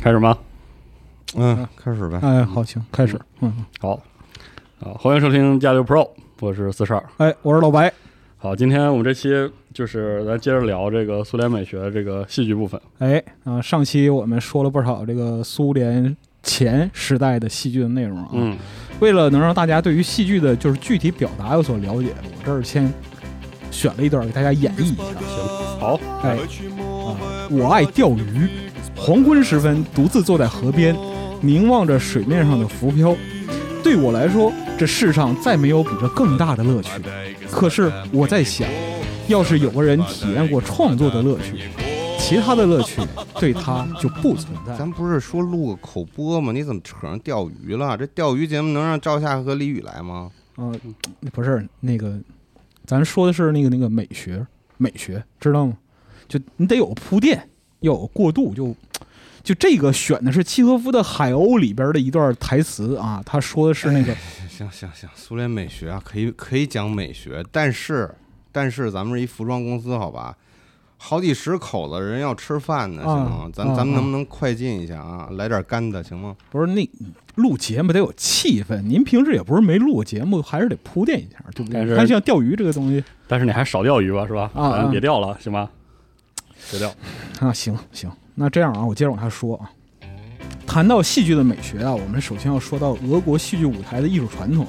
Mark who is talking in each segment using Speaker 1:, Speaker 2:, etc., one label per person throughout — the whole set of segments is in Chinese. Speaker 1: 开始吗？
Speaker 2: 嗯，开始呗。
Speaker 3: 哎，好，行，开始。嗯，
Speaker 1: 好，啊，欢迎收听加六 Pro，我是四十二。
Speaker 3: 哎，我是老白。
Speaker 1: 好，今天我们这期就是咱接着聊这个苏联美学这个戏剧部分。
Speaker 3: 哎，啊、上期我们说了不少这个苏联前时代的戏剧的内容啊。
Speaker 1: 嗯
Speaker 3: 为了能让大家对于戏剧的就是具体表达有所了解，我这儿先选了一段给大家演绎一下。
Speaker 1: 好，
Speaker 3: 哎，啊，我爱钓鱼。黄昏时分，独自坐在河边，凝望着水面上的浮漂。对我来说，这世上再没有比这更大的乐趣。可是我在想，要是有个人体验过创作的乐趣，其他的乐趣对他就不存在。
Speaker 2: 咱不是说录个口播吗？你怎么扯上钓鱼了？这钓鱼节目能让赵夏和李宇来吗？
Speaker 3: 啊、不是那个，咱说的是那个那个美学，美学知道吗？就你得有铺垫，要有过渡，就就这个选的是契诃夫的《海鸥》里边的一段台词啊，他说的是那个，
Speaker 2: 行行行，苏联美学啊，可以可以讲美学，但是但是咱们是一服装公司，好吧？好几十口子人要吃饭呢，行吗
Speaker 3: 啊？
Speaker 2: 咱
Speaker 3: 啊
Speaker 2: 咱们能不能快进一下啊？来点干的，行吗？
Speaker 3: 不是那录节目得有气氛，您平时也不是没录过节目，还是得铺垫一下，对不
Speaker 1: 但
Speaker 3: 对？
Speaker 1: 是
Speaker 3: 但像钓鱼这个东西
Speaker 1: 但是你还少钓鱼吧，是吧？
Speaker 3: 啊
Speaker 1: 咱
Speaker 3: 啊
Speaker 1: 别钓了，行吗？别钓。
Speaker 3: 啊，行行，那这样啊，我接着往下说啊。谈到戏剧的美学啊，我们首先要说到俄国戏剧舞台的艺术传统。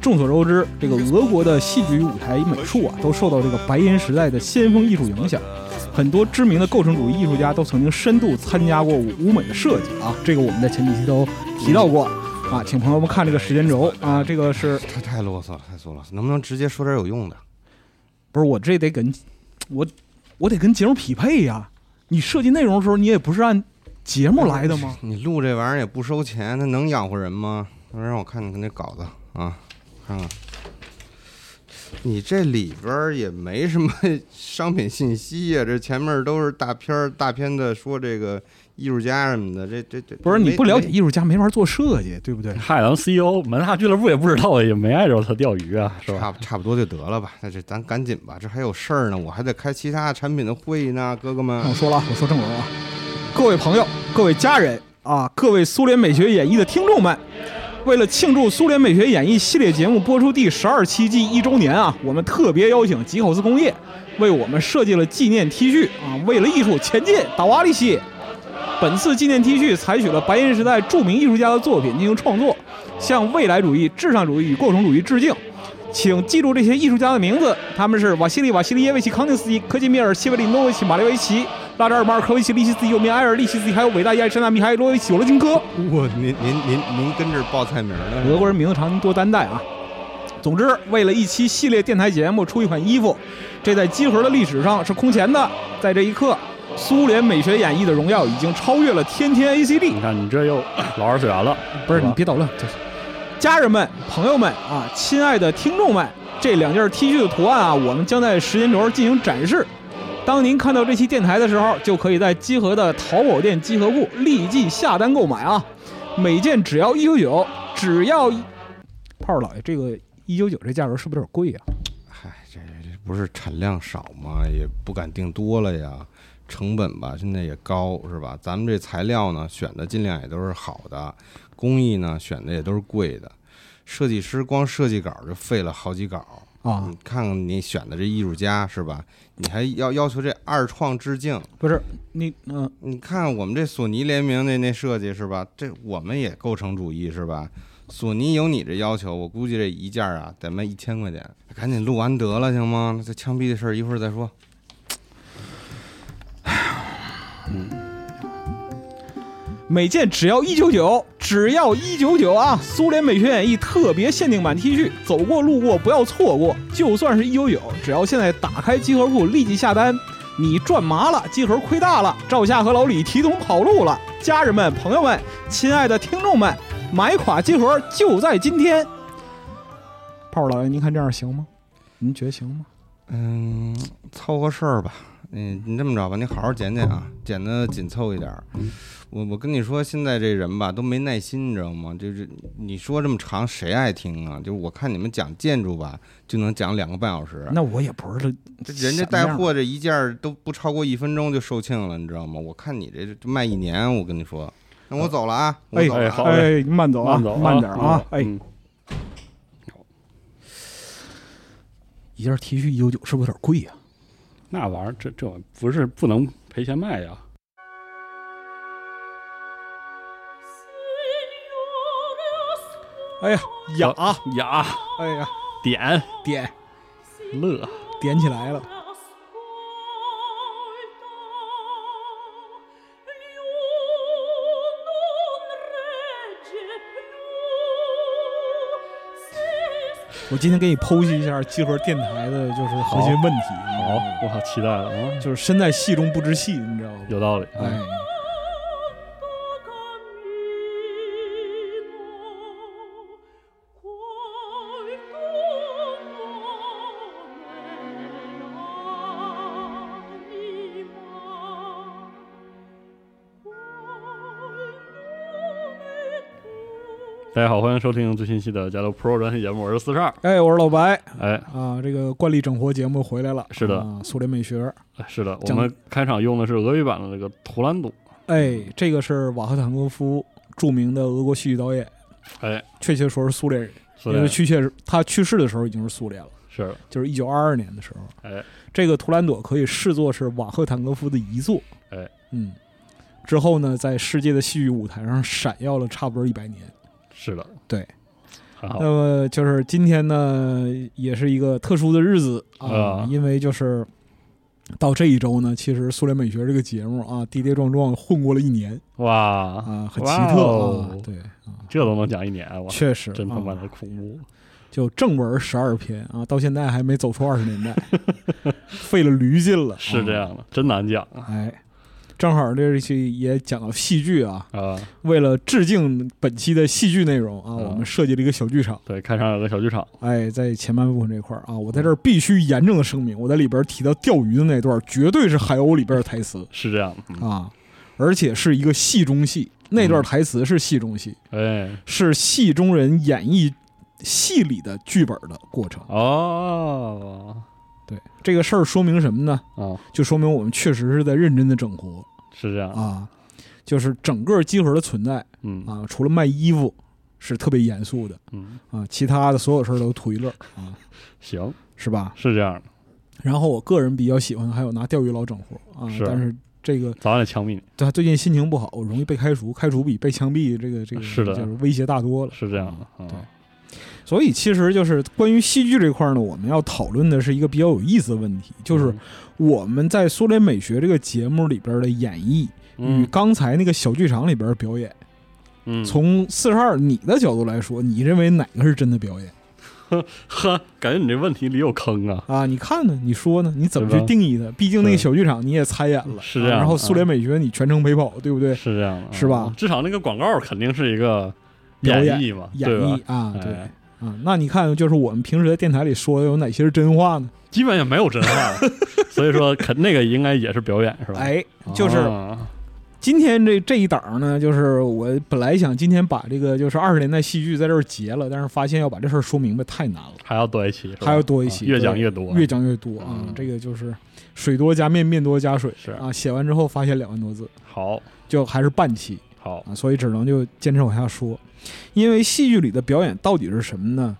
Speaker 3: 众所周知，这个俄国的戏剧与舞台美术啊，都受到这个白银时代的先锋艺术影响。很多知名的构成主义艺术家都曾经深度参加过舞美的设计啊，这个我们在前几期都提到过啊，请朋友们看这个时间轴啊，这个是
Speaker 2: 太太啰嗦了，太啰嗦了，能不能直接说点有用的？
Speaker 3: 不是我这得跟，我我得跟节目匹配呀、你设计内容的时候，你也不是按节目来的吗？
Speaker 2: 你录这玩意儿也不收钱，它能养活人吗？那让我看看那稿子啊，看看。你这里边儿也没什么 商品信息呀、这前面都是大片儿大片的说这个艺术家什么的，这这这
Speaker 3: 不是你
Speaker 2: 没
Speaker 3: 不了解
Speaker 2: 没
Speaker 3: 艺术家没法做设计，对不对？
Speaker 1: 嗨，咱们 CEO 门萨俱乐部也不知道，也没碍着他钓鱼啊，是吧？
Speaker 2: 差不差不多就得了吧？那这咱赶紧吧，这还有事儿呢，我还得开其他产品的会议呢，哥哥们
Speaker 3: 那我。说了啊，我说正文啊，各位朋友，各位家人啊，各位《苏联美学演绎》的听众们，为了庆祝《苏联美学演绎》系列节目播出第十二期暨一周年啊，我们特别邀请吉口斯工业为我们设计了纪念 T 恤啊，为了艺术前进，啊达瓦利西。本次纪念 T 恤采取了白银时代著名艺术家的作品进行创作，向未来主义、至上主义与构成主义致敬。请记住这些艺术家的名字，他们是瓦西里·瓦西里耶维奇·康定斯基、科基米尔·切维里诺维奇、马列维奇、拉扎尔马尔科维奇、利希斯基、尤米埃尔·利希斯基，还有伟大亚历山大·米哈伊洛维奇·尤罗金科。
Speaker 2: 我您您您您跟这儿报菜名儿呢？
Speaker 3: 俄国人名字长，您多担待啊。总之，为了一期系列电台节目出一款衣服，这在集合的历史上是空前的。在这一刻，苏联美学演绎的荣耀已经超越了天天 ACD
Speaker 1: 你。看你这又老二次元了，
Speaker 3: 不是
Speaker 1: 吧
Speaker 3: 你别捣乱，就是家人们、朋友们啊，亲爱的听众们，这两件 T 恤的图案啊，我们将在时间轴进行展示。当您看到这期电台的时候，就可以在集合的淘宝店集合部立即下单购买啊，每件只要一九九，只要一炮儿老爷这个一九九这价格是不是有点贵啊呀、
Speaker 2: 嗨，这这不是产量少嘛，也不敢定多了呀，成本吧现在也高是吧？咱们这材料呢选的尽量也都是好的，工艺呢选的也都是贵的，设计师光设计稿就费了好几稿。
Speaker 3: 啊？
Speaker 2: 你看看你选的这艺术家是吧？你还要要求这二创致敬？
Speaker 3: 不是你嗯、
Speaker 2: 你看我们这索尼联名那那设计是吧？这我们也构成主义是吧？索尼有你这要求，我估计这一件啊得卖一千块钱。赶紧录完得了行吗？这枪毙的事儿一会儿再说。
Speaker 3: 每件只要一九九，只要一九九啊！苏联美学演绎特别限定版 T 恤，走过路过不要错过，就算是一九九，只要现在打开集合铺立即下单，你赚麻了，集合亏大了，赵夏和老李提桶跑路了，家人们、朋友们、亲爱的听众们，买垮集合就在今天！炮老爷，您看这样行吗？您觉得行吗？
Speaker 2: 嗯，凑合事儿吧。你你这么着吧，你好好剪剪啊，剪的紧凑一点儿。我我跟你说，现在这人吧都没耐心，你知道吗？就是你说这么长，谁爱听啊？就是我看你们讲建筑吧，就能讲两个半小时。
Speaker 3: 那我也不是
Speaker 2: 这人家带
Speaker 1: 啊
Speaker 2: 货这一件儿都不超过一分钟就售罄了，你知道吗？我看你这这卖一年，我跟你说，那我走了啊，我走
Speaker 1: 呃哎
Speaker 2: 了
Speaker 1: 好
Speaker 2: 啊。
Speaker 1: 嘞
Speaker 3: 哎，慢走啊，
Speaker 1: 慢走啊，
Speaker 3: 慢点啊！哎，
Speaker 1: 嗯
Speaker 3: 一件 T 恤一九九是不是有点贵啊呀、
Speaker 1: 那玩意儿这这玩意儿不是不能赔钱卖呀。
Speaker 3: 哎呀，痒啊！
Speaker 1: 呀，
Speaker 3: 哎呀，
Speaker 1: 点
Speaker 3: 点
Speaker 1: 乐，
Speaker 3: 点起来了。我今天给你剖析一下集合电台的就是核心问题，你知
Speaker 1: 好
Speaker 3: 道吗，
Speaker 1: 我好期待了啊，
Speaker 3: 就是身在戏中不知戏，你知道吗？
Speaker 1: 有道理。
Speaker 3: 哎，
Speaker 1: 大家好，欢迎收听最新一期的《加州 Pro》专题节目，我是四十二。
Speaker 3: 哎，我是老白
Speaker 1: 哎，
Speaker 3: 啊，这个惯例整活节目回来了，
Speaker 1: 是的
Speaker 3: 啊，苏联美学，
Speaker 1: 是的，我
Speaker 3: 讲
Speaker 1: 们开场用的是俄语版的这个《图兰朵》。
Speaker 3: 哎，这个是瓦赫坦科夫，著名的俄国戏剧导演，
Speaker 1: 哎，
Speaker 3: 确切说是苏联人，
Speaker 1: 所
Speaker 3: 因为
Speaker 1: 以
Speaker 3: 去世他去世的时候已经是苏联了，
Speaker 1: 是的
Speaker 3: 就是一九二二年的时候。
Speaker 1: 哎，
Speaker 3: 这个图兰朵可以视作是瓦赫坦科夫的遗作。
Speaker 1: 哎，
Speaker 3: 嗯，之后呢，在世界的戏剧舞台上闪耀了差不多一百年。
Speaker 1: 是的，
Speaker 3: 对，
Speaker 1: 很好
Speaker 3: 那。么就是今天呢，也是一个特殊的日子啊，
Speaker 1: 啊
Speaker 3: 因为就是到这一周呢，其实苏联美学这个节目啊，跌跌撞撞混过了一年
Speaker 1: 哇，
Speaker 3: 啊，很奇
Speaker 1: 哇
Speaker 3: 特啊
Speaker 1: 哦，
Speaker 3: 对，
Speaker 1: 这都能讲一年，我
Speaker 3: 确实
Speaker 1: 真他妈
Speaker 3: 啊
Speaker 1: 的恐怖。
Speaker 3: 就正文十二篇啊，到现在还没走出二十年代， 费了驴劲了，
Speaker 1: 是这
Speaker 3: 啊
Speaker 1: 样的，真难讲啊
Speaker 3: 哎，正好这期也讲到戏剧啊，
Speaker 1: 啊！
Speaker 3: 为了致敬本期的戏剧内容啊，
Speaker 1: 嗯
Speaker 3: 我们设计了一个小剧场。
Speaker 1: 对，开场有个小剧场，
Speaker 3: 哎，在前半部分这块儿啊，我在这儿必须严正的声明，我在里边提到钓鱼的那段，绝对是海鸥里边的台词
Speaker 1: 是这样的。嗯
Speaker 3: 啊，而且是一个戏中戏，那段
Speaker 1: 嗯
Speaker 3: 台词是戏中戏，
Speaker 1: 哎，
Speaker 3: 是戏中人演绎戏里的剧本的过程。
Speaker 1: 哦，
Speaker 3: 对这个事儿说明什么呢？
Speaker 1: 啊，
Speaker 3: 就说明我们确实是在认真的整活
Speaker 1: 是这样。
Speaker 3: 啊，就是整个集合的存在
Speaker 1: 嗯
Speaker 3: 啊，除了卖衣服是特别严肃的
Speaker 1: 嗯，
Speaker 3: 啊，其他的所有事儿都图一乐啊，
Speaker 1: 行，
Speaker 3: 是吧？
Speaker 1: 是这样的。
Speaker 3: 然后我个人比较喜欢还有拿钓鱼佬整活啊，
Speaker 1: 是
Speaker 3: 但是这个
Speaker 1: 早晚得枪毙你，
Speaker 3: 他最近心情不好，我容易被开除，开除比被枪毙这个这个
Speaker 1: 是的
Speaker 3: 啊就是威胁大多了。
Speaker 1: 是这样的。嗯
Speaker 3: 对所以其实就是关于戏剧这块呢，我们要讨论的是一个比较有意思的问题，就是嗯我们在苏联美学这个节目里边的演绎与
Speaker 1: 嗯
Speaker 3: 刚才那个小剧场里边的表演，
Speaker 1: 嗯，
Speaker 3: 从四十二你的角度来说，你认为哪个是真的表演
Speaker 1: 呵，感觉你这问题里有坑啊。
Speaker 3: 啊？你看呢？你说呢？你怎么
Speaker 1: 对
Speaker 3: 去
Speaker 1: 吧
Speaker 3: 定义的？毕竟那个
Speaker 1: 对
Speaker 3: 小剧场你也参演了，
Speaker 1: 是
Speaker 3: 啊
Speaker 1: 这样
Speaker 3: 然后
Speaker 1: 的
Speaker 3: 苏联美学你全程陪跑，对不对？
Speaker 1: 是这样的，
Speaker 3: 是吧
Speaker 1: 嗯至少那个广告肯定是一个
Speaker 3: 表演
Speaker 1: 绎嘛，
Speaker 3: 演
Speaker 1: 对吧
Speaker 3: 绎？啊，
Speaker 1: 哎
Speaker 3: 对啊，那你看，就是我们平时在电台里说的有哪些是真话呢？
Speaker 1: 基本也没有真话， 所以说肯那个应该也是表演是吧？
Speaker 3: 哎，就是
Speaker 1: 啊
Speaker 3: 今天这这一档呢，就是我本来想今天把这个就是二十年代戏剧在这儿结了，但是发现要把这事儿说明白太难了，
Speaker 1: 还要多一期，是吧
Speaker 3: 还要多一期
Speaker 1: 啊越讲越多，
Speaker 3: 越讲越多啊
Speaker 1: 嗯，
Speaker 3: 这个就是水多加面，面多加水
Speaker 1: 是
Speaker 3: 啊，写完之后发现两万多字，
Speaker 1: 好，
Speaker 3: 就还是半期
Speaker 1: 好，
Speaker 3: 啊，所以只能就坚持往下说，因为戏剧里的表演到底是什么呢？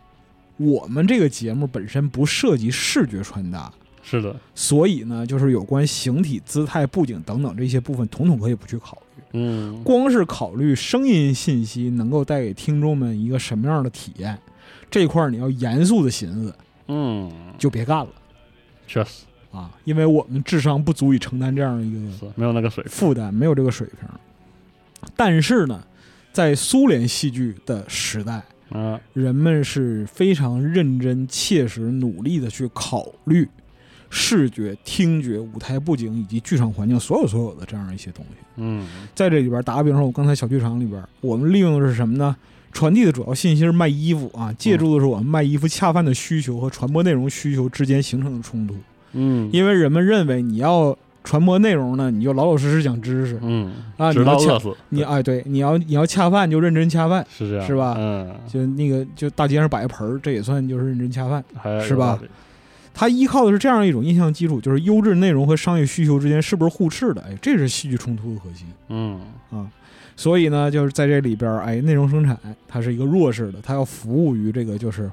Speaker 3: 我们这个节目本身不涉及视觉传达，
Speaker 1: 是的，
Speaker 3: 所以呢，就是有关形体、姿态、布景等等这些部分，统统可以不去考虑。
Speaker 1: 嗯，
Speaker 3: 光是考虑声音信息能够带给听众们一个什么样的体验，这块儿你要严肃的寻思，
Speaker 1: 嗯，
Speaker 3: 就别干了
Speaker 1: 确实
Speaker 3: 啊！因为我们智商不足以承担这样一个
Speaker 1: 是没有那个水平，
Speaker 3: 负担，没有这个水平。但是呢，在苏联戏剧的时代，
Speaker 1: 嗯，
Speaker 3: 人们是非常认真、切实、努力的去考虑视觉、听觉、舞台布景以及剧场环境所有所有的这样一些东西。
Speaker 1: 嗯，
Speaker 3: 在这里边，打个比方说，我刚才小剧场里边，我们利用的是什么呢？传递的主要信息是卖衣服啊，借助的是我们卖衣服恰饭的需求和传播内容需求之间形成的冲突。
Speaker 1: 嗯，嗯
Speaker 3: 因为人们认为你要传播内容呢，你就老老实实讲知识，
Speaker 1: 嗯
Speaker 3: 啊
Speaker 1: 直
Speaker 3: 你
Speaker 1: 到
Speaker 3: 要
Speaker 1: 饿
Speaker 3: 抢
Speaker 1: 死，
Speaker 3: 你
Speaker 1: 对
Speaker 3: 哎对，你要你要恰饭就认真恰饭，
Speaker 1: 是这样
Speaker 3: 是吧
Speaker 1: 嗯，
Speaker 3: 就那个就大街上摆个盆儿，这也算就是认真恰饭。
Speaker 1: 还有
Speaker 3: 是吧
Speaker 1: 道理？
Speaker 3: 它依靠的是这样一种印象基础，就是优质内容和商业需求之间是不是互斥的？哎，这是戏剧冲突的核心
Speaker 1: 嗯
Speaker 3: 啊。所以呢，就是在这里边儿，哎，内容生产它是一个弱势的，它要服务于这个就是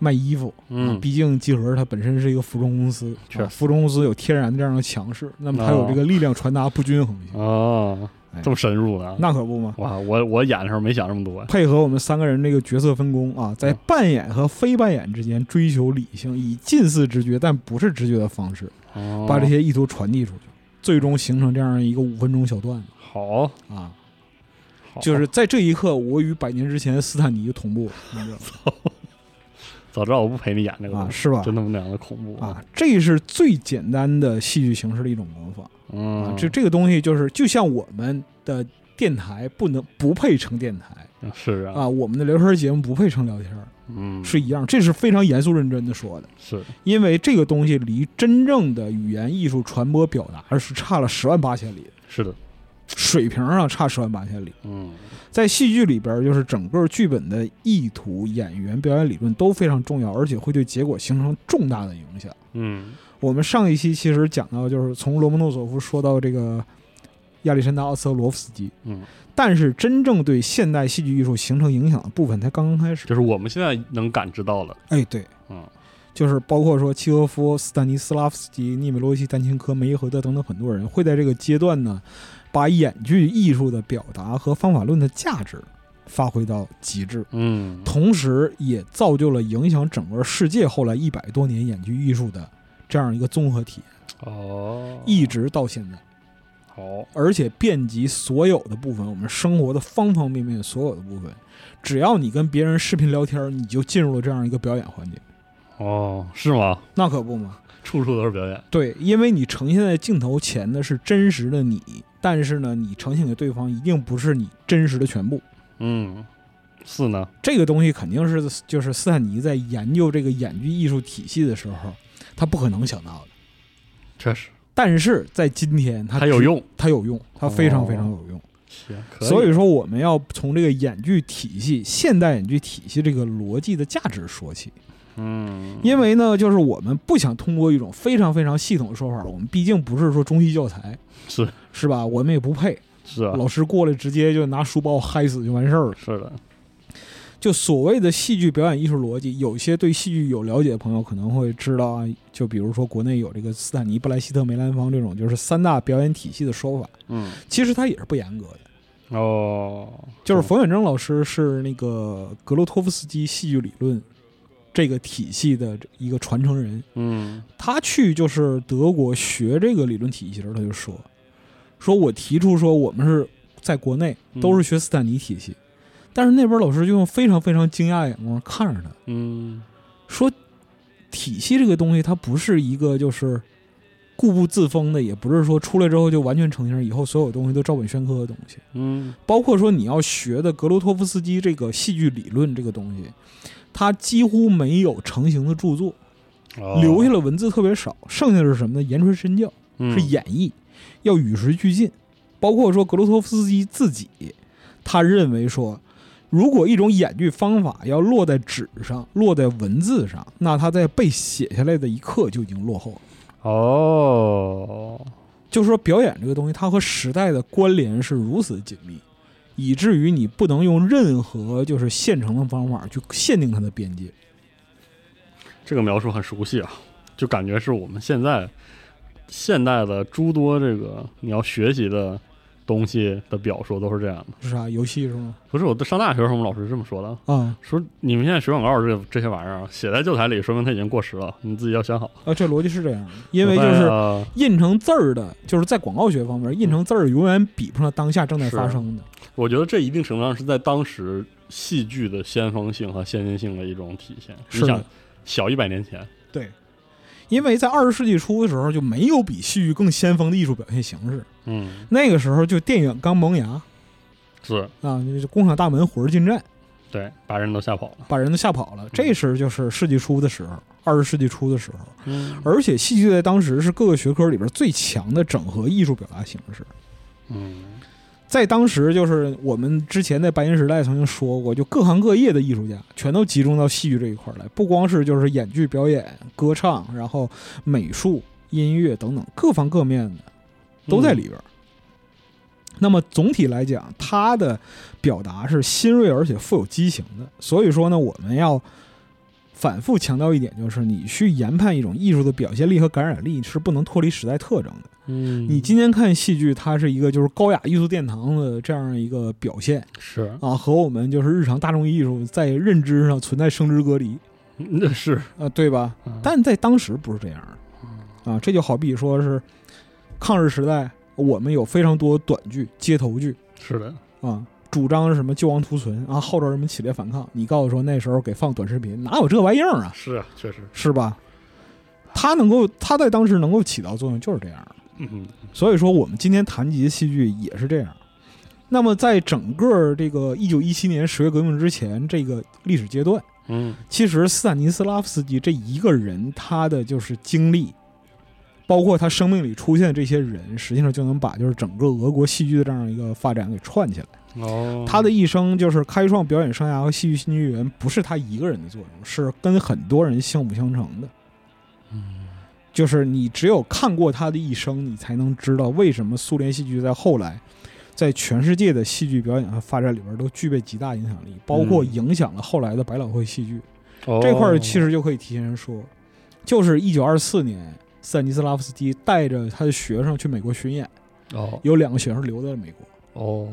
Speaker 3: 卖衣服。啊
Speaker 1: 嗯，
Speaker 3: 毕竟集合它本身是一个服装公司，
Speaker 1: 确
Speaker 3: 啊
Speaker 1: 实
Speaker 3: 服装公司有天然的这样的强势，那么它有这个力量传达不均衡性，
Speaker 1: 哦
Speaker 3: 哎，
Speaker 1: 这么深入呢？
Speaker 3: 那可不嘛。
Speaker 1: 哇，我我演的时候没想这么多呀，
Speaker 3: 配合我们三个人这个角色分工啊，在
Speaker 1: 嗯
Speaker 3: 扮演和非扮演之间追求理性，以近似直觉但不是直觉的方式，
Speaker 1: 哦
Speaker 3: 把这些意图传递出去，最终形成这样一个五分钟小段子
Speaker 1: 好，
Speaker 3: 啊。
Speaker 1: 好
Speaker 3: 就是在这一刻，我与百年之前斯坦尼同步，你知道
Speaker 1: 早知道我不陪你演这个
Speaker 3: 吗啊，
Speaker 1: 东西，
Speaker 3: 是吧？
Speaker 1: 真他妈那样的恐怖
Speaker 3: 啊，这是最简单的戏剧形式的一种模仿啊
Speaker 1: 嗯，。
Speaker 3: 这这个东西就是，就像我们的电台不能不配成电台
Speaker 1: 是啊，
Speaker 3: 啊，我们的聊天节目不配成聊天儿
Speaker 1: 嗯，
Speaker 3: 是一样，这是非常严肃认真的说的。
Speaker 1: 是，
Speaker 3: 因为这个东西离真正的语言艺术传播表达是差了十万八千里的，
Speaker 1: 是的，
Speaker 3: 水平上差十万八千里。
Speaker 1: 嗯
Speaker 3: 在戏剧里边，就是整个剧本的意图、演员、表演理论都非常重要，而且会对结果形成重大的影响。
Speaker 1: 嗯
Speaker 3: 我们上一期其实讲到，就是从罗蒙诺佐夫说到这个亚历山大·奥斯特罗夫斯基，
Speaker 1: 嗯，
Speaker 3: 但是真正对现代戏剧艺术形成影响的部分才刚刚开始。
Speaker 1: 就是我们现在能感知到了，
Speaker 3: 哎，对，
Speaker 1: 嗯
Speaker 3: 就是包括说契诃夫、斯坦尼斯拉夫斯基、涅米罗维奇、丹琴科、梅耶荷德等等很多人会在这个阶段呢，把演剧艺术的表达和方法论的价值发挥到极致，
Speaker 1: 嗯
Speaker 3: 同时也造就了影响整个世界后来一百多年演剧艺术的这样一个综合体验，
Speaker 1: 哦，
Speaker 3: 一直到现在，
Speaker 1: 好，
Speaker 3: 而且遍及所有的部分，我们生活的方方面面所有的部分，只要你跟别人视频聊天，你就进入了这样一个表演环节，
Speaker 1: 哦，是吗？
Speaker 3: 那可不嘛。
Speaker 1: 处处都是表演，
Speaker 3: 对，因为你呈现在镜头前的是真实的你，但是呢，你呈现给对方一定不是你真实的全部。
Speaker 1: 嗯，四呢？
Speaker 3: 这个东西肯定是就是斯坦尼在研究这个演剧艺术体系的时候，他不可能想到的。
Speaker 1: 确实，
Speaker 3: 但是在今天，他
Speaker 1: 它有
Speaker 3: 只，
Speaker 1: 用，
Speaker 3: 他有用，他非常
Speaker 1: 哦
Speaker 3: 非常有用。
Speaker 1: 行，可
Speaker 3: 所以说，我们要从这个演剧体系、现代演剧体系这个逻辑的价值说起。
Speaker 1: 嗯，
Speaker 3: 因为呢，就是我们不想通过一种非常非常系统的说法，我们毕竟不是说中医教材，
Speaker 1: 是
Speaker 3: 是吧？我们也不配。
Speaker 1: 是啊，
Speaker 3: 老师过来直接就拿书把我嗨死就完事儿了。
Speaker 1: 是的，
Speaker 3: 就所谓的戏剧表演艺术逻辑，有些对戏剧有了解的朋友可能会知道啊，就比如说国内有这个斯坦尼、布莱希特、梅兰芳这种就是三大表演体系的说法，
Speaker 1: 嗯，
Speaker 3: 其实它也是不严格的。
Speaker 1: 哦，
Speaker 3: 就是
Speaker 1: 是吗
Speaker 3: 冯远征老师是那个格罗托夫斯基戏剧理论这个体系的一个传承人，
Speaker 1: 嗯
Speaker 3: 他去就是德国学这个理论体系的时候，他就说，说我提出说我们是在国内
Speaker 1: 嗯
Speaker 3: 都是学斯坦尼体系，但是那边老师就用非常非常惊讶的眼光看着他，
Speaker 1: 嗯
Speaker 3: 说体系这个东西它不是一个就是固步自封的，也不是说出来之后就完全成型，以后所有东西都照本宣科的东西，
Speaker 1: 嗯
Speaker 3: 包括说你要学的格罗托夫斯基这个戏剧理论这个东西，它几乎没有成型的著作。
Speaker 1: 哦
Speaker 3: 留下了文字特别少，剩下的是什么呢？言传身教
Speaker 1: 嗯
Speaker 3: 是演绎，要与时俱进。包括说格罗托夫斯基自己，他认为说，如果一种演剧方法要落在纸上、落在文字上，那他在被写下来的一刻就已经落后了。
Speaker 1: 哦，
Speaker 3: 就是说，表演这个东西，它和时代的关联是如此紧密，以至于你不能用任何就是现成的方法去限定它的边界。
Speaker 1: 这个描述很熟悉啊，就感觉是我们现在现代的诸多这个你要学习的东西的表述都是这样的。
Speaker 3: 是啥？游戏是吗？
Speaker 1: 不是我上大学的时候，我们老师这么说的，
Speaker 3: 啊
Speaker 1: 说你们现在学广告这这些玩意儿啊写在教材里，说明它已经过时了，你自己要想好。
Speaker 3: 啊，这逻辑是这样的，因为就
Speaker 1: 我
Speaker 3: 是
Speaker 1: 在嗯呃
Speaker 3: 印成字儿的，就是在广告学方面，印成字儿永远比不上当下正在发生的。
Speaker 1: 我觉得这一定程度上是在当时戏剧的先锋性和先进性的一种体现。
Speaker 3: 是
Speaker 1: 你
Speaker 3: 的
Speaker 1: 想，小一百年前，
Speaker 3: 对，因为在二十世纪初的时候，就没有比戏剧更先锋的艺术表现形式。
Speaker 1: 嗯，
Speaker 3: 那个时候就电影刚萌芽
Speaker 1: 是
Speaker 3: 啊，就是工厂大门火车进站，
Speaker 1: 对，把人都吓跑了。
Speaker 3: 把人都吓跑了。这时就是世纪初的时候，二十世纪初的时候，
Speaker 1: 嗯
Speaker 3: 而且戏剧在当时是各个学科里边最强的整合艺术表达形式。
Speaker 1: 嗯
Speaker 3: 在当时，就是我们之前在白银时代曾经说过，就各行各业的艺术家全都集中到戏剧这一块儿来，不光是就是演剧表演、歌唱，然后美术、音乐等等各方各面的都
Speaker 1: 嗯
Speaker 3: 在里边儿。那么总体来讲，他的表达是新锐而且富有激情的。所以说呢，我们要反复强调一点，就是你去研判一种艺术的表现力和感染力是不能脱离时代特征的。
Speaker 1: 嗯，
Speaker 3: 你今天看戏剧，它是一个就是高雅艺术殿堂的这样一个表现
Speaker 1: 是
Speaker 3: 啊，和我们就是日常大众艺术在认知上存在生之隔离
Speaker 1: 嗯那是，
Speaker 3: 啊，对吧？
Speaker 1: 嗯
Speaker 3: 但在当时不是这样的啊，这就好比说是抗日时代，我们有非常多短剧、街头剧
Speaker 1: 是的，
Speaker 3: 啊，主张什么救亡图存啊，号召人们起来反抗。你告诉我说那时候给放短视频，哪有这玩意儿啊？
Speaker 1: 是啊，确实，
Speaker 3: 是吧？它能够，它在当时能够起到作用，就是这样的。
Speaker 1: 嗯
Speaker 3: 所以说，我们今天谈及戏剧也是这样。那么，在整个这个一九一七年十月革命之前这个历史阶段，
Speaker 1: 嗯
Speaker 3: 其实斯坦尼斯拉夫斯基这一个人，他的就是经历，包括他生命里出现的这些人，实际上就能把就是整个俄国戏剧的这样一个发展给串起来。
Speaker 1: 哦，
Speaker 3: 他的一生就是开创表演生涯和戏剧新纪元，不是他一个人的作用，是跟很多人相辅相成的。
Speaker 1: 嗯
Speaker 3: 就是你只有看过他的一生，你才能知道为什么苏联戏剧在后来在全世界的戏剧表演和发展里边都具备极大影响力，包括影响了后来的百老汇戏剧、
Speaker 1: 哦
Speaker 3: 这块儿，其实就可以提前说，就是一九二四年，斯坦尼斯拉夫斯基带着他的学生去美国巡演，
Speaker 1: 哦
Speaker 3: 有两个学生留在了美国，
Speaker 1: 哦，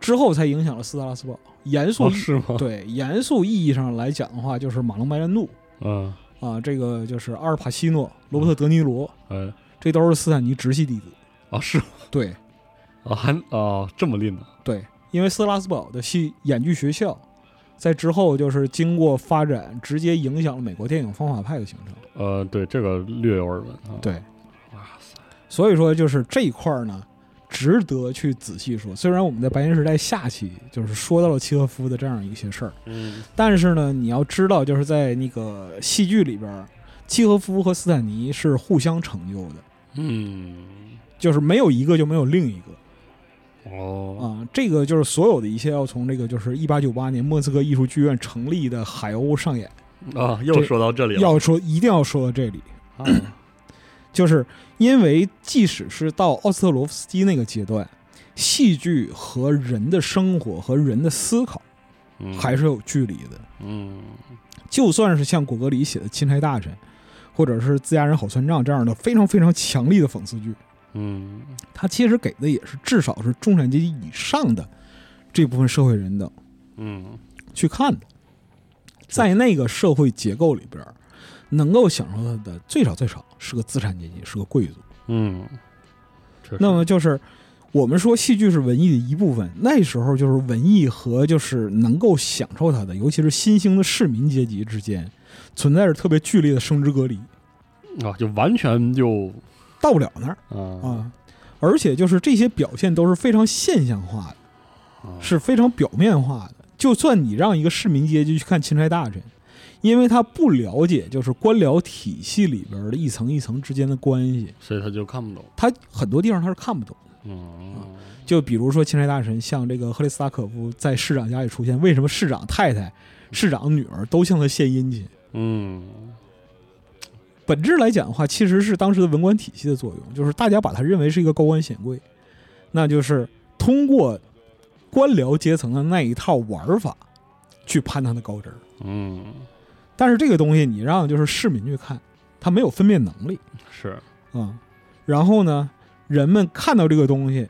Speaker 3: 之后才影响了斯特拉斯堡。严肃、
Speaker 1: 哦是吗？
Speaker 3: 对严肃意义上来讲的话，就是马龙白兰度
Speaker 1: 嗯
Speaker 3: 啊，这个就是阿尔帕西诺、罗伯特·德尼罗。
Speaker 1: 哎
Speaker 3: 这都是斯坦尼直系弟子。
Speaker 1: 哦是
Speaker 3: 对
Speaker 1: 哦还哦这么吝呢？
Speaker 3: 对，因为斯拉斯堡的戏演剧学校，在之后就是经过发展，直接影响了美国电影方法派的形成。
Speaker 1: 呃，对，这个略有耳闻啊。
Speaker 3: 对，
Speaker 1: 哇塞，
Speaker 3: 所以说就是这一块儿呢，值得去仔细说。虽然我们在白银时代下期就是说到了契诃夫的这样一些事儿，
Speaker 1: 嗯
Speaker 3: 但是呢，你要知道，就是在那个戏剧里边儿，契诃夫和斯坦尼是互相成就的，
Speaker 1: 嗯
Speaker 3: 就是没有一个就没有另一个。
Speaker 1: 哦
Speaker 3: 啊、这个就是所有的一切要从这个就是一八九八年莫斯科艺术剧院成立的海鸥上演，
Speaker 1: 啊，又
Speaker 3: 这
Speaker 1: 说到这里了。
Speaker 3: 要说一定要说到这里，
Speaker 1: 啊
Speaker 3: 就是因为即使是到奥斯特罗夫斯基那个阶段，戏剧和人的生活和人的思考
Speaker 1: 嗯
Speaker 3: 还是有距离的。
Speaker 1: 嗯
Speaker 3: 就算是像果戈里写的《钦差大臣》，或者是《自家人好算账》这样的非常非常强力的讽刺剧，
Speaker 1: 嗯
Speaker 3: 它其实给的也是至少是中产阶级以上的这部分社会人等。
Speaker 1: 嗯
Speaker 3: 去看的，在那个社会结构里边儿，能够享受到的最少最少是个资产阶级，是个贵族。
Speaker 1: 嗯，确实
Speaker 3: 那么就是我们说戏剧是文艺的一部分，那时候就是文艺和就是能够享受它的，尤其是新兴的市民阶级之间，存在着特别剧烈的生殖隔离，
Speaker 1: 啊，就完全就
Speaker 3: 到不了那儿
Speaker 1: 啊
Speaker 3: 啊。而且就是这些表现都是非常现象化的，
Speaker 1: 啊
Speaker 3: 是非常表面化的。就算你让一个市民阶级去看钦差大臣，因为他不了解就是官僚体系里边的一层一层之间的关系，
Speaker 1: 所以他就看不懂。
Speaker 3: 他很多地方他是看不懂。啊
Speaker 1: 嗯
Speaker 3: 就比如说钦差大臣像这个赫里斯塔可夫在市长家里出现，为什么市长太太、市长女儿都向他献殷勤？
Speaker 1: 嗯
Speaker 3: 本质来讲的话，其实是当时的文官体系的作用，就是大家把他认为是一个高官显贵，那就是通过官僚阶层的那一套玩法去攀他的高枝儿。
Speaker 1: 嗯
Speaker 3: 但是这个东西你让就是市民去看，他没有分辨能力
Speaker 1: 是
Speaker 3: 啊、然后呢，人们看到这个东西，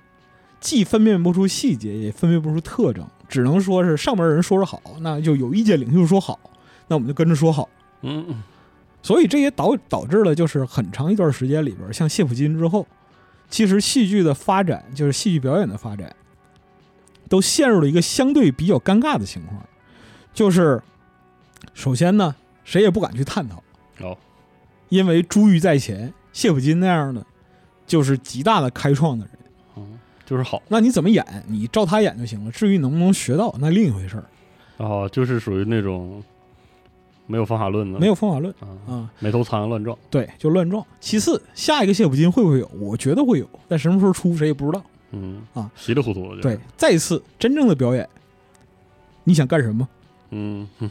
Speaker 3: 既分辨不出细节，也分辨不出特征，只能说是上面人说是好，那就有意见领袖说好，那我们就跟着说好。
Speaker 1: 嗯
Speaker 3: 所以这也导导致了就是很长一段时间里边，像谢普金之后，其实戏剧的发展，就是戏剧表演的发展，都陷入了一个相对比较尴尬的情况，就是首先呢，谁也不敢去探讨，
Speaker 1: 哦，
Speaker 3: 因为珠玉在前，谢普金那样的就是极大的开创的人，
Speaker 1: 嗯，就是好。
Speaker 3: 那你怎么演，你照他演就行了，至于能不能学到，那另一回事儿。
Speaker 1: 然后啊就是属于那种没有方法论的，
Speaker 3: 没有方法论
Speaker 1: 啊，
Speaker 3: 啊，
Speaker 1: 没头苍蝇乱撞。
Speaker 3: 对，就乱撞。其次，下一个谢普金会不会有？我觉得会有，但什么时候出谁也不知道。
Speaker 1: 嗯
Speaker 3: 啊，
Speaker 1: 稀里糊涂的，
Speaker 3: 对，，再一次真正的表演，你想干什么？
Speaker 1: 嗯，哼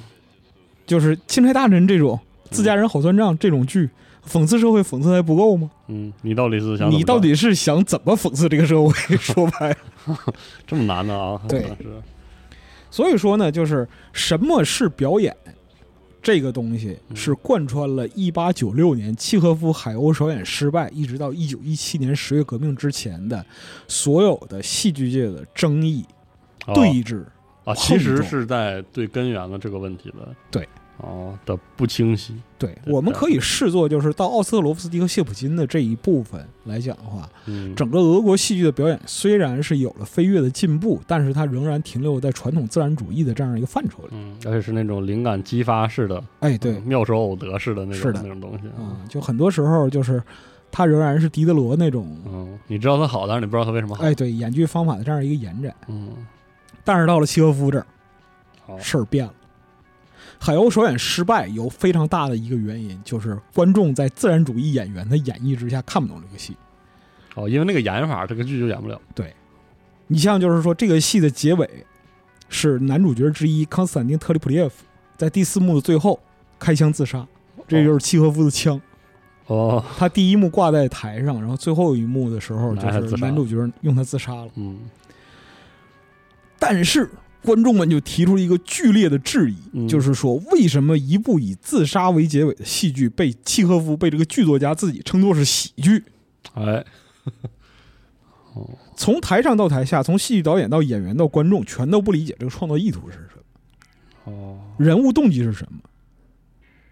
Speaker 3: 就是《钦差大臣》这种自家人好算账这种剧，讽刺社会讽刺还不够吗？
Speaker 1: 嗯，你到底是想怎么
Speaker 3: 你到
Speaker 1: 着
Speaker 3: 底是想怎么讽刺这个社会？说白 了，
Speaker 1: 这么难呢啊？
Speaker 3: 对
Speaker 1: 是，
Speaker 3: 所以说呢，就是什么是表演？这个东西
Speaker 1: 嗯
Speaker 3: 是贯穿了1896年契诃夫海鸥首演失败，一直到1917年十月革命之前的所有的戏剧界的争议、
Speaker 1: 哦
Speaker 3: 对峙。
Speaker 1: 啊，其实是在对根源的这个问题的，
Speaker 3: 对，
Speaker 1: 哦的不清晰，
Speaker 3: 对，
Speaker 1: 对
Speaker 3: 我们可以视作就是到奥斯特罗夫斯基和谢普金的这一部分来讲的话，
Speaker 1: 嗯，
Speaker 3: 整个俄国戏剧的表演虽然是有了飞跃的进步，但是它仍然停留在传统自然主义的这样一个范畴里。
Speaker 1: 嗯，而且是那种灵感激发式的，
Speaker 3: 哎，对，
Speaker 1: 妙手偶得式的那
Speaker 3: 是
Speaker 1: 种
Speaker 3: 的
Speaker 1: 那种东西，
Speaker 3: 啊、就很多时候就是它仍然是狄德罗那种，
Speaker 1: 嗯，你知道它好，但是你不知道它为什么好，
Speaker 3: 哎，对，演剧方法的这样一个延展。
Speaker 1: 嗯，
Speaker 3: 但是到了契诃夫这儿，
Speaker 1: 好，
Speaker 3: 事儿变了。海鸥首演失败有非常大的一个原因，就是观众在自然主义演员的演绎之下看不懂这个戏。
Speaker 1: 哦，因为那个演法，这个剧就演不了，
Speaker 3: 你像就是说这个戏的结尾是男主角之一康斯坦丁特里普列夫在第四幕的最后开枪自杀，这就是契诃夫的枪。
Speaker 1: 哦，
Speaker 3: 他第一幕挂在台上，然后最后一幕的时候就
Speaker 1: 拿他自
Speaker 3: 是
Speaker 1: 杀
Speaker 3: 男主角用他自杀了。
Speaker 1: 嗯，
Speaker 3: 但是观众们就提出了一个剧烈的质疑，
Speaker 1: 嗯
Speaker 3: 就是说为什么一部以自杀为结尾的戏剧被契诃夫被这个剧作家自己称作是喜剧？
Speaker 1: 哎，
Speaker 3: 从台上到台下，从戏剧导演到演员到观众，全都不理解这个创作意图是什么。
Speaker 1: 哦，
Speaker 3: 人物动机是什么。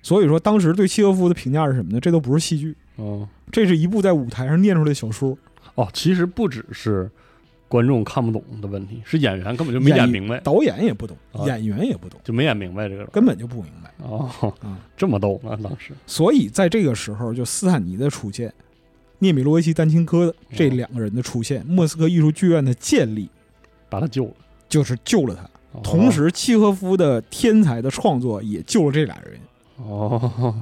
Speaker 3: 所以说，当时对契诃夫的评价是什么呢？这都不是戏剧，
Speaker 1: 哦，
Speaker 3: 这是一部在舞台上念出来的小说。
Speaker 1: 哦，其实不只是观众看不懂的问题，是演员根本就没演明白，
Speaker 3: 导演也不懂，
Speaker 1: 哎啊
Speaker 3: 演员也不懂，
Speaker 1: 就没演明白这个。
Speaker 3: 根本就不明白。
Speaker 1: 哦
Speaker 3: 啊，
Speaker 1: 这么逗呢，当时
Speaker 3: 所以在这个时候，就斯坦尼的出现，涅米洛维奇、丹青科
Speaker 1: 嗯
Speaker 3: 这两个人的出现，莫斯科艺术剧院的建立，
Speaker 1: 把他救了。
Speaker 3: 就是救了他。
Speaker 1: 哦
Speaker 3: 同，时，契诃夫的天才的创作也救了这俩人，
Speaker 1: 哦，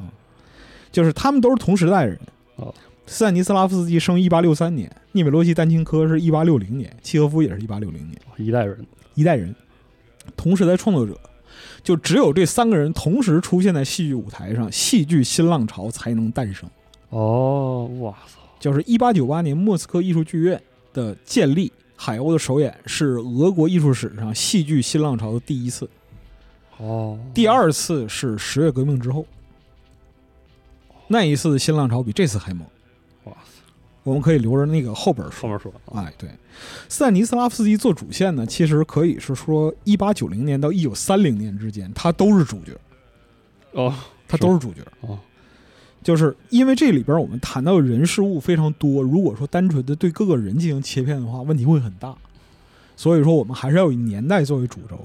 Speaker 3: 就是他们都是同时代人
Speaker 1: 哦。
Speaker 3: 斯坦尼斯拉夫斯基生一八六三年，涅米洛维奇、丹青科是一八六零年，契诃夫也是一八六零年。
Speaker 1: 哦一代人，
Speaker 3: 一代人，同时代创作者，就只有这三个人同时出现在戏剧舞台上，戏剧新浪潮才能诞生。
Speaker 1: 哦，哇操，
Speaker 3: 就是一八九八年莫斯科艺术剧院的建立，海鸥的首演是俄国艺术史上戏剧新浪潮的第一次，
Speaker 1: 哦，
Speaker 3: 第二次是十月革命之后。那一次的新浪潮比这次还猛，
Speaker 1: 哇塞，
Speaker 3: 我们可以留着那个后边说
Speaker 1: 后。面说啊，
Speaker 3: 哎，对，斯坦尼斯拉夫斯基做主线呢，其实可以是说，一八九零年到一九三零年之间，他都是主角，
Speaker 1: 哦，
Speaker 3: 他都是主角。
Speaker 1: 哦，
Speaker 3: 就是因为这里边我们谈到的人事物非常多，如果说单纯的对各个人进行切片的话，问题会很大。所以说，我们还是要以年代作为主轴。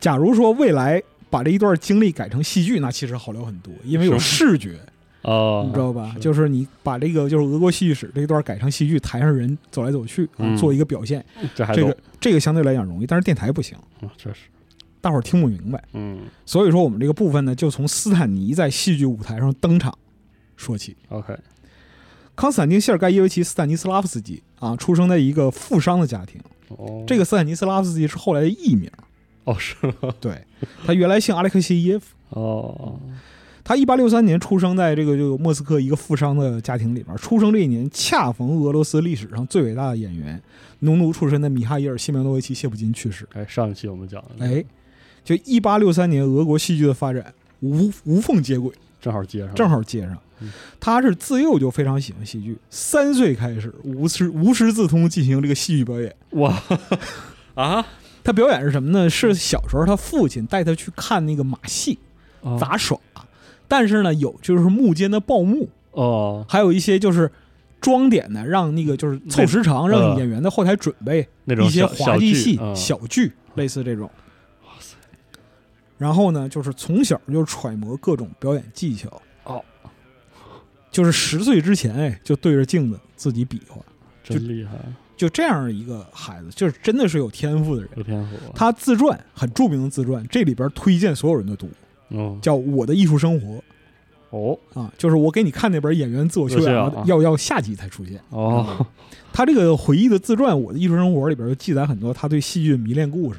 Speaker 3: 假如说未来把这一段经历改成戏剧，那其实好聊很多，因为有视觉，
Speaker 1: 哦，
Speaker 3: 你知道吧？
Speaker 1: 是
Speaker 3: 就是你把这个就是俄国戏剧史这一段改成戏剧，台上人走来走去，啊
Speaker 1: 嗯
Speaker 3: 做一个表现，
Speaker 1: 这还
Speaker 3: 这
Speaker 1: 懂
Speaker 3: 个，这个相对来讲容易，但是电台不行，
Speaker 1: 啊确实，
Speaker 3: 大伙儿听不明白。
Speaker 1: 嗯
Speaker 3: 所以说，我们这个部分呢，就从斯坦尼在戏剧舞台上登场说起。
Speaker 1: ，OK，
Speaker 3: 康斯坦丁·谢尔盖耶维奇·斯坦尼斯拉夫斯基啊，出生在一个富商的家庭。
Speaker 1: 哦，
Speaker 3: 这个斯坦尼斯拉夫斯基是后来的艺名，
Speaker 1: 哦是吗？
Speaker 3: 对他原来姓阿列克谢耶夫。
Speaker 1: 哦，
Speaker 3: 他一八六三年出生在这个就莫斯科一个富商的家庭里边。出生这一年恰逢俄罗斯历史上最伟大的演员、农奴出身的米哈伊尔·西苗诺维奇·谢普金去世。
Speaker 1: 哎，上一期我们讲的，
Speaker 3: 哎，，就一八六三年俄国戏剧的发展无无缝接轨。
Speaker 1: 正好接上了，
Speaker 3: 正好接上
Speaker 1: 嗯。
Speaker 3: 他是自幼就非常喜欢戏剧，三岁开始无师无师自通进行这个戏剧表演。
Speaker 1: 哇啊，
Speaker 3: 他表演是什么呢？
Speaker 1: 嗯
Speaker 3: 是小时候他父亲带他去看那个马戏
Speaker 1: 哦
Speaker 3: 杂耍，但是呢有就是幕间的报幕，
Speaker 1: 哦，
Speaker 3: 还有一些就是装点的，让那个就是凑时长，
Speaker 1: 那
Speaker 3: 让演员在后台准备
Speaker 1: 那种
Speaker 3: 一些
Speaker 1: 小
Speaker 3: 滑稽
Speaker 1: 小
Speaker 3: 戏、
Speaker 1: 剧嗯
Speaker 3: 小剧，类似这种。
Speaker 1: 哇塞，
Speaker 3: 然后呢，就是从小就揣摩各种表演技巧。
Speaker 1: 哦，
Speaker 3: 就是十岁之前，哎，就对着镜子自己比划，
Speaker 1: 真厉害，
Speaker 3: 就这样一个孩子，就是真的是有天赋的人。
Speaker 1: 有天赋啊。
Speaker 3: 他自传很著名的自传，这里边推荐所有人的读，
Speaker 1: 嗯
Speaker 3: 叫《我的艺术生活》。
Speaker 1: 哦
Speaker 3: 啊，就是我给你看那本《演员自我修
Speaker 1: 自我修
Speaker 3: 养
Speaker 1: 养》啊，
Speaker 3: 要要下集才出现。
Speaker 1: 哦
Speaker 3: 他这个回忆的自传《我的艺术生活》里边就记载很多他对戏剧的迷恋故事。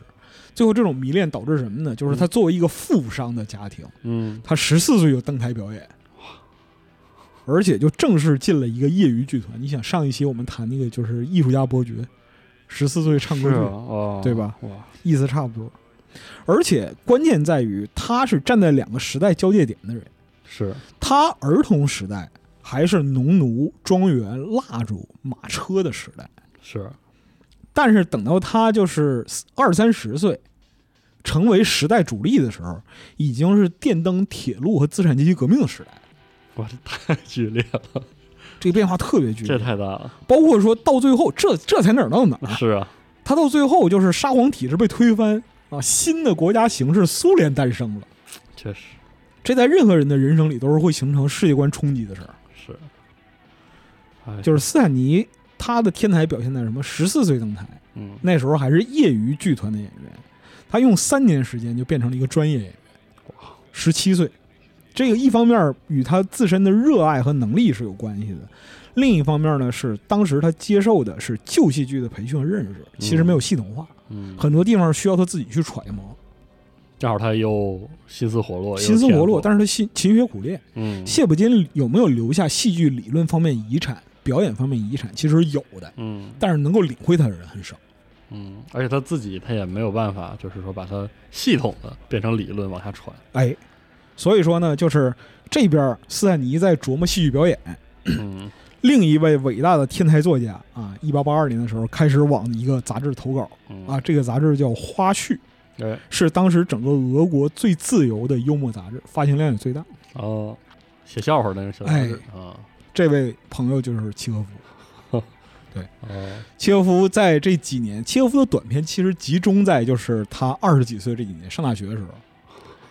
Speaker 3: 最后，这种迷恋导致什么呢？就是他作为一个富商的家庭，
Speaker 1: 嗯
Speaker 3: 他十四岁就登台表演，而且就正式进了一个业余剧团。你想，上一期我们谈那个就是艺术家伯爵，十四岁唱歌
Speaker 1: 是
Speaker 3: 剧，
Speaker 1: 啊哦
Speaker 3: 对吧？
Speaker 1: 哇
Speaker 3: 意思差不多。而且关键在于，他是站在两个时代交界点的人。
Speaker 1: 是
Speaker 3: 他儿童时代还是农奴、庄园、蜡烛、马车的时代，
Speaker 1: 是
Speaker 3: 但是等到他就是二三十岁，成为时代主力的时候，已经是电灯、铁路和资产阶级革命的时代。
Speaker 1: 我这太 剧烈了，
Speaker 3: 这个变化特别剧
Speaker 1: 这
Speaker 3: 烈，
Speaker 1: 太大了。
Speaker 3: 包括说到最后，这这才哪儿到哪儿啊？
Speaker 1: 是啊，
Speaker 3: 他到最后就是沙皇体制被推翻啊，新的国家形式苏联诞生了，
Speaker 1: 确实
Speaker 3: 这在任何人的人生里都是会形成世界观冲击的事儿。
Speaker 1: 是。哎，
Speaker 3: 就是斯坦尼他的天才表现在什么？十四岁登台，
Speaker 1: 嗯，
Speaker 3: 那时候还是业余剧团的演员，他用三年时间就变成了一个专业演员，十七岁。这个一方面与他自身的热爱和能力是有关系的，另一方面呢是当时他接受的是旧戏剧的培训和认识，其实没有系统化，
Speaker 1: 嗯，
Speaker 3: 很多地方需要他自己去揣摩，
Speaker 1: 正好他又心思活络，
Speaker 3: 心思活络。
Speaker 1: 是
Speaker 3: 但是他勤勤学苦练。
Speaker 1: 嗯
Speaker 3: 谢普金有没有留下戏剧理论方面遗产、表演方面遗产？其实有的，
Speaker 1: 嗯
Speaker 3: 但是能够领会他的人很少。
Speaker 1: 嗯，而且他自己他也没有办法，就是说把它系统的变成理论往下传。
Speaker 3: 哎，所以说呢，就是这边儿斯坦尼在琢磨戏剧表演，
Speaker 1: 嗯
Speaker 3: 另一位伟大的天才作家啊，一八八二年的时候开始往一个杂志投稿
Speaker 1: 嗯
Speaker 3: 啊，，这个杂志叫《花絮》，
Speaker 1: 哎
Speaker 3: 是当时整个俄国最自由的幽默杂志，发行量也最大。
Speaker 1: 哦，写笑话那个小杂志
Speaker 3: 哎
Speaker 1: 啊，
Speaker 3: 这位朋友就是契诃夫。
Speaker 1: 哦
Speaker 3: 契诃夫在这几年，契诃夫的短片其实集中在就是他二十几岁这几年上大学的时候，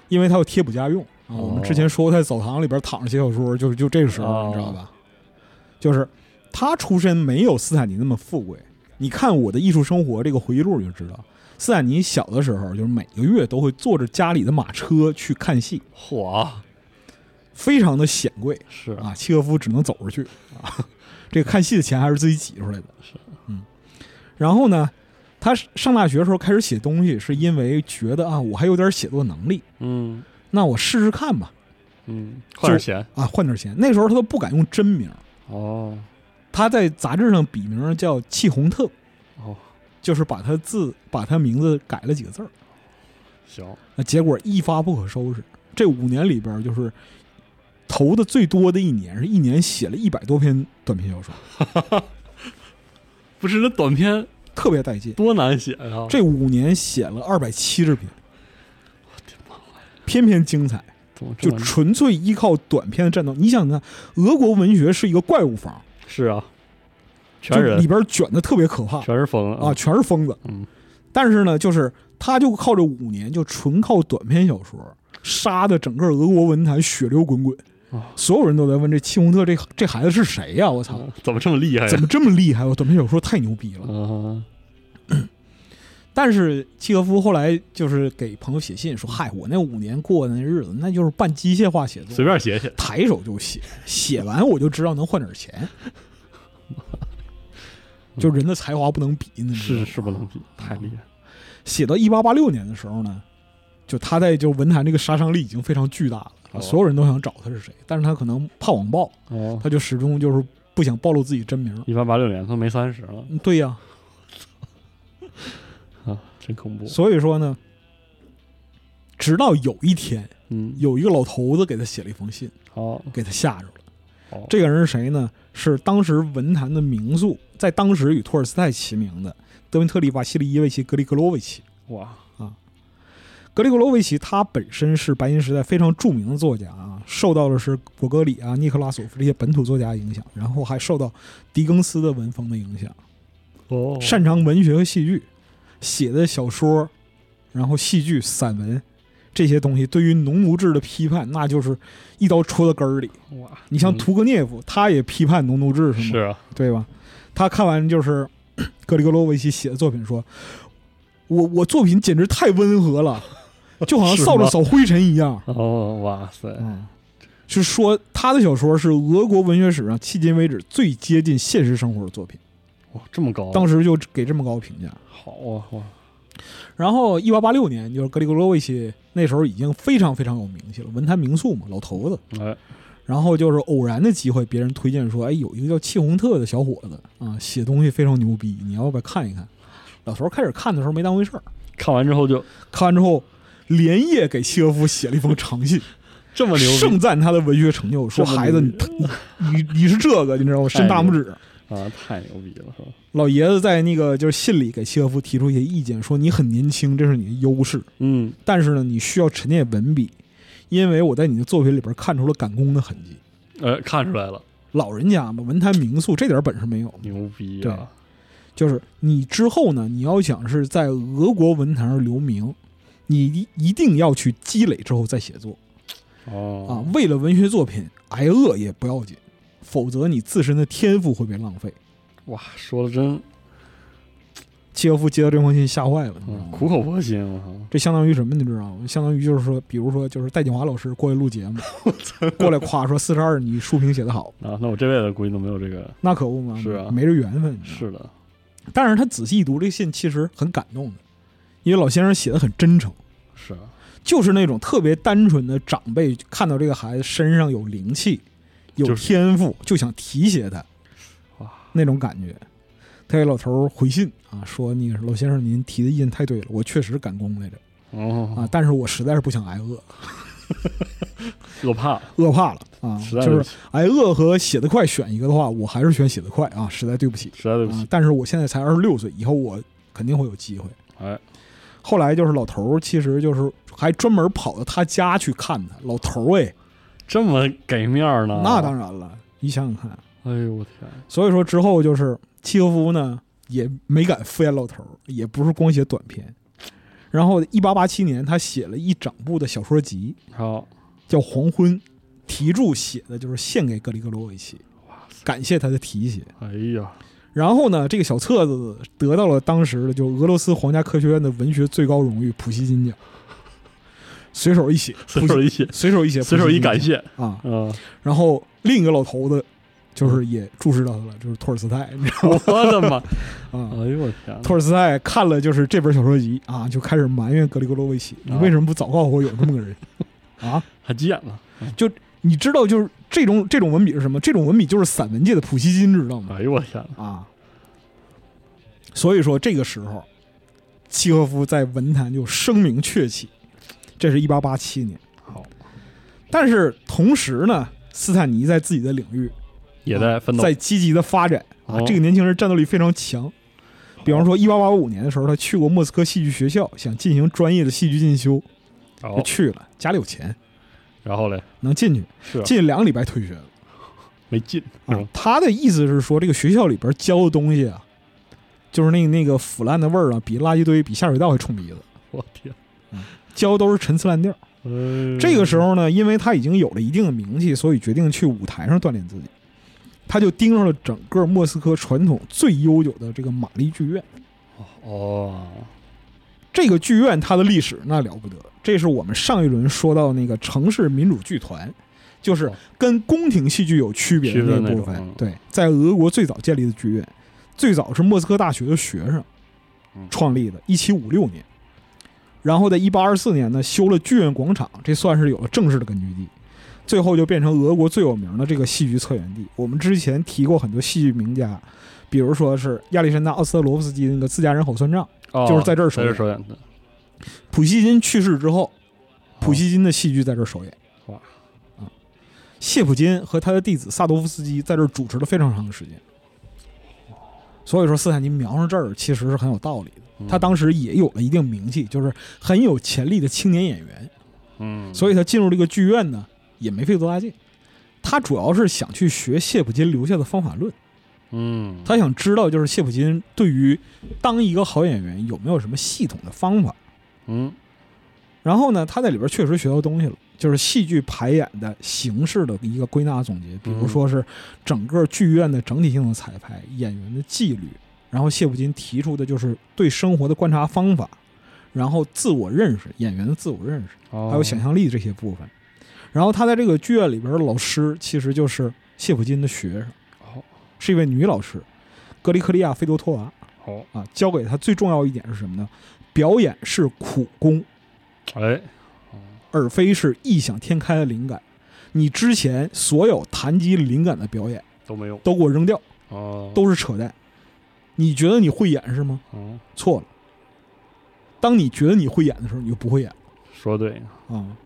Speaker 3: 因为他要贴补家用啊。我们之前说过，在澡堂里边躺着写小说，就是就这个时候，
Speaker 1: 哦
Speaker 3: 你知道吧？就是他出身没有斯坦尼那么富贵。你看我的艺术生活这个回忆录你就知道，斯坦尼小的时候就是每个月都会坐着家里的马车去看戏，
Speaker 1: 嚯，
Speaker 3: 非常的显贵。
Speaker 1: 是
Speaker 3: 啊，契诃夫只能走出去啊。这个看戏的钱还是自己挤出来的。
Speaker 1: 是，
Speaker 3: 嗯。然后呢，他是上大学的时候开始写东西，是因为觉得啊，我还有点写作能力，
Speaker 1: 嗯
Speaker 3: 那我试试看吧。
Speaker 1: 嗯，换点钱
Speaker 3: 啊，换点钱。那时候他都不敢用真名，
Speaker 1: 哦
Speaker 3: 他在杂志上笔名叫契洪特，
Speaker 1: 哦，
Speaker 3: 就是把他字把他名字改了几个字儿。
Speaker 1: 行，
Speaker 3: 那结果一发不可收拾。这五年里边，就是投的最多的一年，是一年写了一百多篇短篇小说，
Speaker 1: 不是那短篇
Speaker 3: 特别带劲。
Speaker 1: 多难写啊呀，
Speaker 3: 这五年写了二百七十篇，篇篇精彩，
Speaker 1: 怎么这
Speaker 3: 就
Speaker 1: 么
Speaker 3: 纯粹依靠短篇的战斗。你想想，俄国文学是一个怪物房，
Speaker 1: 是啊，
Speaker 3: 就
Speaker 1: 全人
Speaker 3: 里边卷的特别可怕
Speaker 1: 全是疯了
Speaker 3: 啊，，全是疯子。
Speaker 1: 嗯，
Speaker 3: 但是呢，就是他就靠这五年，就纯靠短篇小说杀的整个俄国文坛血流滚滚
Speaker 1: 啊。
Speaker 3: 所有人都在问这契洪特这这孩子是谁呀、我操，
Speaker 1: 嗯怎么这么厉害
Speaker 3: 怎
Speaker 1: 呀？
Speaker 3: 么这么厉害？我短篇小说太牛逼了。
Speaker 1: 啊，
Speaker 3: 但是契诃夫后来就是给朋友写信说：“嗨，我那五年过的那日子，那就是半机械化写
Speaker 1: 随
Speaker 3: 作，
Speaker 1: 便写写，
Speaker 3: 抬手就写，写完我就知道能换 点钱。就人的才华不能比，你知道
Speaker 1: 是
Speaker 3: 吗
Speaker 1: 是不能比，太厉害，
Speaker 3: 写到一八八六年的时候呢，就他在就文坛这个杀伤力已经非常巨大了，
Speaker 1: 哦
Speaker 3: 所有人都想找他是谁，但是他可能怕网暴，
Speaker 1: 哦，
Speaker 3: 他就始终就是不想暴露自己真名。
Speaker 1: 一八八六年他没三十了
Speaker 3: 嗯对呀、
Speaker 1: 啊，真恐怖，
Speaker 3: 所以说呢，直到有一天，
Speaker 1: 嗯，
Speaker 3: 有一个老头子给他写了一封信。
Speaker 1: 好，
Speaker 3: 给他吓着了。
Speaker 1: 哦
Speaker 3: 这个人是谁呢？是当时文坛的名宿，在当时与托尔斯泰齐名的德文特里瓦西里耶维奇·格里格罗维奇。
Speaker 1: 哇，
Speaker 3: 格里格罗维奇他本身是白银时代非常著名的作家啊，受到的是果戈里啊、尼克拉索夫这些本土作家的影响，然后还受到狄更斯的文风的影响，
Speaker 1: 哦，
Speaker 3: 擅长文学和戏剧，写的小说，然后戏剧、散文这些东西，对于农奴制的批判，那就是一刀戳到根儿里。
Speaker 1: 哇，
Speaker 3: 你像
Speaker 1: 嗯
Speaker 3: 屠格涅夫，他也批判农奴制，是吗？
Speaker 1: 是啊，
Speaker 3: 对吧？他看完就是 格里格罗维奇写的作品说：“我我作品简直太温和了，就好像扫帚扫灰尘一样。
Speaker 1: 哦，哇塞，”
Speaker 3: 啊，是说他的小说是俄国文学史上迄今为止最接近现实生活的作品，
Speaker 1: 哇，这么高，啊
Speaker 3: 当时就给这么高的评价。
Speaker 1: 好啊，哇，
Speaker 3: 然后，一八八六年，就是格里格罗维奇那时候已经非常非常有名气了，文坛名宿嘛，老头子。
Speaker 1: 哎，
Speaker 3: 然后就是偶然的机会，别人推荐说，哎，有一个叫契洪特的小伙子啊，写东西非常牛逼，你要不要看一看？老头儿开始看的时候没当回事儿，
Speaker 1: 看完之后就
Speaker 3: 看完之后连夜给契诃夫写了一封长信，
Speaker 1: 这么牛逼
Speaker 3: 盛赞他的文学成就，说
Speaker 1: 这么
Speaker 3: 孩子你
Speaker 1: 牛哎
Speaker 3: 你你是这个，你知 道吗？伸大拇指。
Speaker 1: 啊，太牛逼了，是吧？
Speaker 3: 老爷子在那个就是信里给契诃夫提出一些意见，说你很年轻，这是你的优势，
Speaker 1: 嗯，
Speaker 3: 但是呢，你需要沉淀文笔，因为我在你的作品里边看出了赶工的痕迹。
Speaker 1: 呃，看出来了，
Speaker 3: 老人家嘛，文坛名宿，这点本事没有。
Speaker 1: 牛逼
Speaker 3: 对
Speaker 1: 啊，
Speaker 3: 就是你之后呢，你要想是在俄国文坛上留名，你一一定要去积累之后再写作啊
Speaker 1: 哦，。
Speaker 3: 为了文学作品挨饿也不要紧，否则你自身的天赋会被浪费。
Speaker 1: 哇，说的真
Speaker 3: 契诃夫接到这封信吓坏了，你知道
Speaker 1: 嗯
Speaker 3: 吗
Speaker 1: 苦口婆心，我操，
Speaker 3: 这相当于什么，你知道吗？相当于就是说，比如说，就是戴锦华老师过来录 节目，过来夸说四十二你书评写得好，
Speaker 1: 啊，那我这辈子估计都没有这个，
Speaker 3: 那可不嘛，
Speaker 1: 是啊
Speaker 3: 没这缘分。你知道吗
Speaker 1: 是的，
Speaker 3: 但是他仔细一读这个信，其实很感动的，因为老先生写的很真诚，
Speaker 1: 是啊，
Speaker 3: 就是那种特别单纯的长辈看到这个孩子身上有灵气、有
Speaker 1: 就是
Speaker 3: 天赋，就想提携他，
Speaker 1: 哇，
Speaker 3: 那种感觉。他给老头儿回信啊，说那个老先生您提的意见太对了，我确实赶工来着啊
Speaker 1: 哦，，
Speaker 3: 但是我实在是不想挨饿，
Speaker 1: 饿怕，
Speaker 3: 饿怕了啊，
Speaker 1: 实在
Speaker 3: 就
Speaker 1: 对不
Speaker 3: 是
Speaker 1: 起，
Speaker 3: 挨饿和写得快选一个的话，我还是选写得快啊，实在对不起
Speaker 1: 实在对不
Speaker 3: 啊
Speaker 1: 起，，
Speaker 3: 但是我现在才二十六岁，以后我肯定会有机会。
Speaker 1: 哎，
Speaker 3: 后来就是老头儿，其实就是还专门跑到他家去看他。老头儿哎，
Speaker 1: 这么给面儿呢？
Speaker 3: 那当然了，你想想看。
Speaker 1: 哎呦我天，
Speaker 3: 所以说之后就是契诃夫呢，也没敢敷衍老头儿，也不是光写短篇。然后，一八八七年，他写了一整部的小说集，
Speaker 1: 好，
Speaker 3: 叫《黄昏》，题注写的就是献给格里格罗维奇，感谢他的提携。
Speaker 1: 哎呀，
Speaker 3: 然后呢，这个小册子得到了当时的就俄罗斯皇家科学院的文学最高荣誉普希金奖。随手一写，
Speaker 1: 随手一写，
Speaker 3: 随手一写，
Speaker 1: 随手一感谢，
Speaker 3: 啊。
Speaker 1: 嗯，
Speaker 3: 然后另一个老头子就是也注视到他了，就是托尔斯泰， 你知
Speaker 1: 我的妈，
Speaker 3: 道
Speaker 1: 哎
Speaker 3: 吗？啊
Speaker 1: 呦我天，
Speaker 3: 托尔斯泰看了就是这本小说集啊，就开始埋怨格里格罗维奇：“你为什么不早告诉我有这么个人啊？
Speaker 1: 还急眼了，
Speaker 3: 你知道就是这种这种文笔是什么？这种文笔就是散文界的普希金，知道吗？
Speaker 1: 哎呦我天，
Speaker 3: 啊，所以说这个时候，契诃夫在文坛就声名鹊起，这是一八八七年。
Speaker 1: 好，
Speaker 3: 但是同时呢，斯坦尼在自己的领域
Speaker 1: 也在奋斗，
Speaker 3: 在积极的发展啊
Speaker 1: 哦。
Speaker 3: 这个年轻人战斗力非常强。比方说，一八八五年的时候，他去过莫斯科戏剧学校，想进行专业的戏剧进修，
Speaker 1: 好
Speaker 3: 就，去了。家里有钱，
Speaker 1: 然后嘞，
Speaker 3: 能进去，
Speaker 1: 哦是啊
Speaker 3: 进去两个礼拜退学了。
Speaker 1: 没进，嗯是
Speaker 3: 啊
Speaker 1: 吧，
Speaker 3: 他的意思是说，这个学校里边教的东西啊，就是那那个腐烂的味儿啊，比垃圾堆、比下水道还冲鼻子，
Speaker 1: 我天，
Speaker 3: 教的都是陈词滥调。
Speaker 1: 哎
Speaker 3: 这个时候呢，因为他已经有了一定的名气，所以决定去舞台上锻炼自己。他就盯上了整个莫斯科传统最悠久的这个玛丽剧院。
Speaker 1: 哦，
Speaker 3: 这个剧院它的历史那了不得，这是我们上一轮说到那个城市民主剧团，就是跟宫廷戏剧有区别的
Speaker 1: 哦区别的
Speaker 3: 那
Speaker 1: 那
Speaker 3: 部
Speaker 1: 种
Speaker 3: 分
Speaker 1: 嗯。
Speaker 3: 对，在俄国最早建立的剧院，最早是莫斯科大学的学生
Speaker 1: 嗯
Speaker 3: 创立的，一七五六年。然后在一八二四年呢，修了剧院广场，这算是有了正式的根据地。最后就变成俄国最有名的这个戏剧策源地。我们之前提过很多戏剧名家，比如说是亚历山大·奥斯特罗夫斯基那个《自家人好算账》。
Speaker 1: 哦
Speaker 3: 就是在这儿首
Speaker 1: 在
Speaker 3: 演
Speaker 1: 这首演的，
Speaker 3: 普希金去世之后，普希金的戏剧在这儿首演。
Speaker 1: 哦哇！
Speaker 3: 啊，谢普金和他的弟子萨多夫斯基在这儿主持了非常长的时间。所以说，斯坦尼瞄上这儿其实是很有道理的。
Speaker 1: 嗯
Speaker 3: 他当时也有了一定名气，就是很有潜力的青年演员，
Speaker 1: 嗯，
Speaker 3: 所以他进入这个剧院呢，也没费多大劲。他主要是想去学谢普金留下的方法论，
Speaker 1: 嗯，
Speaker 3: 他想知道就是谢普金对于当一个好演员有没有什么系统的方法。
Speaker 1: 嗯
Speaker 3: 然后呢，他在里边确实学到东西了，就是戏剧排演的形式的一个归纳总结，比如说是整个剧院的整体性的彩排、演员的纪律、然后谢普金提出的就是对生活的观察方法，然后自我认识，演员的自我认识，
Speaker 1: 还
Speaker 3: 还有想象力这些部分。然后他在这个剧院里边的老师其实就是谢普金的学生，
Speaker 1: 哦
Speaker 3: 是一位女老师，格里克利亚·菲多托娃
Speaker 1: 哦，
Speaker 3: 啊。教给他最重要一点是什么呢？表演是苦工，
Speaker 1: 哎，
Speaker 3: 而非是异想天开的灵感。你之前所有谈及灵感的表演
Speaker 1: 都没有
Speaker 3: 都给我扔掉，
Speaker 1: 哦，
Speaker 3: 都是扯淡。你觉得你会演是吗？
Speaker 1: 哦，
Speaker 3: 错了。当你觉得你会演的时候，你就不会演
Speaker 1: 说对，
Speaker 3: 了啊。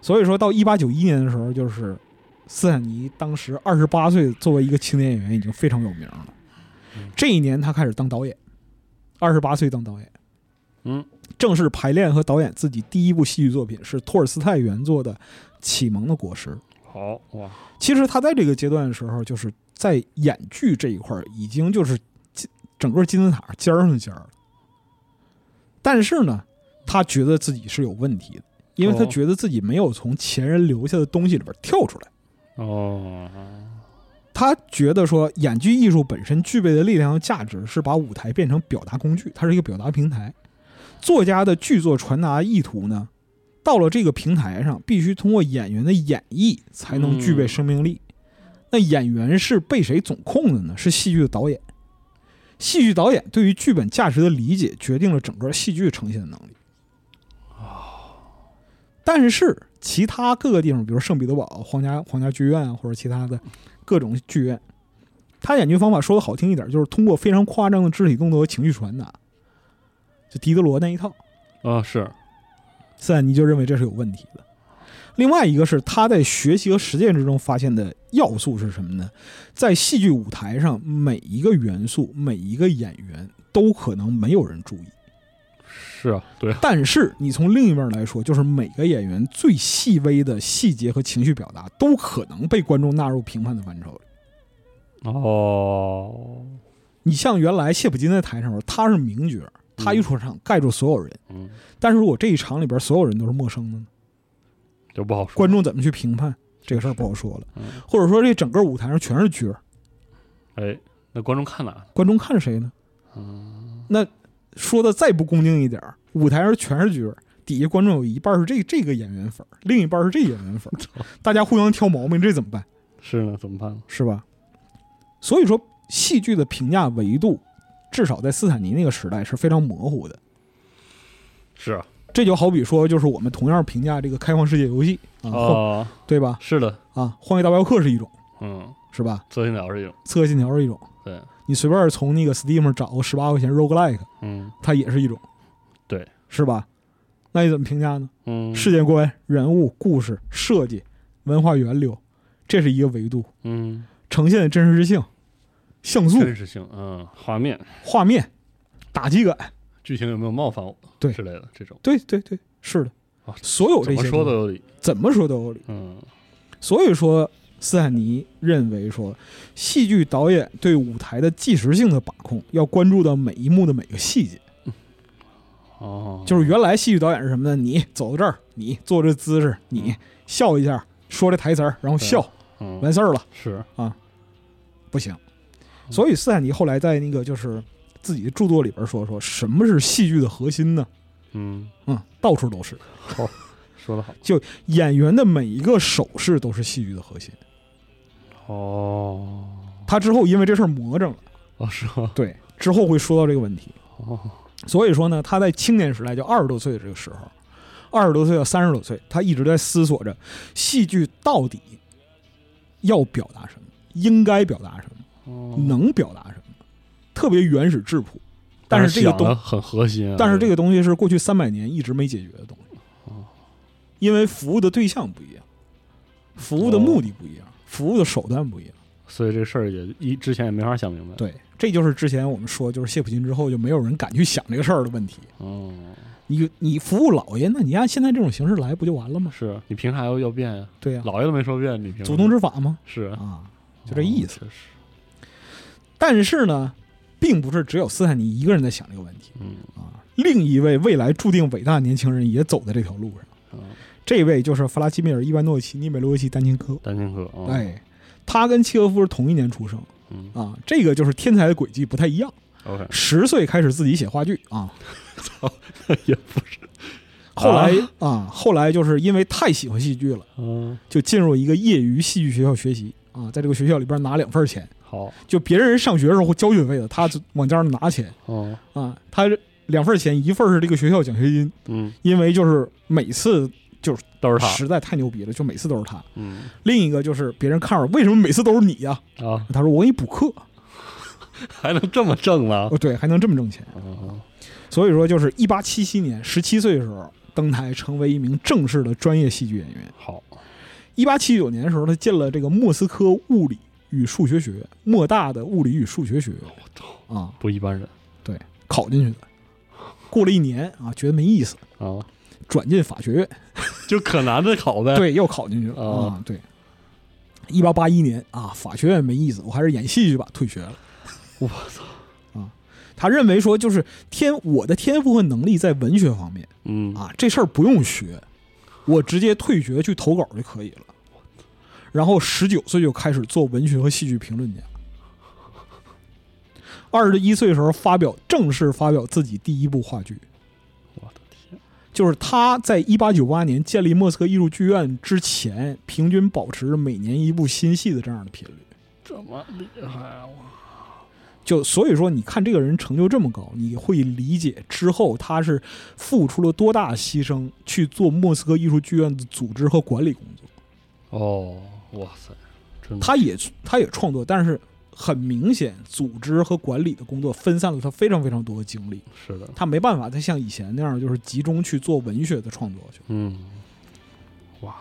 Speaker 3: 所以说到一八九一年的时候，就是斯坦尼当时二十八岁，作为一个青年演员已经非常有名了
Speaker 1: 嗯。
Speaker 3: 这一年他开始当导演，二十八岁当导演，
Speaker 1: 嗯，
Speaker 3: 正式排练和导演自己第一部戏剧作品是托尔斯泰原作的《启蒙的果实》。
Speaker 1: 好哇，
Speaker 3: 其实他在这个阶段的时候，就是在演剧这一块儿，已经就是金整个金字塔尖儿上的尖儿了。但是呢，他觉得自己是有问题的，因为他
Speaker 1: 哦
Speaker 3: 觉得自己没有从前人留下的东西里边跳出来。
Speaker 1: 哦，
Speaker 3: 他觉得说，演剧艺术本身具备的力量和价值是把舞台变成表达工具，它是一个表达平台。作家的剧作传达意图呢，到了这个平台上，必须通过演员的演绎才能具备生命力。那演员是被谁总控的呢？是戏剧的导演。戏剧导演对于剧本价值的理解，决定了整个戏剧呈现的能力。但是其他各个地方，比如圣彼得堡皇家皇家剧院啊，或者其他的各种剧院，他演剧方法说的好听一点，就是通过非常夸张的肢体动作和情绪传达，就狄德罗那一套。
Speaker 1: 啊是，
Speaker 3: 斯坦尼就认为这是有问题的。另外一个是他在学习和实践之中发现的要素是什么呢？在戏剧舞台上，每一个元素、每一个演员都可能没有人注意，
Speaker 1: 是啊，对啊，
Speaker 3: 但是你从另一面来说，就是每个演员最细微的细节和情绪表达都可能被观众纳入评判的范畴里。
Speaker 1: 哦，
Speaker 3: 你像原来谢普金在台上的时候，他是名角，他一出场盖住所有人。
Speaker 1: 嗯，
Speaker 3: 但是如果这一场里边所有人都是陌生的呢？
Speaker 1: 就不好说，
Speaker 3: 观众怎么去评判这个事儿不好说了
Speaker 1: 嗯。
Speaker 3: 或者说这整个舞台上全是角儿，
Speaker 1: 哎，那观众看哪？
Speaker 3: 观众看谁呢？
Speaker 1: 嗯，
Speaker 3: 说的再不恭敬一点儿，舞台上全是角儿，底下观众有一半是这这个演员粉儿，另一半是这演员粉儿，大家互相挑毛病，这怎么办？
Speaker 1: 是呢，怎么办呢？
Speaker 3: 是吧？所以说，戏剧的评价维度，至少在斯坦尼那个时代是非常模糊的。
Speaker 1: 是啊，
Speaker 3: 这就好比说，就是我们同样评价这个开放世界游戏啊，
Speaker 1: 哦
Speaker 3: 对吧？
Speaker 1: 是的，
Speaker 3: 啊，《荒野大镖客》是一种，
Speaker 1: 嗯，
Speaker 3: 是吧？
Speaker 1: 做心了是一种，
Speaker 3: 《刺客信条》是一种，
Speaker 1: 对，
Speaker 3: 你随便从那个 Steam 上找个十八块钱 roguelike，
Speaker 1: 嗯
Speaker 3: 它也是一种，
Speaker 1: 对，
Speaker 3: 是吧？那你怎么评价呢？
Speaker 1: 嗯，
Speaker 3: 世界观、人物、故事、设计、文化源流，这是一个维度，
Speaker 1: 嗯，
Speaker 3: 呈现的真实性、像素、
Speaker 1: 真实性，嗯，画面。
Speaker 3: 画面、打击感，
Speaker 1: 剧情有没有冒犯我，
Speaker 3: 对
Speaker 1: 之类的这种，
Speaker 3: 对对对，是的
Speaker 1: 啊，
Speaker 3: 所有
Speaker 1: 怎
Speaker 3: 这
Speaker 1: 么
Speaker 3: 些
Speaker 1: 说都
Speaker 3: 东西
Speaker 1: 有理。
Speaker 3: 怎么说都有理。
Speaker 1: 嗯，
Speaker 3: 所以说，斯坦尼认为说，戏剧导演对舞台的即时性的把控，要关注到每一幕的每个细节。
Speaker 1: 哦，
Speaker 3: 就是原来戏剧导演是什么呢？你走到这儿，你做这姿势，你
Speaker 1: 嗯
Speaker 3: 笑一下，说这台词儿，然后
Speaker 1: 对
Speaker 3: 笑，
Speaker 1: 嗯，
Speaker 3: 完事儿了，
Speaker 1: 是
Speaker 3: 不行。
Speaker 1: 嗯
Speaker 3: 所以斯坦尼后来在那个就是自己的著作里边说，说什么是戏剧的核心呢？
Speaker 1: 嗯，
Speaker 3: 嗯，到处都是，
Speaker 1: 说得好。
Speaker 3: 演员的每一个手势都是戏剧的核心。
Speaker 1: 哦，
Speaker 3: 他之后因为这事儿魔怔了，
Speaker 1: 哦，是吗？
Speaker 3: 对，之后会说到这个问题。
Speaker 1: 哦，
Speaker 3: 所以说呢，他在青年时代，就二十多岁的这个时候，二十多岁到三十多岁，他一直在思索着戏剧到底要表达什么，应该表达什么，
Speaker 1: 哦
Speaker 3: 能表达什么，特别原始质朴。但是这个
Speaker 1: 想得
Speaker 3: 东，
Speaker 1: 很核心啊。
Speaker 3: 但是这
Speaker 1: 个
Speaker 3: 个东西是过去三百年一直没解决的东西
Speaker 1: 哦，
Speaker 3: 因为服务的对象不一样，服务的目的不一样，服务的手段不一样。
Speaker 1: 所以这事儿也一之前也没法想明白。，
Speaker 3: 对，这就是之前我们说，就是谢普金之后就没有人敢去想这个事儿的问题。
Speaker 1: 嗯，
Speaker 3: 你你服务老爷，那你按现在这种形式来不就完了吗？
Speaker 1: 是你凭啥要要变呀？
Speaker 3: 对呀、
Speaker 1: 老爷都没说变，你凭
Speaker 3: 祖宗之法吗？
Speaker 1: 是
Speaker 3: 啊，就这意思。
Speaker 1: 哦确实，
Speaker 3: 但是呢，并不是只有斯坦尼一个人在想这个问题
Speaker 1: 嗯
Speaker 3: 啊，另一位未来注定伟大的年轻人也走在这条路上。
Speaker 1: 嗯，
Speaker 3: 这位就是弗拉基米尔·伊万诺维奇·涅梅洛维奇·丹琴科。哎
Speaker 1: 丹青哥，哦，
Speaker 3: 哎，他跟契诃夫是同一年出生，
Speaker 1: 嗯
Speaker 3: 啊，这个就是天才的轨迹不太一样。
Speaker 1: ，OK，
Speaker 3: 十岁开始自己写话剧啊，
Speaker 1: 也不是，
Speaker 3: 后来啊，后来就是因为太喜欢戏剧了，
Speaker 1: 嗯，
Speaker 3: 就进入一个业余戏剧学校学习啊，在这个学校里边拿两份钱，
Speaker 1: 好，
Speaker 3: 就别人上学的时候会交学费的，他就往家拿钱
Speaker 1: 哦，
Speaker 3: 啊，他两份钱，一份是这个学校奖学金，
Speaker 1: 嗯，
Speaker 3: 因为就是每次
Speaker 1: 都是他，
Speaker 3: 实在太牛逼了，就每次都是他。
Speaker 1: 嗯
Speaker 3: 另一个就是别人看着为什么每次都是你呀、
Speaker 1: 啊，
Speaker 3: 他说我给你补课，
Speaker 1: 还能这么挣呢？
Speaker 3: 哦对，还能这么挣钱。
Speaker 1: 啊，
Speaker 3: 所以说就是一八七七年，十七岁的时候登台成为一名正式的专业戏剧演员。
Speaker 1: 好，
Speaker 3: 一八七九年的时候，他进了这个莫斯科物理与数学学院，莫大的物理与数学学院
Speaker 1: 我操，
Speaker 3: 啊，
Speaker 1: 不一般人
Speaker 3: 考进去的。过了一年啊，觉得没意思，
Speaker 1: 啊，
Speaker 3: 转进法学院，
Speaker 1: 就可难的考呗，
Speaker 3: 对，又考进去了
Speaker 1: 哎哦
Speaker 3: 啊，对。一八八一年啊，法学院没意思，我还是演戏去吧，退学 了。啊
Speaker 1: 我操，
Speaker 3: 他认为说，就是天，我的天赋和能力在文学方面
Speaker 1: 嗯，
Speaker 3: 啊，这事儿不用学，我直接退学去投稿就可以了。然后十九岁就开始做文学和戏剧评论家，二十一岁的时候发表正式发表自己第一部话剧，
Speaker 1: 我的天，
Speaker 3: 就是他在一八九八年建立莫斯科艺术剧院之前，平均保持着每年一部新戏的这样的频率。
Speaker 1: 这么厉害啊！我
Speaker 3: 就所以说，你看这个人成就这么高，你会理解之后他是付出了多大牺牲去做莫斯科艺术剧院的组织和管理工作。
Speaker 1: 哦，哇塞，真的，
Speaker 3: 他也他也创作，但是很明显，组织和管理的工作分散了他非常非常多的精力，
Speaker 1: 是的，
Speaker 3: 他没办法再像以前那样就是集中去做文学的创作去了。
Speaker 1: 嗯，哇，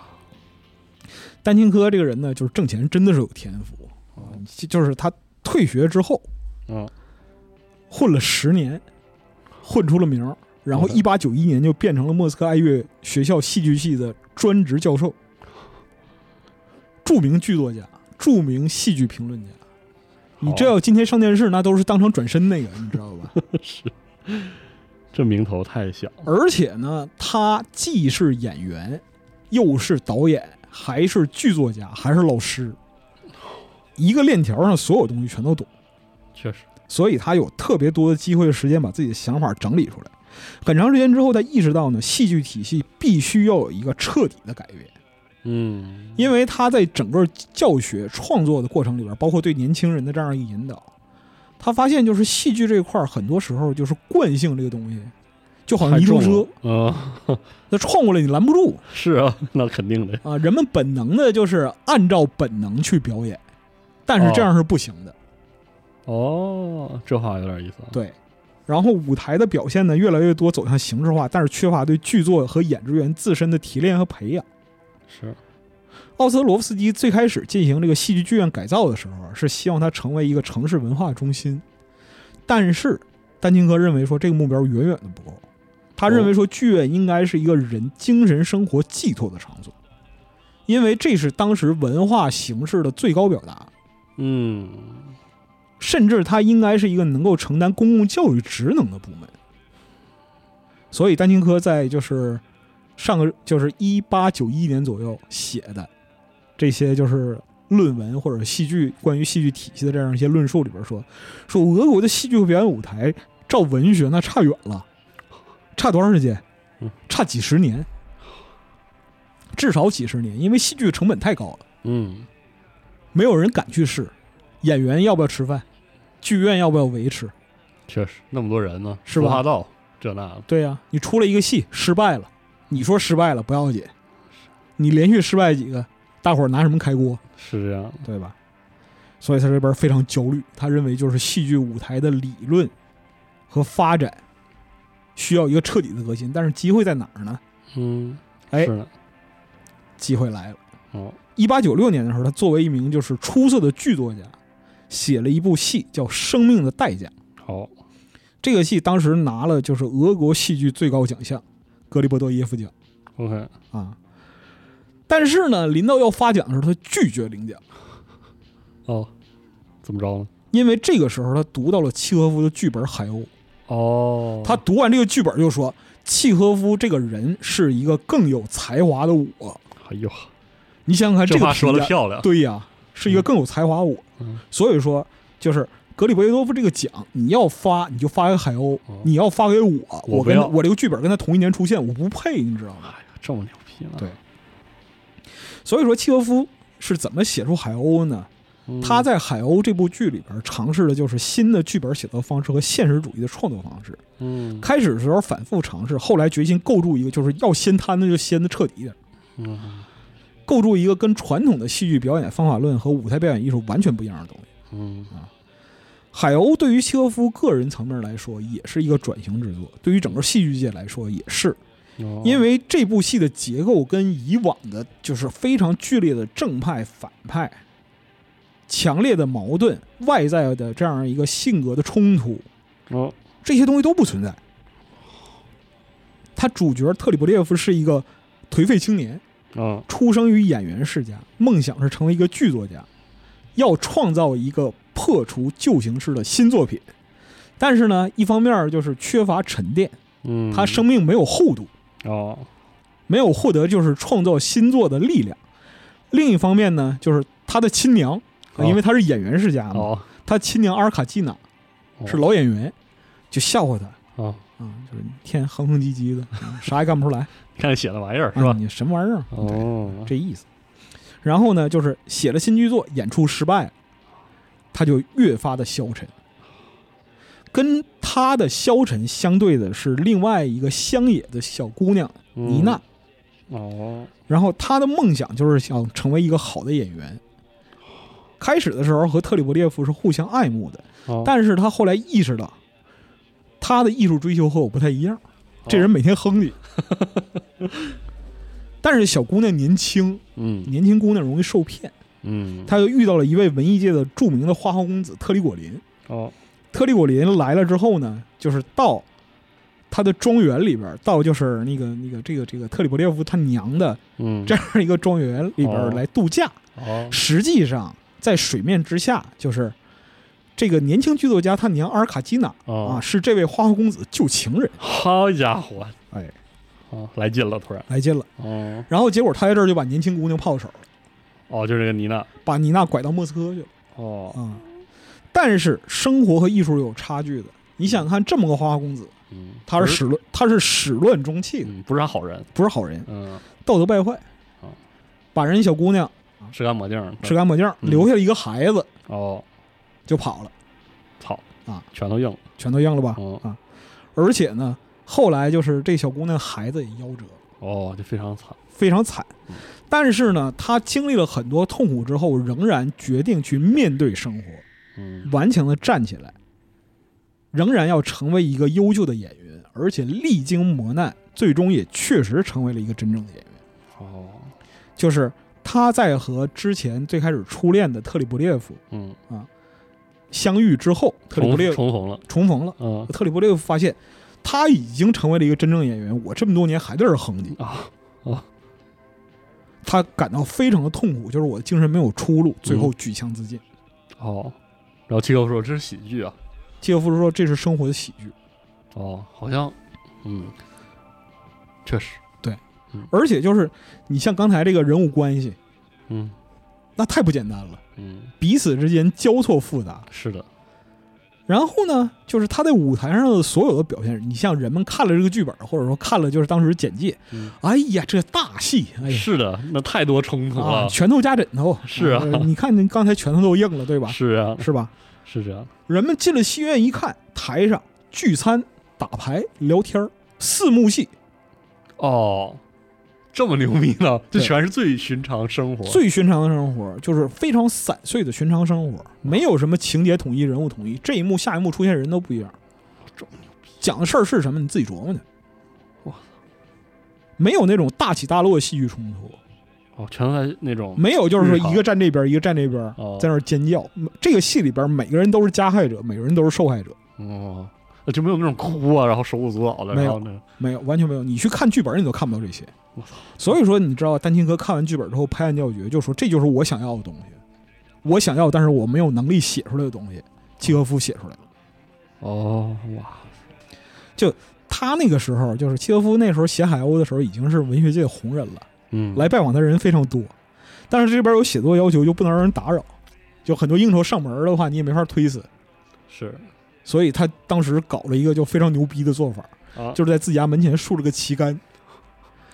Speaker 3: 丹青科这个人呢，就是挣钱真的是有天赋啊，就就是他退学之后
Speaker 1: 嗯，
Speaker 3: 混了十年，混出了名儿，然后
Speaker 1: OK
Speaker 3: 一八九一年就变成了莫斯科爱乐学校戏剧系的专职教授，著名剧作家，著名戏剧评论家。你这要今天上电视，那都是当场转身那个，你知道吧？
Speaker 1: 这名头太响了，
Speaker 3: 而且呢，他既是演员，又是导演，还是剧作家，还是老师，一个链条上所有东西全都懂。
Speaker 1: 确实，
Speaker 3: 所以他有特别多的机会和时间把自己的想法整理出来。很长时间之后，他意识到呢，戏剧体系必须要有一个彻底的改变，
Speaker 1: 嗯，
Speaker 3: 因为他在整个教学创作的过程里边，包括对年轻人的这样一个引导，他发现就是戏剧这一块儿，很多时候就是惯性这个东西，就好像泥
Speaker 1: 太
Speaker 3: 中
Speaker 1: 重
Speaker 3: 车
Speaker 1: 了，，嗯，
Speaker 3: 它撞过来你拦不住
Speaker 1: 是啊，那肯定的，
Speaker 3: 啊。人们本能的就是按照本能去表演，但是这样是不行的。
Speaker 1: 哦，这话有点意思啊，
Speaker 3: 对，然后舞台的表现呢越来越多走向形式化，但是缺乏对剧作和演职员自身的提炼和培养。
Speaker 1: 是，
Speaker 3: 奥斯特罗夫斯基最开始进行这个戏剧剧院改造的时候啊，是希望它成为一个城市文化中心，但是丹青科认为说这个目标远远的不够，他认为说剧院应该是一个人精神生活寄托的场所，因为这是当时文化形式的最高表达，
Speaker 1: 嗯，
Speaker 3: 甚至它应该是一个能够承担公共教育职能的部门。所以，丹青科在就是上个就是一八九一年左右写的这些就是论文或者戏剧关于戏剧体系的这样一些论述里边说，说俄国的戏剧和表演舞台照文学那差远了，差多长时间
Speaker 1: 嗯？
Speaker 3: 差几十年，至少几十年，因为戏剧成本太高了。
Speaker 1: 嗯，
Speaker 3: 没有人敢去试。演员要不要吃饭？剧院要不要维持？
Speaker 1: 确实，那么多人呢，
Speaker 3: 是吧
Speaker 1: 说话道这那的，
Speaker 3: 对呀、你出了一个戏失败了，你说失败了不要紧，你连续失败几个，大伙儿拿什么开锅，
Speaker 1: 是这样的，
Speaker 3: 对吧？所以他这边非常焦虑，他认为就是戏剧舞台的理论和发展需要一个彻底的革新，但是机会在哪儿呢？
Speaker 1: 嗯，
Speaker 3: 哎
Speaker 1: 是的，
Speaker 3: 机会来了。
Speaker 1: 哦，
Speaker 3: 一八九六年的时候，他作为一名就是出色的剧作家，写了一部戏叫《生命的代价》。
Speaker 1: 好，
Speaker 3: 这个戏当时拿了就是俄国戏剧最高奖项——格里伯多耶夫奖
Speaker 1: OK，
Speaker 3: 啊。但是呢，临到要发奖的时候，他拒绝领奖，
Speaker 1: 哦，怎么着呢？
Speaker 3: 因为这个时候他读到了契诃夫的剧本《海鸥》，
Speaker 1: 哦，
Speaker 3: 他读完这个剧本就说，契诃夫这个人是一个更有才华的我。
Speaker 1: 哎呦，
Speaker 3: 你想想看，
Speaker 1: 这
Speaker 3: 个
Speaker 1: 话说
Speaker 3: 评
Speaker 1: 的
Speaker 3: 价
Speaker 1: 漂亮，
Speaker 3: 对呀，是一个更有才华我
Speaker 1: 嗯。
Speaker 3: 所以说，就是格里伯耶多夫这个奖，你要发你就发给海鸥，你要发给我，
Speaker 1: 哦我不
Speaker 3: 我跟
Speaker 1: 要
Speaker 3: 我这个剧本跟他同一年出现，我不配，你知道吗？
Speaker 1: 哎呀，这么牛逼呢？
Speaker 3: 对所以说，契诃夫是怎么写出海鸥呢？
Speaker 1: 嗯
Speaker 3: 他在《海鸥》这部剧里边尝试的就是新的剧本写作方式和现实主义的创作方式。
Speaker 1: 嗯
Speaker 3: 开始的时候反复尝试，后来决心构筑一个就是要掀摊的就掀的彻底一点，
Speaker 1: 嗯
Speaker 3: 构筑一个跟传统的戏剧表演方法论和舞台表演艺术完全不一样的东西。
Speaker 1: 嗯
Speaker 3: 海鸥对于契诃夫个人层面来说也是一个转型之作，对于整个戏剧界来说也是，
Speaker 1: 哦
Speaker 3: 因为这部戏的结构跟以往的就是非常剧烈的正派、反派、强烈的矛盾、外在的这样一个性格的冲突，
Speaker 1: 哦
Speaker 3: 这些东西都不存在。他主角特里伯列夫是一个颓废青年，
Speaker 1: 啊
Speaker 3: 出生于演员世家，梦想是成为一个剧作家，要创造一个破除旧形式的新作品。但是呢，一方面就是缺乏沉淀，
Speaker 1: 嗯，
Speaker 3: 他生命没有厚度，
Speaker 1: 哦
Speaker 3: 没有获得就是创造新作的力量。另一方面呢，就是他的亲娘，
Speaker 1: 哦
Speaker 3: 因为他是演员世家嘛，
Speaker 1: 哦
Speaker 3: 他亲娘阿尔卡季娜
Speaker 1: 哦
Speaker 3: 是老演员，就笑话他，
Speaker 1: 哦，
Speaker 3: 啊，就是你天天哼哼唧唧的， 嗯啥也干不出来，
Speaker 1: 你看这写的玩意儿是
Speaker 3: 啊
Speaker 1: 吧？
Speaker 3: 你什么玩意儿？对，
Speaker 1: 哦，
Speaker 3: 这意思。然后呢，就是写了新剧作，演出失败了，他就越发的消沉。跟他的消沉相对的是另外一个乡野的小姑娘
Speaker 1: 嗯
Speaker 3: 妮娜，
Speaker 1: 哦，
Speaker 3: 然后她的梦想就是想成为一个好的演员。开始的时候和特里伯列夫是互相爱慕的，
Speaker 1: 哦
Speaker 3: 但是他后来意识到，他的艺术追求和我不太一样。
Speaker 1: 哦
Speaker 3: 这人每天 哼唧。但是小姑娘年轻，
Speaker 1: 嗯
Speaker 3: 年轻姑娘容易受骗，
Speaker 1: 嗯，
Speaker 3: 她就遇到了一位文艺界的著名的花花公子特里果林。
Speaker 1: 哦
Speaker 3: 特里果林来了之后呢，就是到他的庄园里边儿，到就是那个那个这个这个特里伯列夫他娘的
Speaker 1: 嗯
Speaker 3: 这样一个庄园里边儿
Speaker 1: 哦
Speaker 3: 来度假。
Speaker 1: 哦
Speaker 3: 实际上，在水面之下，就是这个年轻剧作家他娘阿尔卡基娜啊，
Speaker 1: 哦，
Speaker 3: 是这位花花公子旧情人，
Speaker 1: 好家伙，
Speaker 3: 哎，
Speaker 1: 哦来劲了，突然
Speaker 3: 来劲了。
Speaker 1: 哦
Speaker 3: 然后结果他在这儿就把年轻姑娘泡手了，
Speaker 1: 哦，就这个妮娜
Speaker 3: 把妮娜拐到莫斯科去了
Speaker 1: 哦
Speaker 3: 啊、但是生活和艺术是有差距的，你想看这么个花花公子，
Speaker 1: 嗯，
Speaker 3: 他
Speaker 1: 不
Speaker 3: 是始乱，他是始乱终弃的，
Speaker 1: 嗯不是啥好人，
Speaker 3: 不是好人，
Speaker 1: 嗯，
Speaker 3: 道德败坏
Speaker 1: 哦，
Speaker 3: 把人小姑娘
Speaker 1: 是干抹净的，
Speaker 3: 吃干抹净，
Speaker 1: 嗯
Speaker 3: 留下了一个孩子
Speaker 1: 哦，
Speaker 3: 就跑了，
Speaker 1: 操
Speaker 3: 啊，
Speaker 1: 全都硬了，
Speaker 3: 全都扔了吧
Speaker 1: 哦
Speaker 3: 啊！而且呢，后来就是这小姑娘孩子也夭折了。
Speaker 1: 哦，就非常惨，
Speaker 3: 非常惨
Speaker 1: 嗯，
Speaker 3: 但是呢，她经历了很多痛苦之后，仍然决定去面对生活，
Speaker 1: 嗯
Speaker 3: 顽强的站起来，仍然要成为一个优秀的演员，而且历经磨难，最终也确实成为了一个真正的演员。
Speaker 1: 哦
Speaker 3: 就是他在和之前最开始初恋的特里布列夫
Speaker 1: 嗯，
Speaker 3: 相遇之后，特里
Speaker 1: 重
Speaker 3: 布列夫
Speaker 1: 重逢了，
Speaker 3: 重逢了，
Speaker 1: 嗯
Speaker 3: 特里布列夫发现他已经成为了一个真正演员，我这么多年还在这儿哼唧，
Speaker 1: 啊
Speaker 3: 他感到非常的痛苦，就是我的精神没有出路，最
Speaker 1: 嗯
Speaker 3: 后举枪自尽。
Speaker 1: 哦，然后契诃夫说这是喜剧啊，
Speaker 3: 契诃夫说这是生活的喜剧，
Speaker 1: 哦，好像，嗯，确实，
Speaker 3: 而且就是你像刚才这个人物关系，
Speaker 1: 嗯
Speaker 3: 那太不简单了。
Speaker 1: 嗯，
Speaker 3: 彼此之间交错复杂。
Speaker 1: 是的，
Speaker 3: 然后呢，就是他在舞台上的所有的表现，你像人们看了这个剧本，或者说看了就是当时简介，
Speaker 1: 嗯
Speaker 3: 哎呀，这大戏，哎呀，
Speaker 1: 是的，那太多冲突
Speaker 3: 啊，
Speaker 1: 了，
Speaker 3: 拳头加枕头，
Speaker 1: 是啊
Speaker 3: 呃你看您刚才拳头都硬了，对吧？
Speaker 1: 是啊，
Speaker 3: 是吧？
Speaker 1: 是这样的，
Speaker 3: 人们进了戏院一看，台上聚餐、打牌、聊天儿四幕戏
Speaker 1: 哦，这么牛逼呢，这
Speaker 3: 对
Speaker 1: 全是最寻常生活，
Speaker 3: 最寻常的生活，就是非常散碎的寻常生活，没有什么情节统一、人物统一，这一幕下一幕出现人都不一样
Speaker 1: 这么。
Speaker 3: 讲的事儿是什么，你自己琢磨去。
Speaker 1: 哇
Speaker 3: 没有那种大起大落的戏剧冲突，
Speaker 1: 哦，全都在那种，
Speaker 3: 没有就是
Speaker 1: 日
Speaker 3: 说
Speaker 1: 常
Speaker 3: 一个站这边，一个站这边
Speaker 1: 哦，
Speaker 3: 在那儿尖叫。这个戏里边每个人都是加害者，每个人都是受害者，
Speaker 1: 哦，就没有那种哭啊，然后手舞足蹈的，
Speaker 3: 没
Speaker 1: 然
Speaker 3: 有
Speaker 1: 后呢，
Speaker 3: 没有完全没有。你去看剧本，你都看不到这些
Speaker 1: 我操。
Speaker 3: 所以说，你知道丹青哥看完剧本之后拍案叫绝，就说这就是我想要的东西，我想要，但是我没有能力写出来的东西，契诃夫写出来了。
Speaker 1: 哦，哇，
Speaker 3: 他那个时候就是契诃夫那时候写海鸥的时候，已经是文学界红人了，
Speaker 1: 嗯，
Speaker 3: 来拜访他人非常多。但是这边有写作要求，就不能让人打扰。就很多应酬上门的话，你也没法推死。
Speaker 1: 是
Speaker 3: 所以他当时搞了一个就非常牛逼的做法，
Speaker 1: 啊，
Speaker 3: 就是在自己家门前竖了个旗杆，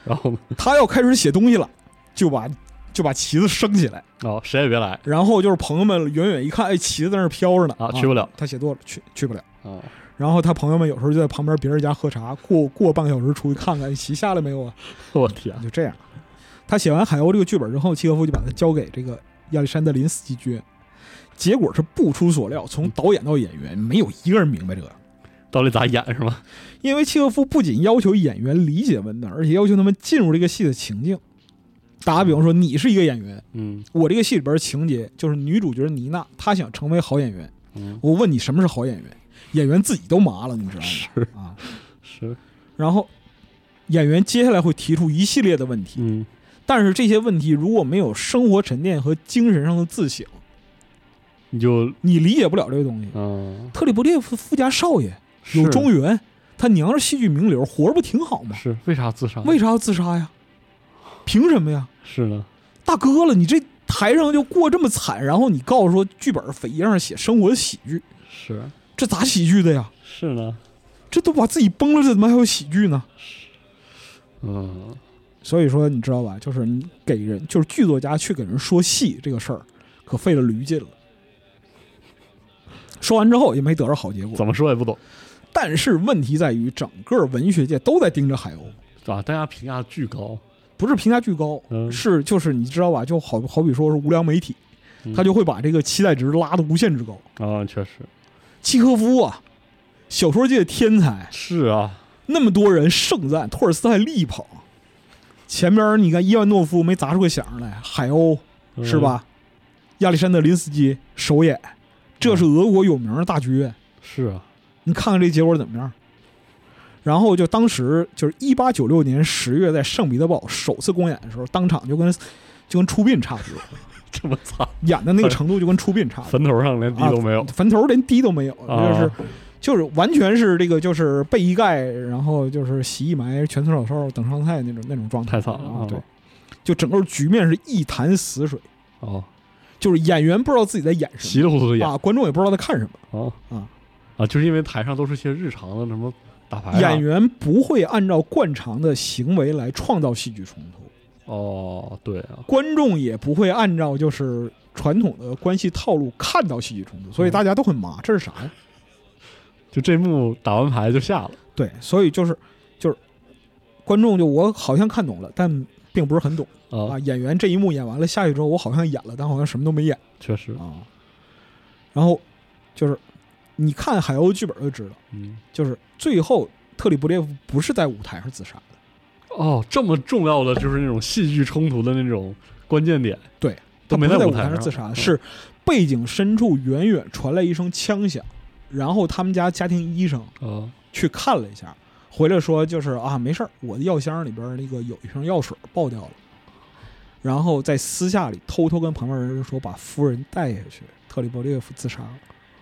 Speaker 1: 然后呢？
Speaker 3: 他要开始写东西了，就把就把旗子升起来，
Speaker 1: 哦，谁也别来
Speaker 3: 然后就是朋友们远远一看，哎，旗子在那儿飘着呢，
Speaker 1: 啊，去不了
Speaker 3: 他写多了，去去不了。
Speaker 1: 啊，
Speaker 3: 然后他朋友们有时候就在旁边别人家喝茶，过过半个小时出去看看旗下来没有啊，
Speaker 1: 我天，
Speaker 3: 就这样。他写完《海鸥》这个剧本之后，契诃夫就把它交给这个亚历山大林斯基爵。结果是不出所料，从导演到演员，没有一个人明白这个。
Speaker 1: 到底咋演是吗？
Speaker 3: 因为契诃夫不仅要求演员理解文本，而且要求他们进入这个戏的情境。打个比方说，你是一个演员，
Speaker 1: 嗯
Speaker 3: 我这个戏里边的情节就是女主角妮娜，她想成为好演员。
Speaker 1: 嗯，
Speaker 3: 我问你什么是好演员？演员自己都麻了，你知道吗？
Speaker 1: 是
Speaker 3: 啊，
Speaker 1: 是，
Speaker 3: 然后演员接下来会提出一系列的问题，
Speaker 1: 嗯
Speaker 3: 但是这些问题如果没有生活沉淀和精神上的自省，
Speaker 1: 你就
Speaker 3: 你理解不了这个东西。
Speaker 1: 嗯，
Speaker 3: 特里伯列夫富家少爷
Speaker 1: 是
Speaker 3: 有庄园，他娘是戏剧名流，活着不挺好吗？
Speaker 1: 是为啥自杀？
Speaker 3: 为啥要自杀呀？凭什么呀？
Speaker 1: 是呢？
Speaker 3: 大哥了，你这台上就过这么惨，然后你告诉说剧本扉页上写生活的喜剧，
Speaker 1: 是
Speaker 3: 这咋喜剧的呀？
Speaker 1: 是呢？
Speaker 3: 这都把自己崩了，这怎么还有喜剧呢？
Speaker 1: 嗯，
Speaker 3: 所以说，你知道吧？就是你给人，就是剧作家去给人说戏这个事儿，可费了驴劲了。说完之后也没得着好结果，
Speaker 1: 怎么说也不懂
Speaker 3: 但是问题在于，整个文学界都在盯着海鸥，
Speaker 1: 啊，大家评价巨高，
Speaker 3: 不是评价巨高，
Speaker 1: 嗯
Speaker 3: 是就是你知道吧？就好好比说是无良媒体，
Speaker 1: 嗯
Speaker 3: 他就会把这个期待值拉得无限之高。
Speaker 1: 啊，确实
Speaker 3: 契诃夫啊，小说界的天才，
Speaker 1: 是啊，
Speaker 3: 那么多人盛赞，托尔斯泰力捧。前边你看伊万诺夫没砸出个响来，海鸥
Speaker 1: 嗯
Speaker 3: 是？吧？亚历山大林斯基首演，这是俄国有名的大剧院。
Speaker 1: 是啊，
Speaker 3: 你看看这结果怎么样？然后就当时就是一八九六年十月，在圣彼得堡首次公演的时候，当场就跟就跟出殡差不多，
Speaker 1: 这么惨，啊
Speaker 3: 演的那个程度就跟出殡差不 多。
Speaker 1: 坟头上连地都没有，
Speaker 3: 坟头连滴都没有，
Speaker 1: 啊
Speaker 3: 就是就是完全是这个就是被一盖，然后就是洗一埋，全村老少等上菜那种那种状
Speaker 1: 太
Speaker 3: 态，
Speaker 1: 惨了
Speaker 3: 啊
Speaker 1: 啊！
Speaker 3: 对，就整个局面是一潭死水，
Speaker 1: 哦，
Speaker 3: 就是演员不知道自己在演什
Speaker 1: 稀里糊涂的
Speaker 3: 么
Speaker 1: 演
Speaker 3: 啊，观众也不知道在看什么。
Speaker 1: 啊
Speaker 3: 啊
Speaker 1: 啊，就是因为台上都是些日常的什么打牌啊
Speaker 3: 演员不会按照惯常的行为来创造戏剧冲突，
Speaker 1: 哦，对啊，
Speaker 3: 观众也不会按照就是传统的关系套路看到戏剧冲突，所以
Speaker 1: 嗯
Speaker 3: 大家都很麻，这是啥呀？
Speaker 1: 就这幕打完牌就下了，
Speaker 3: 对，所以就是就是观众就我好像看懂了，但并不是很懂啊。
Speaker 1: 啊，
Speaker 3: 演员这一幕演完了，下去之后我好像演了，但好像什么都没演
Speaker 1: 确实，
Speaker 3: 啊。然后就是你看海鸥剧本就知道，
Speaker 1: 嗯，
Speaker 3: 就是最后特里布列夫不是在舞台上自杀的，
Speaker 1: 哦，这么重要的就是那种戏剧冲突的那种关键点，
Speaker 3: 对，
Speaker 1: 都
Speaker 3: 他不
Speaker 1: 没
Speaker 3: 是在
Speaker 1: 舞
Speaker 3: 舞
Speaker 1: 台
Speaker 3: 台
Speaker 1: 上
Speaker 3: 上自杀的，
Speaker 1: 嗯
Speaker 3: 是背景深处远远传来一声枪响，然后他们家家庭医生
Speaker 1: 啊，
Speaker 3: 去看了一下，回来说就是啊，没事儿，我的药箱里边那个有一瓶药水爆掉了，然后在私下里偷偷跟旁边人说把夫人带下去，特里伯列夫自杀了，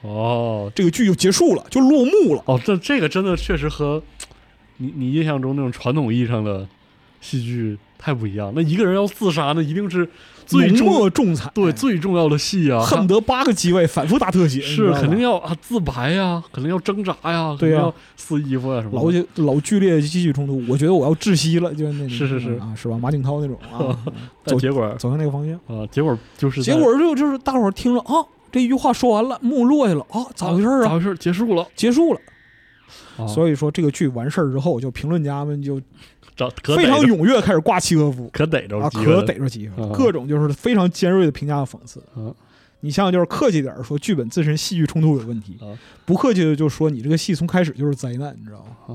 Speaker 1: 哦，
Speaker 3: 这个剧就结束了，就落幕了。
Speaker 1: 哦，这这个真的确实和你你印象中那种传统意义上的戏剧太不一样。那一个人要自杀，那一定是最
Speaker 3: 浓
Speaker 1: 重
Speaker 3: 墨重彩，
Speaker 1: 对最重要的戏啊，
Speaker 3: 恨不得八个机位反复大特写，
Speaker 1: 他
Speaker 3: 你知
Speaker 1: 是
Speaker 3: 道吧
Speaker 1: 肯定要啊自白呀、肯定要挣扎呀、
Speaker 3: 对啊呀
Speaker 1: 肯定要撕衣服呀、啊什么的。
Speaker 3: 老剧老剧烈戏剧冲突，我觉得我要窒息了，就是那种
Speaker 1: 是是是
Speaker 3: 啊，是吧？马景涛那种 啊，嗯
Speaker 1: 但
Speaker 3: 走
Speaker 1: 结果
Speaker 3: 走向那个方向。
Speaker 1: 啊，结果就是在
Speaker 3: 结果就就是大伙儿听着啊，这一句话说完了，幕落下了啊，咋回事儿
Speaker 1: 咋
Speaker 3: 啊？
Speaker 1: 回事儿？结束了，
Speaker 3: 结束了。
Speaker 1: 啊、以
Speaker 3: 所以说这个剧完事儿之后，就评论家们就
Speaker 1: 找可
Speaker 3: 非常
Speaker 1: 勇，
Speaker 3: 踊跃开始挂契诃夫
Speaker 1: 可逮着
Speaker 3: 啊，
Speaker 1: 机会了
Speaker 3: 可逮着机会了，
Speaker 1: 嗯
Speaker 3: 各种就是非常尖锐的评价和讽刺
Speaker 1: 嗯。
Speaker 3: 你像就是客气点儿说，剧本自身戏剧冲突有问题
Speaker 1: 嗯；
Speaker 3: 不客气的就说你这个戏从开始就是灾难，你知道吗？
Speaker 1: 啊！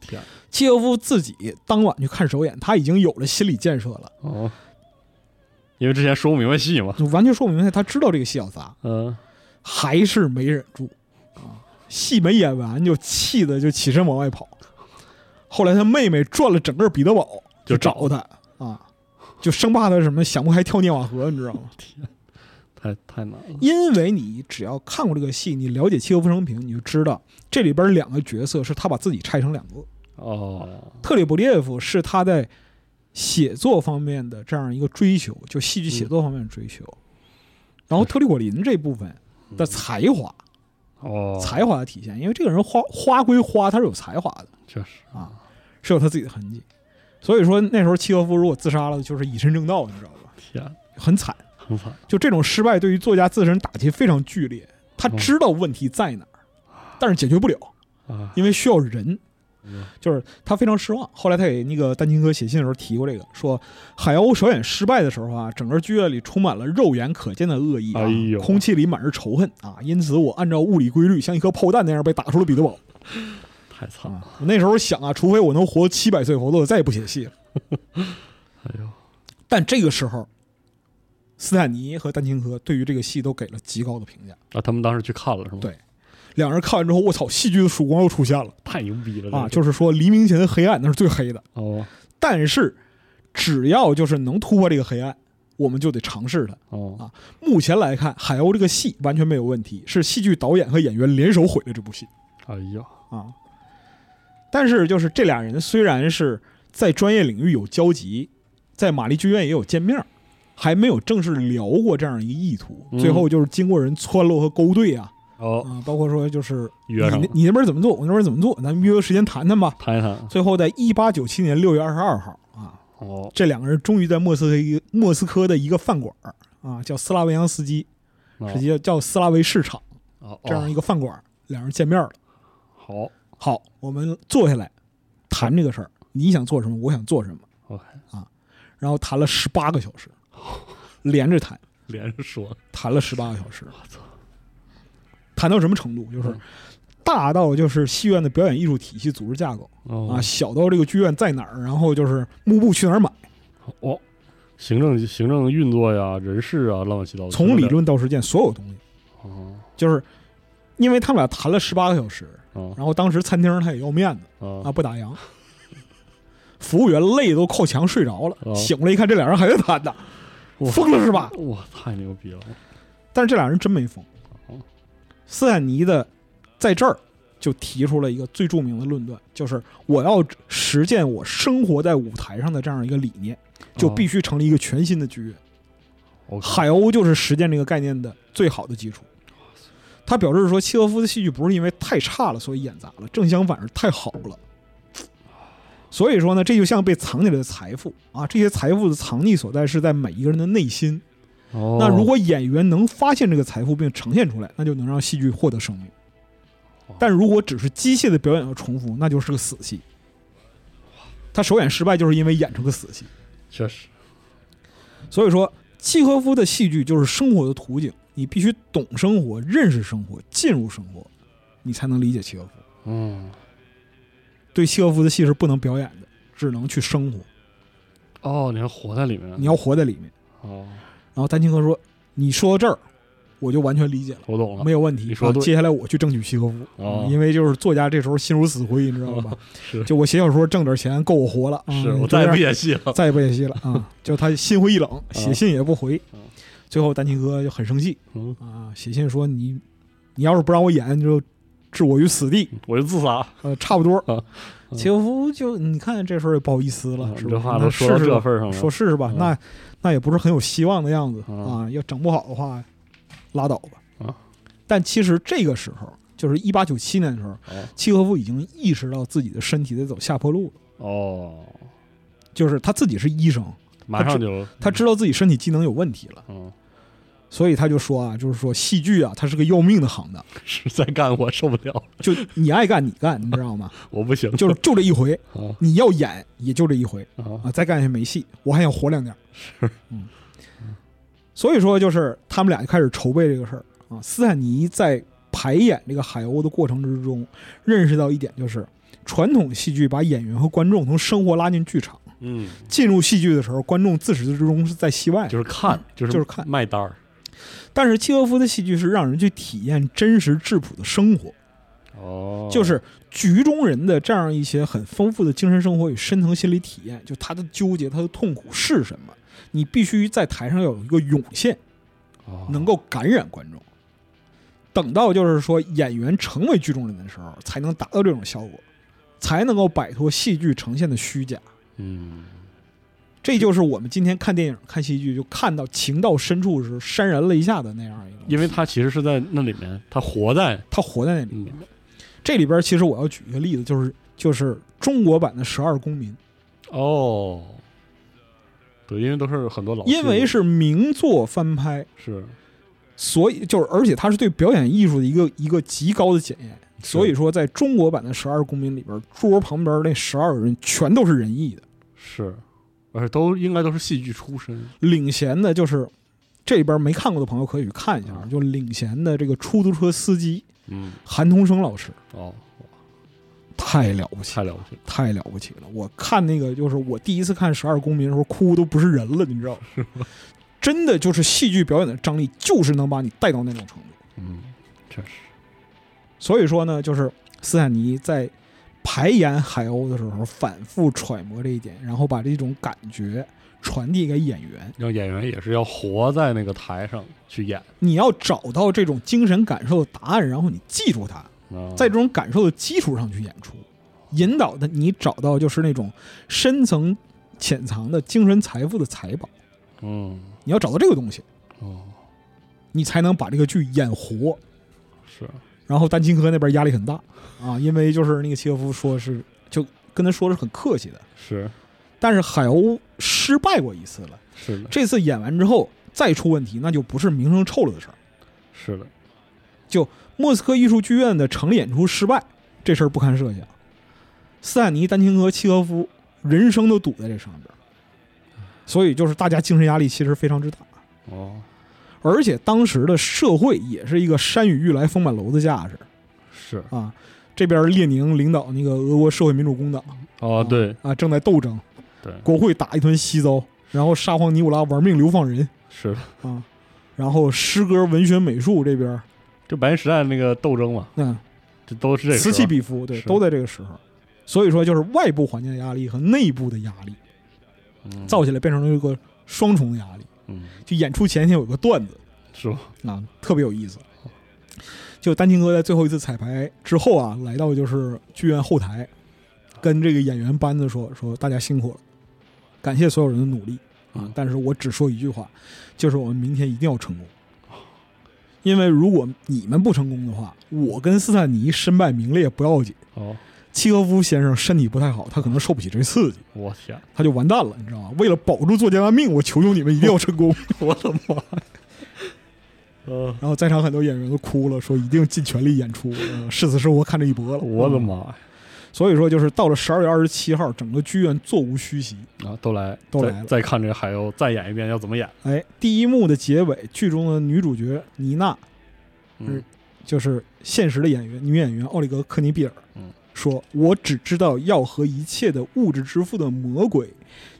Speaker 1: 天啊
Speaker 3: 契诃夫自己当晚去看首演，他已经有了心理建设了，
Speaker 1: 哦，因为之前说不明白戏嘛，
Speaker 3: 就完全说明白他知道这个戏要砸，
Speaker 1: 嗯、
Speaker 3: 还是没忍住啊！戏没演完就气得就起身往外跑。后来他妹妹转了整个彼得堡
Speaker 1: 就
Speaker 3: 找他啊，就生怕他什么想不开跳啊涅瓦河，你知道吗？
Speaker 1: 太太难了，
Speaker 3: 因为你只要看过这个戏，你了解契诃夫生平，你就知道这里边两个角色是他把自己拆成两个。
Speaker 1: 哦，
Speaker 3: 特里伯列夫是他在写作方面的这样一个追求，就戏剧写作方面的追求。然后特里果林这部分的才华，
Speaker 1: 哦，
Speaker 3: 才华的体现，因为这个人花花归花，他是有才华的，
Speaker 1: 确实，
Speaker 3: 是有他自己的痕迹。所以说那时候契诃夫如果自杀了，就是以身正道，你知道吧？
Speaker 1: 天，
Speaker 3: 很惨。
Speaker 1: 很惨，
Speaker 3: 就这种失败对于作家自身打击非常剧烈，他知道问题在哪儿，但是解决不了，
Speaker 1: 啊，
Speaker 3: 因为需要人
Speaker 1: 嗯。
Speaker 3: 就是他非常失望。后来他给那个丹青哥写信的时候提过这个，说海鸥首演失败的时候啊，整个剧院里充满了肉眼可见的恶意、啊，
Speaker 1: 哎呦
Speaker 3: 空气里满是仇恨啊。因此，我按照物理规律，像一颗炮弹那样被打出了彼得堡。
Speaker 1: 太惨了，
Speaker 3: 啊，我那时候想啊，除非我能活七百岁，否则我再也不写戏了。
Speaker 1: 哎呦，
Speaker 3: 但这个时候，斯坦尼和丹青科对于这个戏都给了极高的评价。
Speaker 1: 啊，他们当时去看了是吗？
Speaker 3: 对两人看完之后，我操，戏剧的曙光又出现了
Speaker 1: 太牛逼了
Speaker 3: 啊！
Speaker 1: 这
Speaker 3: 就
Speaker 1: 个
Speaker 3: 是说，黎明前的黑暗那是最黑的，
Speaker 1: 哦
Speaker 3: 但是只要就是能突破这个黑暗，我们就得尝试它。
Speaker 1: 哦，
Speaker 3: 目前来看，海鸥这个戏完全没有问题，是戏剧导演和演员联手毁了这部戏
Speaker 1: 哎呀，
Speaker 3: 啊。但是就是这俩人虽然是在专业领域有交集，在玛丽剧院也有见面儿，还没有正式聊过这样一个意图。
Speaker 1: 嗯
Speaker 3: 最后就是经过人撺掇和勾兑啊，
Speaker 1: 哦，
Speaker 3: 啊，包括说就是
Speaker 1: 约上
Speaker 3: 你
Speaker 1: 了
Speaker 3: 那你那边怎么做，我那边怎么做，咱们约个时间谈谈吧。
Speaker 1: 谈一谈，
Speaker 3: 最后在一八九七年六月二十二号啊，
Speaker 1: 哦，
Speaker 3: 这两个人终于在莫斯科一个莫斯科的一个饭馆儿啊，叫斯拉维扬斯基，
Speaker 1: 那
Speaker 3: 实际叫叫斯拉维市场
Speaker 1: 哦，
Speaker 3: 这样
Speaker 1: 哦
Speaker 3: 一个饭馆儿，两人见面了。
Speaker 1: 好
Speaker 3: 好，我们坐下来谈这个事儿，你想做什么，我想做什么，啊
Speaker 1: ，OK，
Speaker 3: 然后谈了十八个小时，连着谈，
Speaker 1: 连着说，
Speaker 3: 谈了十八个小时。
Speaker 1: 我操，
Speaker 3: 谈到什么程度？就是
Speaker 1: 嗯
Speaker 3: 大到就是戏院的表演艺术体系组织架构
Speaker 1: 哦
Speaker 3: 啊，，小到这个剧院在哪儿，然后就是幕布去哪儿买，
Speaker 1: 哦，行政行政运作呀，人事啊，乱七八糟的，
Speaker 3: 从理论到实践所有东西，
Speaker 1: 哦，
Speaker 3: 就是因为他们俩谈了十八个小时，
Speaker 1: 哦
Speaker 3: 然后当时餐厅他也要面子啊，
Speaker 1: 哦，
Speaker 3: 不打烊。服务员累得都靠墙睡着了，
Speaker 1: 哦
Speaker 3: 醒过来一看，这俩人还在谈呢，
Speaker 1: 哇
Speaker 3: 疯了 是吧？
Speaker 1: 哇，太牛逼了，
Speaker 3: 但是这俩人真没疯
Speaker 1: 哦。
Speaker 3: 斯坦尼的在这儿就提出了一个最著名的论断，就是我要实践我生活在舞台上的这样一个理念，就必须成立一个全新的剧院。
Speaker 1: 哦
Speaker 3: 海鸥就是实践这个概念的最好的基础。他表示说，契诃夫的戏剧不是因为太差了所以演砸了，正相反是太好了。所以说呢，这就像被藏起来的财富啊，这些财富的藏匿所在是在每一个人的内心。
Speaker 1: 哦，
Speaker 3: 那如果演员能发现这个财富并呈现出来，那就能让戏剧获得生命
Speaker 1: 哦。
Speaker 3: 但如果只是机械的表演和重复，那就是个死戏。他首演失败就是因为演成个死戏。
Speaker 1: 确实，
Speaker 3: 所以说，契诃夫的戏剧就是生活的途径，你必须懂生活、认识生活、进入生活，你才能理解契诃夫。
Speaker 1: 嗯，
Speaker 3: 对契诃夫的戏是不能表演的，只能去生活，
Speaker 1: 哦，你还活在里面，
Speaker 3: 你要活在里面。
Speaker 1: 哦，
Speaker 3: 然后丹青哥说：“你说到这儿，我就完全理解了。”
Speaker 1: 我懂了
Speaker 3: 没，有问题。
Speaker 1: 你说
Speaker 3: 啊
Speaker 1: 对
Speaker 3: 接下来我去争取契诃夫、
Speaker 1: 哦
Speaker 3: 嗯因为就是作家这时候心如死灰，你知道 吧？
Speaker 1: 是
Speaker 3: 就我写小说挣点钱够我活了，
Speaker 1: 是
Speaker 3: 嗯
Speaker 1: 我再也不
Speaker 3: 就这样
Speaker 1: 演戏 了，
Speaker 3: 再也不啊写戏了啊！就他心灰意 冷，写信也不回
Speaker 1: 嗯。
Speaker 3: 最后丹青哥就很生气
Speaker 1: 嗯，
Speaker 3: 啊，写信说你你要是不让我演，就置我于死地。
Speaker 1: 我就自杀，
Speaker 3: 呃，差不多
Speaker 1: 啊。嗯
Speaker 3: 契诃夫就你看这时候也不好意思了，
Speaker 1: 嗯
Speaker 3: 是吧？
Speaker 1: 这话
Speaker 3: 那
Speaker 1: 都说到
Speaker 3: 试试
Speaker 1: 这
Speaker 3: 吧
Speaker 1: 份儿上了，
Speaker 3: 说试试吧，
Speaker 1: 嗯
Speaker 3: 那那也不是很有希望的样子
Speaker 1: 嗯
Speaker 3: 啊，要整不好的话，拉倒吧。
Speaker 1: 啊，
Speaker 3: 但其实这个时候，就是一八九七年的时候，
Speaker 1: 哦
Speaker 3: 契诃夫已经意识到自己的身体在走下坡路了。
Speaker 1: 哦，
Speaker 3: 就是他自己是医
Speaker 1: 嗯
Speaker 3: 生，
Speaker 1: 马上就
Speaker 3: 他知道自己身体机能有问题了，
Speaker 1: 嗯，
Speaker 3: 所以他就说啊，就是说戏剧啊，它是个要命的行当，
Speaker 1: 是在干我 受不了，
Speaker 3: 就你爱干你干，你知道吗？
Speaker 1: 我不 行，
Speaker 3: 就是就这一回，
Speaker 1: 啊
Speaker 3: 你要演也就这一回，
Speaker 1: 啊
Speaker 3: 啊，再干下去没戏，我还想活两年。是，嗯，所以说就是他们俩就开始筹备这个事儿啊。斯坦尼在排演这个海鸥的过程之中，认识到一点就是，传统戏剧把演员和观众从生活拉进剧场，
Speaker 1: 嗯，
Speaker 3: 进入戏剧的时候，观众自始至终是在戏外
Speaker 1: 就。是看，就是
Speaker 3: 嗯就是看
Speaker 1: 卖单儿，
Speaker 3: 但是契诃夫的戏剧是让人去体验真实质朴的生活，
Speaker 1: 哦，
Speaker 3: 就是局中人的这样一些很丰富的精神生活与深层心理体验，就他的纠结、他的痛苦是什么，你必须在台上有一个涌现，
Speaker 1: 哦
Speaker 3: 能够感染观众。等到就是说演员成为剧中人的时候，才能达到这种效果，才能够摆脱戏剧呈现的虚假。
Speaker 1: 嗯，
Speaker 3: 这就是我们今天看电影、看戏剧，就看到情到深处时潸然泪下的那样一个。
Speaker 1: 因为他其实是在那里面，他活在
Speaker 3: 他活在那里。
Speaker 1: 里面。
Speaker 3: 这里边其实我要举一个例子，就是就是中国版的《十二公民》，
Speaker 1: 哦，对，因为都是很多老戏骨，
Speaker 3: 因为是名作翻拍，
Speaker 1: 是
Speaker 3: 所以就是而且它是对表演艺术的一个一个极高的检验。所以说，在中国版的《十二公民》里边，桌旁边那十二人全都是仁义的，
Speaker 1: 是，而且都应该都是戏剧出身，
Speaker 3: 领衔的就是这里边没看过的朋友可以去看一下，啊就领衔的这个出租车司机
Speaker 1: 嗯，
Speaker 3: 韩童生老师，
Speaker 1: 哦，
Speaker 3: 太了不起
Speaker 1: 太
Speaker 3: 了，
Speaker 1: 了不起了，
Speaker 3: 太了不起了！我看那个就是我第一次看《十二公民》的时候，哭都不是人了，你知道吗？真的就是戏剧表演的张力，就是能把你带到那种程度。
Speaker 1: 嗯，确实，
Speaker 3: 所以说呢，就是斯坦尼在排演海鸥的时候，反复揣摩这一点，然后把这种感觉传递给演员。
Speaker 1: 让演员也是要活在那个台上去演，
Speaker 3: 你要找到这种精神感受的答案，然后你记住它，
Speaker 1: 啊
Speaker 3: 在这种感受的基础上去演出，引导的你找到就是那种深层潜藏的精神财富的财宝。
Speaker 1: 嗯，
Speaker 3: 你要找到这个东西，
Speaker 1: 哦，
Speaker 3: 你才能把这个剧演活。
Speaker 1: 是，
Speaker 3: 然后丹青科那边压力很大啊，因为就是那个契诃夫说是就跟他说是很客气的，
Speaker 1: 是，
Speaker 3: 但是海鸥失败过一次了，
Speaker 1: 是的，
Speaker 3: 这次演完之后再出问题，那就不是名声臭了的事儿。
Speaker 1: 是的，
Speaker 3: 莫斯科艺术剧院的成立演出失败，这事儿不堪设想。斯坦尼、丹青和契诃夫人生都赌在这上边儿，所以就是大家精神压力其实非常之大，
Speaker 1: 哦，
Speaker 3: 而且当时的社会也是一个山雨欲来风满楼的架势
Speaker 1: 是，
Speaker 3: 啊。这边列宁领导那个俄国社会民主工党
Speaker 1: 哦，对，
Speaker 3: 啊，正在斗争，
Speaker 1: 对，
Speaker 3: 国会打一团稀糟，然后沙皇尼古拉玩命流放人，
Speaker 1: 是的，
Speaker 3: 啊，然后诗歌、文学、美术这边儿，
Speaker 1: 就白银时代那个斗争嘛，
Speaker 3: 嗯，
Speaker 1: 这都是这个时
Speaker 3: 此
Speaker 1: 候
Speaker 3: 起彼伏，对，
Speaker 1: 是
Speaker 3: 都在这个时候。所以说，就是外部环境的压力和内部的压力
Speaker 1: 嗯
Speaker 3: 造起来，变成了一个双重的压力。
Speaker 1: 嗯，
Speaker 3: 就演出前天有个段子
Speaker 1: 是吧？
Speaker 3: 啊，特别有意思。就丹青哥在最后一次彩排之后啊，来到就是剧院后台，跟这个演员班子说说大家辛苦了，感谢所有人的努力啊
Speaker 1: 嗯！
Speaker 3: 但是我只说一句话，就是我们明天一定要成功，因为如果你们不成功的话，我跟斯坦尼身败名裂不要紧，
Speaker 1: 哦，
Speaker 3: 契诃夫先生身体不太好，他可能受不起这刺激，
Speaker 1: 我天，
Speaker 3: 他就完蛋了，你知道吗？为了保住作家的命，我求求你们一定要成功。
Speaker 1: 我的妈呀，呃，
Speaker 3: 然后在场很多演员都哭了，说一定尽全力演出，呃誓死生活看这一搏了。
Speaker 1: 我的
Speaker 3: 嗯！
Speaker 1: 妈呀！
Speaker 3: 所以说，就是到了十二月二十七号，整个剧院座无虚席。
Speaker 1: 啊，都来，
Speaker 3: 都
Speaker 1: 再
Speaker 3: 来了
Speaker 1: 再看这个海鸥，再演一遍要怎么演？
Speaker 3: 哎，第一幕的结尾，剧中的女主角妮娜嗯就是现实的演员女演员奥利格·科尼比尔
Speaker 1: 嗯，
Speaker 3: 说：“我只知道要和一切的物质之父的魔鬼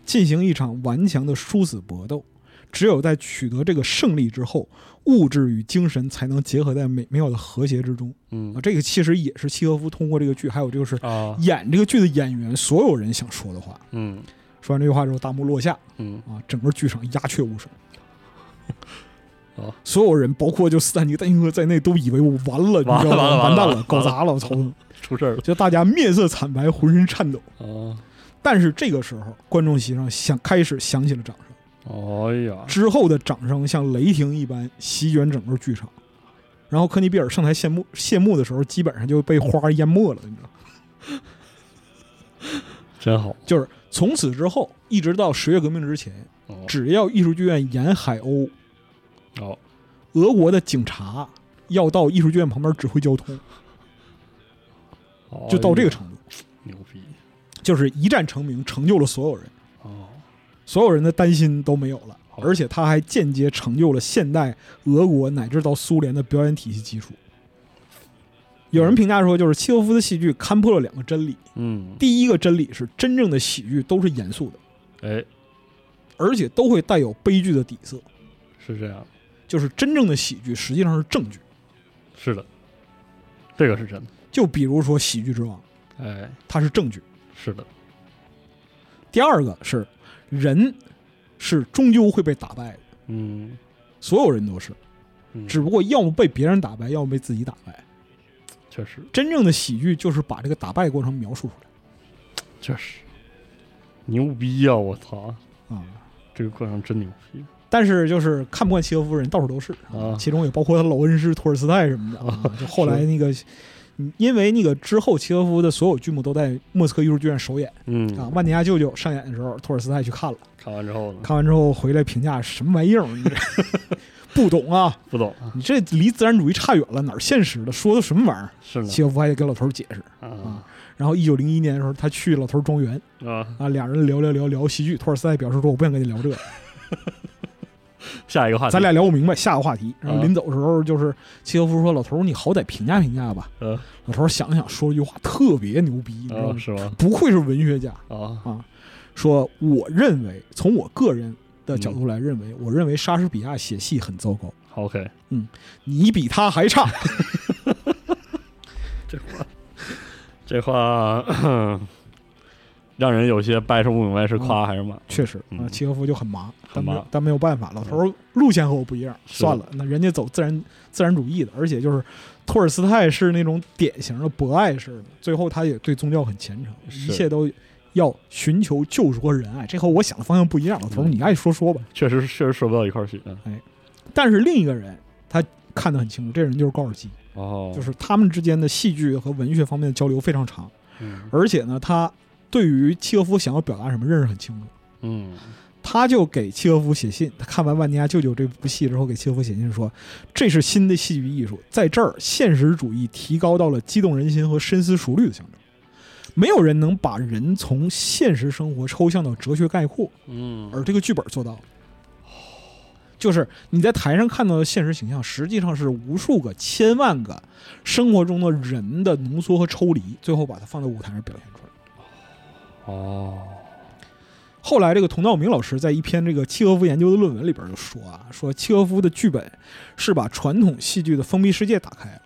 Speaker 3: 进行一场顽强的殊死搏斗。只有在取得这个胜利之后，物质与精神才能结合在美妙的和谐之中。”
Speaker 1: 嗯
Speaker 3: 啊，这个其实也是契诃夫通过这个剧，还有就是
Speaker 1: 啊，
Speaker 3: 演这个剧的演员所有人想说的话。
Speaker 1: 嗯
Speaker 3: 说完这句话之后，大幕落下
Speaker 1: 嗯，
Speaker 3: 啊，整个剧场鸦雀 无声。
Speaker 1: 哦
Speaker 3: 所有人，包括就斯坦尼、丹尼克在内，都以为我完了，你
Speaker 1: 完
Speaker 3: 知
Speaker 1: 了完
Speaker 3: 道吗？
Speaker 1: 了
Speaker 3: 完蛋
Speaker 1: 完了
Speaker 3: 了，搞砸了，我操！
Speaker 1: 出事儿了
Speaker 3: 就大家面色惨白，浑身颤抖。
Speaker 1: 啊！
Speaker 3: 但是这个时候，观众席上响开始响起了掌声，
Speaker 1: 哎呀，
Speaker 3: 之后的掌声像雷霆一般席卷整个剧场。然后科尼比尔上台谢幕谢幕的时候，基本上就被花淹没了，你知道吗。
Speaker 1: 真好，
Speaker 3: 就是从此之后，一直到十月革命之前，
Speaker 1: 哦
Speaker 3: 只要艺术剧院演海鸥，
Speaker 1: 哦
Speaker 3: 俄国的警察要到艺术剧院旁边指挥交通，
Speaker 1: 哦
Speaker 3: 就到这个
Speaker 1: 哎呀
Speaker 3: 程度。
Speaker 1: 牛逼
Speaker 3: 就是一战成名，成就了所有人，
Speaker 1: 哦，
Speaker 3: 所有人的担心都没有了，
Speaker 1: 好
Speaker 3: 而且他还间接成就了现代俄国乃至到苏联的表演体系基础。有人评价说，就是契诃夫的戏剧看破了两个真理。
Speaker 1: 嗯，
Speaker 3: 第一个真理是，真正的喜剧都是严肃的，
Speaker 1: 哎，
Speaker 3: 而且都会带有悲剧的底色。
Speaker 1: 是这样，
Speaker 3: 就是真正的喜剧实际上是正剧，
Speaker 1: 是的，这个是真的，
Speaker 3: 就比如说《喜剧之王》，
Speaker 1: 哎，
Speaker 3: 它是正剧。
Speaker 1: 是的，
Speaker 3: 第二个是人是终究会被打败的，
Speaker 1: 嗯，
Speaker 3: 所有人都是，
Speaker 1: 嗯
Speaker 3: 只不过要么被别人打败，要么被自己打败。
Speaker 1: 确实
Speaker 3: 真正的喜剧就是把这个打败过程描述出来。
Speaker 1: 确实牛逼呀！我操，
Speaker 3: 啊。
Speaker 1: 这个课上真牛逼
Speaker 3: 但是就是看不惯契诃夫人到处都是，
Speaker 1: 啊！
Speaker 3: 其中也包括他老恩师托尔斯泰什么的 啊。就后来那个，嗯因为那个之后契诃夫的所有剧目都在莫斯科艺术剧院首演啊，《
Speaker 1: 嗯，
Speaker 3: 万尼亚舅舅》上演的时候，托尔斯泰去看了，
Speaker 1: 看完之后呢，
Speaker 3: 看完之后回来评价什么玩意儿，你这不懂啊，
Speaker 1: 不懂啊
Speaker 3: 你这离自然主义差远了，哪儿现实的，说的什么玩意儿？
Speaker 1: 是呢
Speaker 3: 契诃夫还得跟老头儿解释。
Speaker 1: 啊
Speaker 3: 然后一九零一年的时候，他去老头儿庄园
Speaker 1: 啊！
Speaker 3: 啊，俩人聊聊聊聊戏剧。托尔斯泰表示说：“我不想跟你聊这个，
Speaker 1: 下一个话题，
Speaker 3: 咱俩聊不明白。”下个话题。然后
Speaker 1: 啊
Speaker 3: 临走的时候，就是契诃夫说：“老头儿，你好歹评价评价吧。
Speaker 1: 呃”
Speaker 3: 老头儿想了想说了一句话特别牛逼，你知道
Speaker 1: 啊
Speaker 3: 吗？
Speaker 1: 是吗？
Speaker 3: 不愧是文学家，
Speaker 1: 啊
Speaker 3: 说我认为从我个人的角度来认为，我认为莎士比亚写戏很糟糕，
Speaker 1: ，OK，
Speaker 3: 你比他还差。
Speaker 1: 这话，这话 咳让人有些掰扯不明白是
Speaker 3: 嗯
Speaker 1: 夸还是骂。
Speaker 3: 确实啊，
Speaker 1: 嗯
Speaker 3: 契诃夫就很麻，
Speaker 1: 很
Speaker 3: 但没
Speaker 1: 麻
Speaker 3: 有但没有办法，老头儿路线和我不一样，
Speaker 1: 是
Speaker 3: 算了，那人家走自然自然主义的，而且就是托尔斯泰是那种典型的博爱式的，最后他也对宗教很虔诚，
Speaker 1: 是
Speaker 3: 一切都要寻求救赎和仁爱，这和我想的方向不一样，老头儿
Speaker 1: 嗯
Speaker 3: 你爱说说吧。
Speaker 1: 确实确实说不到一块儿去。嗯
Speaker 3: 但是另一个人他看得很清楚，这人就是高尔基，
Speaker 1: 哦，
Speaker 3: 就是他们之间的戏剧和文学方面的交流非常长，
Speaker 1: 嗯
Speaker 3: 而且呢，他对于契诃夫想要表达什么认识很清楚。
Speaker 1: 嗯
Speaker 3: 他就给契诃夫写信，他看完《万尼亚舅舅》这部戏之后，给契诃夫写信说：“这是新的戏剧艺术，在这儿现实主义提高到了激动人心和深思熟虑的象征。没有人能把人从现实生活抽象到哲学概括，
Speaker 1: 嗯
Speaker 3: 而这个剧本做到了。就是你在台上看到的现实形象，实际上是无数个、千万个生活中的人的浓缩和抽离，最后把它放在舞台上表现出来。”
Speaker 1: 哦，
Speaker 3: 后来，这个佟道明老师在一篇这个契诃夫研究的论文里边就说啊，说契诃夫的剧本是把传统戏剧的封闭世界打开了，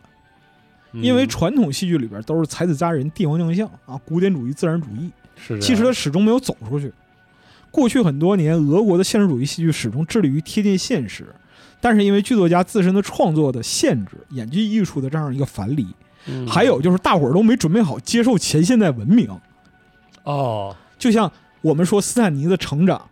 Speaker 1: 嗯
Speaker 3: 因为传统戏剧里边都是才子佳人、帝王将相啊，古典主义、自然主义，
Speaker 1: 是这样
Speaker 3: 其实他始终没有走出去。过去很多年，俄国的现实主义戏剧始终致力于贴近现实，但是因为剧作家自身的创作的限制，演技艺术的这样一个樊篱，
Speaker 1: 嗯
Speaker 3: 还有就是大伙儿都没准备好接受前现代文明，
Speaker 1: 哦，
Speaker 3: 就像我们说斯坦尼的成长，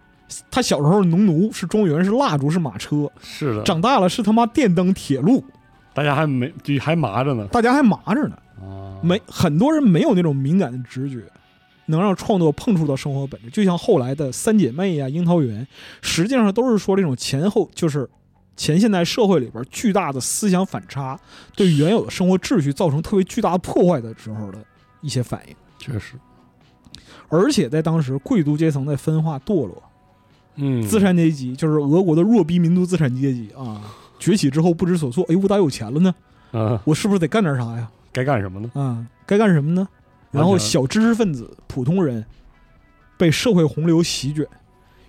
Speaker 3: 他小时候农奴是庄园，是蜡烛，是马车，
Speaker 1: 是的，
Speaker 3: 长大了是他妈电灯、铁路，
Speaker 1: 大家还没就还麻着呢
Speaker 3: 大家还麻着呢。
Speaker 1: 啊，
Speaker 3: 没很多人没有那种敏感的直觉，能让创作碰触到生活本质。就像后来的《三姐妹》啊呀、《樱桃园》，实际上都是说这种前后就是。前现代社会里边巨大的思想反差，对原有的生活秩序造成特别巨大的破坏的时候的一些反应。
Speaker 1: 确实，
Speaker 3: 而且在当时，贵族阶层的分化堕落，
Speaker 1: 嗯，
Speaker 3: 资产阶级就是俄国的弱逼民族资产阶级啊，崛起之后不知所措。哎，我咋有钱了呢？
Speaker 1: 啊，
Speaker 3: 我是不是得干点啥呀？
Speaker 1: 该干什么呢？
Speaker 3: 啊，该干什么呢？然后
Speaker 1: 完全
Speaker 3: 小知识分子、普通人被社会洪流席卷，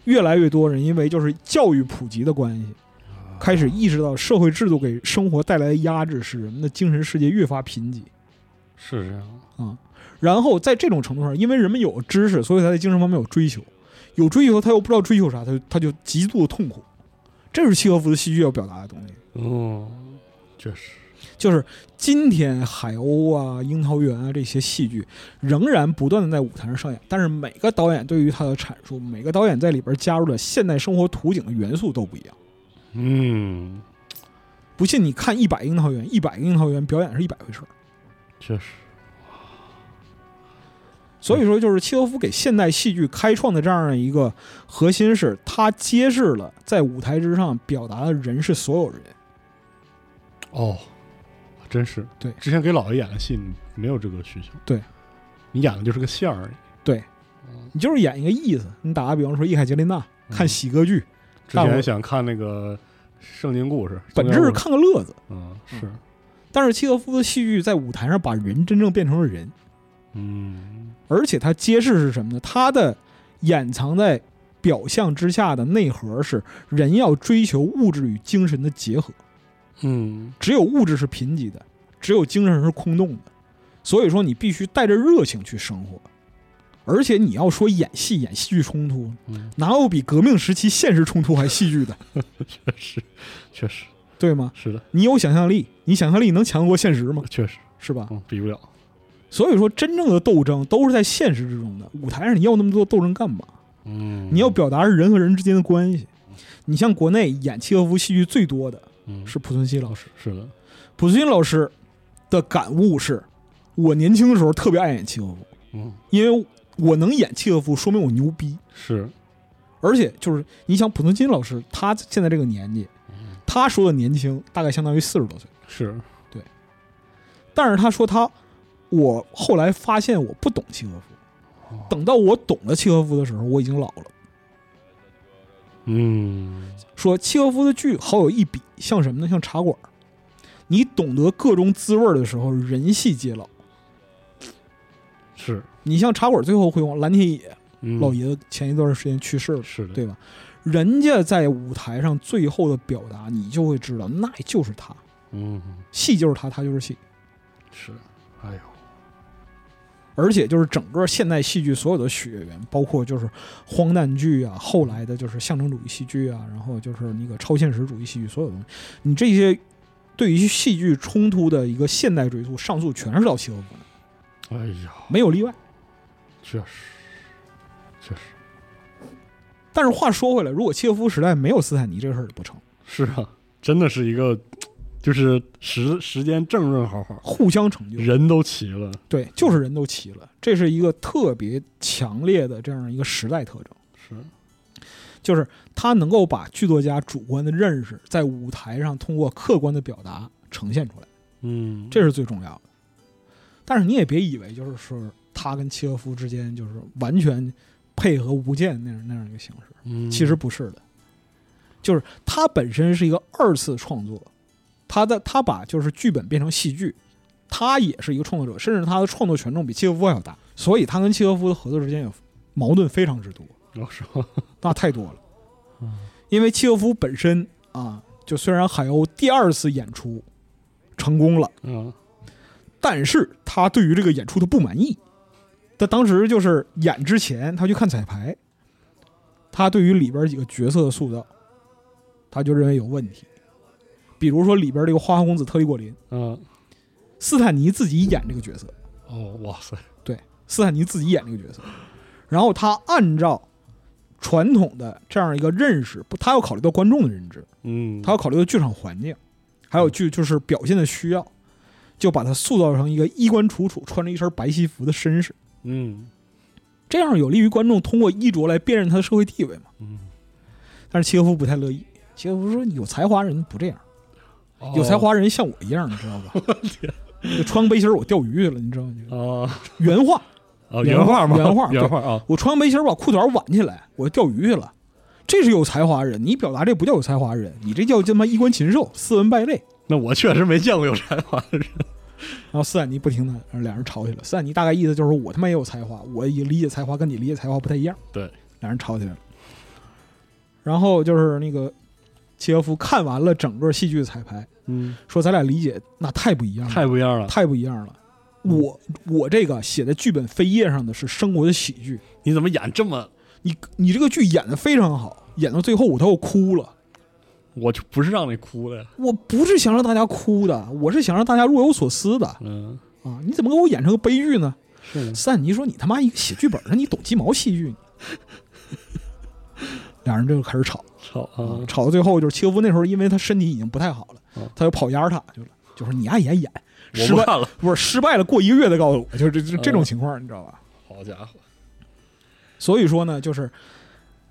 Speaker 3: 越来越多人因为就是教育普及的关系，
Speaker 1: 啊
Speaker 3: 开始意识到社会制度给生活带来的压制使人们的精神世界越发贫瘠。
Speaker 1: 是这样，
Speaker 3: 然后在这种程度上，因为人们有知识，所以他在精神方面有追求，有追求他又不知道追求啥，他就他就极度的痛苦。这是契诃夫的戏剧要表达的东西，
Speaker 1: 嗯，确实，
Speaker 3: 就是今天海鸥啊、樱桃园啊这些戏剧仍然不断的在舞台上上演，但是每个导演对于它的阐述，每个导演在里边加入了现代生活图景的元素都不一样。
Speaker 1: 嗯，
Speaker 3: 不信你看一百樱桃园，一百个樱桃园表演是一百回事儿。
Speaker 1: 确实，
Speaker 3: 所以说，就是契诃夫给现代戏剧开创的这样一个核心是，他揭示了在舞台之上表达的人是所有人。
Speaker 1: 哦，真是，
Speaker 3: 对
Speaker 1: 之前给姥爷演的戏没有这个需求，
Speaker 3: 对，
Speaker 1: 你演的就是个馅儿而已，
Speaker 3: 你就是演一个意思。你打个比方说，叶凯捷琳娜看
Speaker 1: 嗯
Speaker 3: 喜歌剧，
Speaker 1: 之
Speaker 3: 大伙儿
Speaker 1: 前想看那个圣经故事，
Speaker 3: 本质
Speaker 1: 宗
Speaker 3: 是
Speaker 1: 教故事，
Speaker 3: 看个乐子。
Speaker 1: 嗯，是，
Speaker 3: 但是契诃夫的戏剧在舞台上把人真正变成了人，
Speaker 1: 嗯，
Speaker 3: 而且他揭示是什么呢？他的掩藏在表象之下的内核是人要追求物质与精神的结合。
Speaker 1: 嗯，
Speaker 3: 只有物质是贫瘠的，只有精神是空洞的。所以说，你必须带着热情去生活。而且你要说演戏，演戏剧冲突，
Speaker 1: 嗯，
Speaker 3: 哪有比革命时期现实冲突还戏剧的，
Speaker 1: 确实，确实
Speaker 3: 对吗？
Speaker 1: 是的，
Speaker 3: 你有想象力，你想象力能强得过现实吗？
Speaker 1: 确实，
Speaker 3: 是吧？
Speaker 1: 嗯，比不了，
Speaker 3: 所以说，真正的斗争都是在现实之中的。舞台上你要那么多斗争干嘛？
Speaker 1: 嗯，
Speaker 3: 你要表达是人和人之间的关系。你像国内演契诃夫戏剧最多的
Speaker 1: 嗯
Speaker 3: 是濮存昕老师，
Speaker 1: 是的，
Speaker 3: 濮存昕老师的感悟是：我年轻的时候特别爱演契诃夫，
Speaker 1: 嗯
Speaker 3: 因为我能演契诃夫，说明我牛逼。
Speaker 1: 是
Speaker 3: 而且就是你想，濮存昕老师他现在这个年纪，他说的年轻大概相当于四十多岁，
Speaker 1: 是
Speaker 3: 但是他说他，我后来发现我不懂契诃夫，等到我懂了契诃夫的时候，我已经老了。
Speaker 1: 嗯
Speaker 3: 说契诃夫的剧好有一比，像什么呢？像茶馆儿。你懂得各种滋味儿的时候，人戏皆老。
Speaker 1: 是
Speaker 3: 你像茶馆儿最后回望蓝天野
Speaker 1: 嗯
Speaker 3: 老爷子，前一段时间去世了，
Speaker 1: 是的
Speaker 3: 对吧？人家在舞台上最后的表达，你就会知道那就是他，
Speaker 1: 嗯
Speaker 3: 戏就是他，他就是戏。
Speaker 1: 是哎呦
Speaker 3: 而且就是整个现代戏剧所有的血缘，包括就是荒诞剧啊，后来的就是象征主义戏剧啊，然后就是那个超现实主义戏剧，所有东西，你这些对于戏剧冲突的一个现代追溯上溯，全是到契诃夫的，
Speaker 1: 哎呀，
Speaker 3: 没有例外。
Speaker 1: 确实确实
Speaker 3: 但是话说回来，如果契诃夫时代没有斯坦尼这个事儿就不成，
Speaker 1: 是啊，真的是一个就是时时间正正好好，
Speaker 3: 互相成就。
Speaker 1: 人都齐了，
Speaker 3: 对，就是人都齐了，这是一个特别强烈的这样一个时代特征。
Speaker 1: 是
Speaker 3: 就是他能够把剧作家主观的认识在舞台上通过客观的表达呈现出来，
Speaker 1: 嗯
Speaker 3: 这是最重要的。但是你也别以为就是说他跟契诃夫之间就是完全配合无间那样那样一个形式，
Speaker 1: 嗯
Speaker 3: 其实不是的，就是他本身是一个二次创作，他的他把就是剧本变成戏剧，他也是一个创作者，甚至他的创作权重比契诃夫还要大，所以他跟契诃夫的合作之间有矛盾非常之多。
Speaker 1: 我说
Speaker 3: 那太多了
Speaker 1: 嗯。
Speaker 3: 因为契诃夫本身啊，就虽然海鸥第二次演出成功了，
Speaker 1: 嗯
Speaker 3: 但是他对于这个演出的不满意。他当时就是演之前，他去看彩排，他对于里边几个角色的塑造，他就认为有问题。比如说里边这个花花公子特里果林，
Speaker 1: 嗯
Speaker 3: 斯坦尼自己演这个角色，
Speaker 1: 哦哇塞
Speaker 3: 斯坦尼自己演这个角色，然后他按照传统的这样一个认识，不，他要考虑到观众的认知，
Speaker 1: 嗯
Speaker 3: 他要考虑到剧场环境，还有剧就是表现的需要，就把他塑造成一个衣冠楚楚、穿着一身白西服的绅士，
Speaker 1: 嗯
Speaker 3: 这样有利于观众通过衣着来辨认他的社会地位嘛。
Speaker 1: 嗯
Speaker 3: 但是契诃夫不太乐意，契诃夫说：“有才华人不这样，有才
Speaker 1: 哦
Speaker 3: 华人像我一样，你知道 吧？就穿背心儿我钓鱼去了，你知道吗？这个
Speaker 1: 啊
Speaker 3: 原话，
Speaker 1: 啊
Speaker 3: 原
Speaker 1: 话
Speaker 3: 话
Speaker 1: 吗？
Speaker 3: 原话
Speaker 1: 原话啊
Speaker 3: 我穿背心儿把裤腿挽起来，我钓鱼去了。”这是有才华人，你表达这不叫有才华人，你这叫他妈衣冠禽兽、斯文败类。
Speaker 1: 那我确实没见过有才华的人。
Speaker 3: 然后斯坦尼不停的俩人吵起来。斯坦尼大概意思就是我他妈也有才华，我也理解才华跟你理解才华不太一样。
Speaker 1: 对，
Speaker 3: 俩人吵起来了。然后就是那个契诃夫看完了整个戏剧的彩排，
Speaker 1: 嗯，
Speaker 3: 说咱俩理解那太不一样了，
Speaker 1: 太不嗯一样了。
Speaker 3: 太不一样了。我我这个写在剧本扉页上的是生活的喜剧，
Speaker 1: 你怎么演这么？
Speaker 3: 你你这个剧演的非常好，演到最后我都要哭了。
Speaker 1: 我就不是让你哭的。
Speaker 3: 我不是想让大家哭的，我是想让大家若有所思的
Speaker 1: 嗯，
Speaker 3: 啊！你怎么给我演成个悲剧呢？
Speaker 1: 是
Speaker 3: 斯坦尼说：“你他妈一个写剧本的，你懂鸡毛戏剧？”俩人就开始吵，
Speaker 1: 操啊！
Speaker 3: 吵到最后就是契诃夫那时候，因为他身体已经不太好了
Speaker 1: 嗯，
Speaker 3: 他就跑雅尔塔去了，就说你爱演演，
Speaker 1: 我
Speaker 3: 失
Speaker 1: 不
Speaker 3: 败
Speaker 1: 看了。
Speaker 3: 不是失败了，过一个月再告诉我，就是这这这种
Speaker 1: 嗯
Speaker 3: 情况，你知道吧？
Speaker 1: 好家伙，
Speaker 3: 所以说呢，就是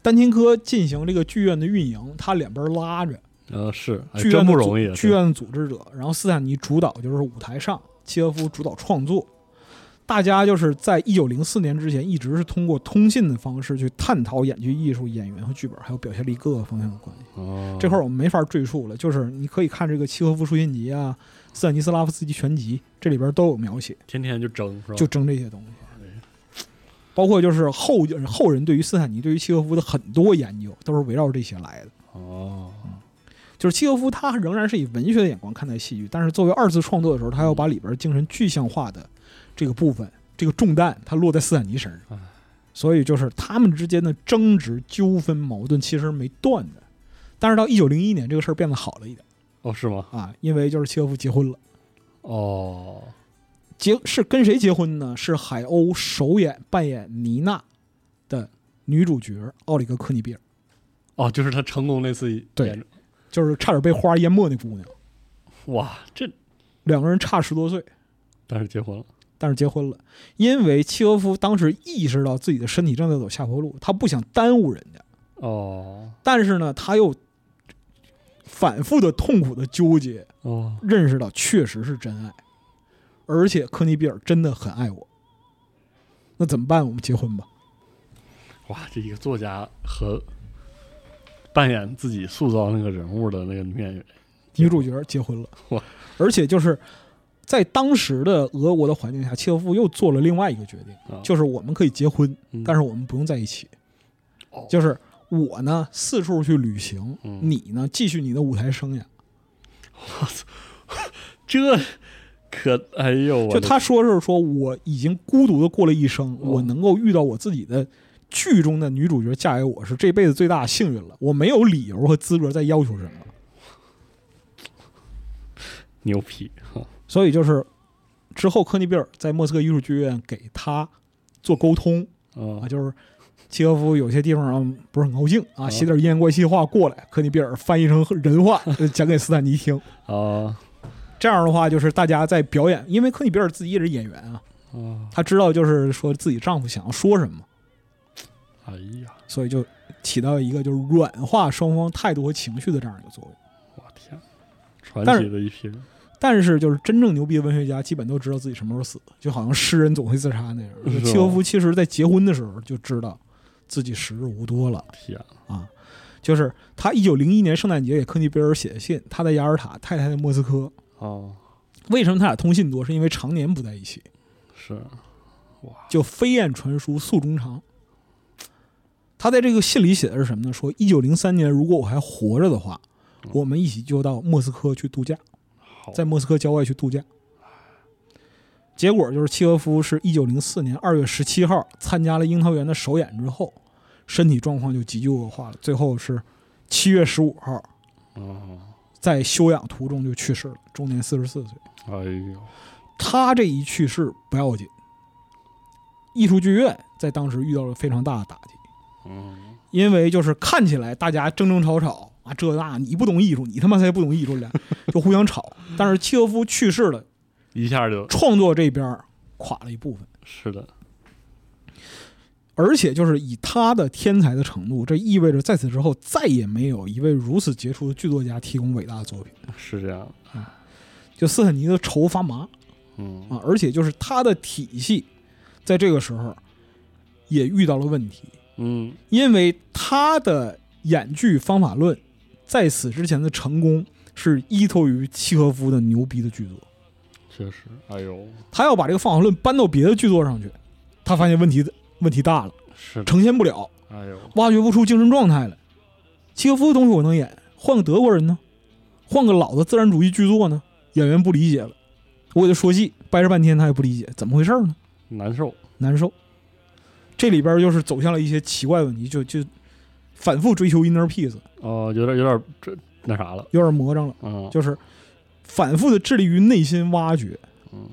Speaker 3: 丹青科进行这个剧院的运营，他两边拉着
Speaker 1: 呃，是，哎
Speaker 3: 剧
Speaker 1: 真
Speaker 3: 院
Speaker 1: 不
Speaker 3: 的组
Speaker 1: 容易。
Speaker 3: 剧院的组织者，然后斯坦尼主导就是舞台上，契诃夫主导创作。大家就是在一九零四年之前，一直是通过通信的方式去探讨演剧艺术、演员和剧本，还有表现力各个方向的关系。
Speaker 1: 哦，
Speaker 3: 这块儿我们没法赘述了，就是你可以看这个契诃夫书信集啊、斯坦尼斯拉夫斯基全集，这里边都有描写，
Speaker 1: 天天就争是吧？哎
Speaker 3: 就争这些东西。包括就是后后人对于斯坦尼、对于契诃夫的很多研究，都是围绕这些来的。
Speaker 1: 哦，
Speaker 3: 就是契诃夫他仍然是以文学的眼光看待戏剧，但是作为二次创作的时候，他要把里边精神具象化的这个部分，这个重担，它落在斯坦尼身
Speaker 1: 哎。
Speaker 3: 上所以就是他们之间的争执、纠纷、矛盾其实没断的。但是到一九零一年，这个事儿变得好了一点
Speaker 1: 哦是吗？
Speaker 3: 啊，因为就是契诃夫结婚了，
Speaker 1: 哦，
Speaker 3: 结是跟谁结婚呢？是海鸥首演扮演妮娜的女主角奥里格科尼比尔，
Speaker 1: 哦，就是他成功那次演
Speaker 3: 对就是差点被花淹没那姑娘，
Speaker 1: 哇，这
Speaker 3: 两个人差十多岁，
Speaker 1: 但是结婚了，
Speaker 3: 但是结婚了，因为契诃夫当时意识到自己的身体正在走下坡路，他不想耽误人家，
Speaker 1: 哦
Speaker 3: 但是呢，他又反复的痛苦的纠结，
Speaker 1: 哦，
Speaker 3: 认识到确实是真爱，而且科尼比尔真的很爱我。那怎么办？我们结婚吧。
Speaker 1: 哇，这一个作家和扮演自己塑造那个人物的那个女演员，
Speaker 3: 女主角结婚了
Speaker 1: 哇，
Speaker 3: 而且就是在当时的俄国的环境下，契诃夫又做了另外一个决定，
Speaker 1: 啊
Speaker 3: 就是我们可以结婚，
Speaker 1: 嗯
Speaker 3: 但是我们不用在一起
Speaker 1: 哦。
Speaker 3: 就是我呢四处去旅行，
Speaker 1: 嗯
Speaker 3: 你呢继续你的舞台生涯。
Speaker 1: 这可哎呦，我
Speaker 3: 就
Speaker 1: 的
Speaker 3: 他说是说我已经孤独的过了一生，
Speaker 1: 哦
Speaker 3: 我能够遇到我自己的剧中的女主角嫁给我是这辈子最大的幸运了，我没有理由和资格再要求什么。
Speaker 1: 牛皮 哈，
Speaker 3: 所以就是之后科尼比尔在莫斯科艺术剧院给他做沟通啊，
Speaker 1: 啊
Speaker 3: 就是契诃夫有些地方啊不是很高兴啊，
Speaker 1: 哦
Speaker 3: 写点阴阳怪气话过来，科尼比尔翻译成人话呃讲给斯坦尼听。
Speaker 1: 啊
Speaker 3: 这样的话，就是大家在表演，因为科尼比尔自己也是演员啊，
Speaker 1: 啊，
Speaker 3: 他知道就是说自己丈夫想要说什么。
Speaker 1: 哎呀，
Speaker 3: 所以就起到一个就是软化双方态度和情绪的这样一个作用。
Speaker 1: 我天，传
Speaker 3: 但
Speaker 1: 奇
Speaker 3: 是
Speaker 1: 的一批人，
Speaker 3: 但是就是真正牛逼的文学家，基本都知道自己什么时候死，就好像诗人总会自杀那样。
Speaker 1: 是吧
Speaker 3: 契诃夫其实在结婚的时候就知道自己时日无多了
Speaker 1: 天啊
Speaker 3: 啊，就是他一九零一年圣诞节给科尼贝尔写的信，他在雅尔塔，太太在莫斯科。
Speaker 1: 哦
Speaker 3: 为什么他俩通信多？是因为常年不在一起，
Speaker 1: 是
Speaker 3: 就飞燕传书诉衷肠。他在这个信里写的是什么呢？说一九零三年，如果我还活着的话，我们一起就到莫斯科去度假。
Speaker 1: 好
Speaker 3: 在莫斯科郊外去度假。结果就是契诃夫是一九零四年二月十七号参加了《樱桃园》的首演之后，身体状况就急剧恶化了，最后是七月十五号
Speaker 1: 哦，
Speaker 3: 在休养途中就去世了，终年四十四岁。
Speaker 1: 哎呦
Speaker 3: 他这一去世不要紧，艺术剧院在当时遇到了非常大的打击，
Speaker 1: 嗯
Speaker 3: 因为就是看起来大家争争吵吵啊，这那你不懂艺术，你他妈才不懂艺术，俩 就互相吵。但是契诃夫去世了，
Speaker 1: 一下就
Speaker 3: 创作这边儿垮了一部分，
Speaker 1: 是的，
Speaker 3: 而且就是以他的天才的程度，这意味着在此之后再也没有一位如此杰出的剧作家提供伟大的作品。
Speaker 1: 是这样，
Speaker 3: 就斯坦尼的愁发麻
Speaker 1: 嗯
Speaker 3: 啊，而且就是他的体系，在这个时候也遇到了问题，
Speaker 1: 嗯
Speaker 3: 因为他的演剧方法论在此之前的成功是依托于契诃夫的牛逼的剧作，
Speaker 1: 确实，哎呦
Speaker 3: 他要把这个方法论搬到别的剧作上去，他发现问题问题大了，
Speaker 1: 是的，
Speaker 3: 呈现不了。
Speaker 1: 哎呦
Speaker 3: 挖掘不出精神状态来。契诃夫的东西我能演，换个德国人呢，换个老的自然主义剧作呢，演员不理解了，我给他说戏，掰扯半天他也不理解，怎么回事呢？
Speaker 1: 难受，
Speaker 3: 难受。这里边就是走向了一些奇怪问题，就就反复追求 inner peace，
Speaker 1: 哦，有点有点这那啥了，
Speaker 3: 有点魔怔了，
Speaker 1: 嗯
Speaker 3: 就是反复的致力于内心挖掘。
Speaker 1: 嗯，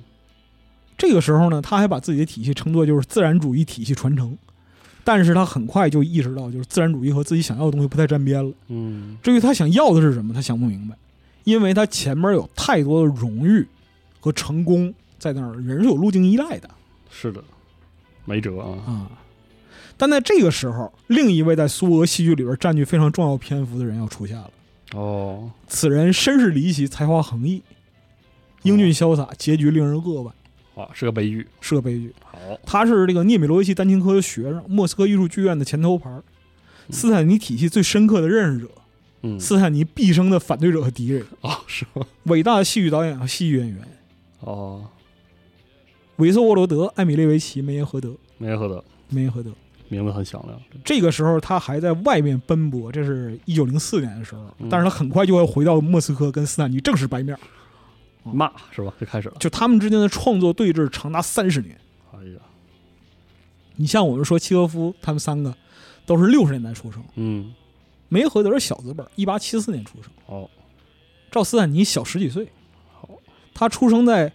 Speaker 3: 这个时候呢，他还把自己的体系称作就是自然主义体系传承，但是他很快就意识到，就是自然主义和自己想要的东西不太沾边了。
Speaker 1: 嗯
Speaker 3: 至于他想要的是什么，他想不明白，因为他前面有太多的荣誉和成功在那儿，人是有路径依赖的
Speaker 1: 是的，没辙啊，
Speaker 3: 啊。但在这个时候，另一位在苏俄戏剧里边占据非常重要篇幅的人要出现了。
Speaker 1: 哦
Speaker 3: 此人身世离奇，才华横溢，英俊潇洒，结局令人扼腕，
Speaker 1: 啊是个悲剧，
Speaker 3: 是个悲剧。
Speaker 1: 好
Speaker 3: 他是这个涅米罗维奇丹琴科的学生，莫斯科艺术剧院的前头牌儿，斯坦尼体系最深刻的认识者，
Speaker 1: 嗯
Speaker 3: 斯坦尼毕生的反对者和敌人。
Speaker 1: 哦是吗？
Speaker 3: 伟大的戏剧导演和戏剧演员
Speaker 1: 哦
Speaker 3: 维斯沃罗德、艾米列维奇、梅耶荷德、
Speaker 1: 梅耶赫德
Speaker 3: 梅耶荷德。
Speaker 1: 名字很响亮，
Speaker 3: 这个时候他还在外面奔波，这是一九零四年的时候
Speaker 1: 嗯，
Speaker 3: 但是他很快就要回到莫斯科跟斯坦尼正式白面，哦
Speaker 1: 骂是吧？就开始了，
Speaker 3: 就他们之间的创作对峙长达三十年。
Speaker 1: 哎呀，
Speaker 3: 你像我们说契诃夫他们三个都是六十年代出生，
Speaker 1: 嗯
Speaker 3: 梅耶荷德是小资本，一八七四年出生，
Speaker 1: 哦
Speaker 3: 照斯坦尼小十几岁
Speaker 1: 好。
Speaker 3: 他出生在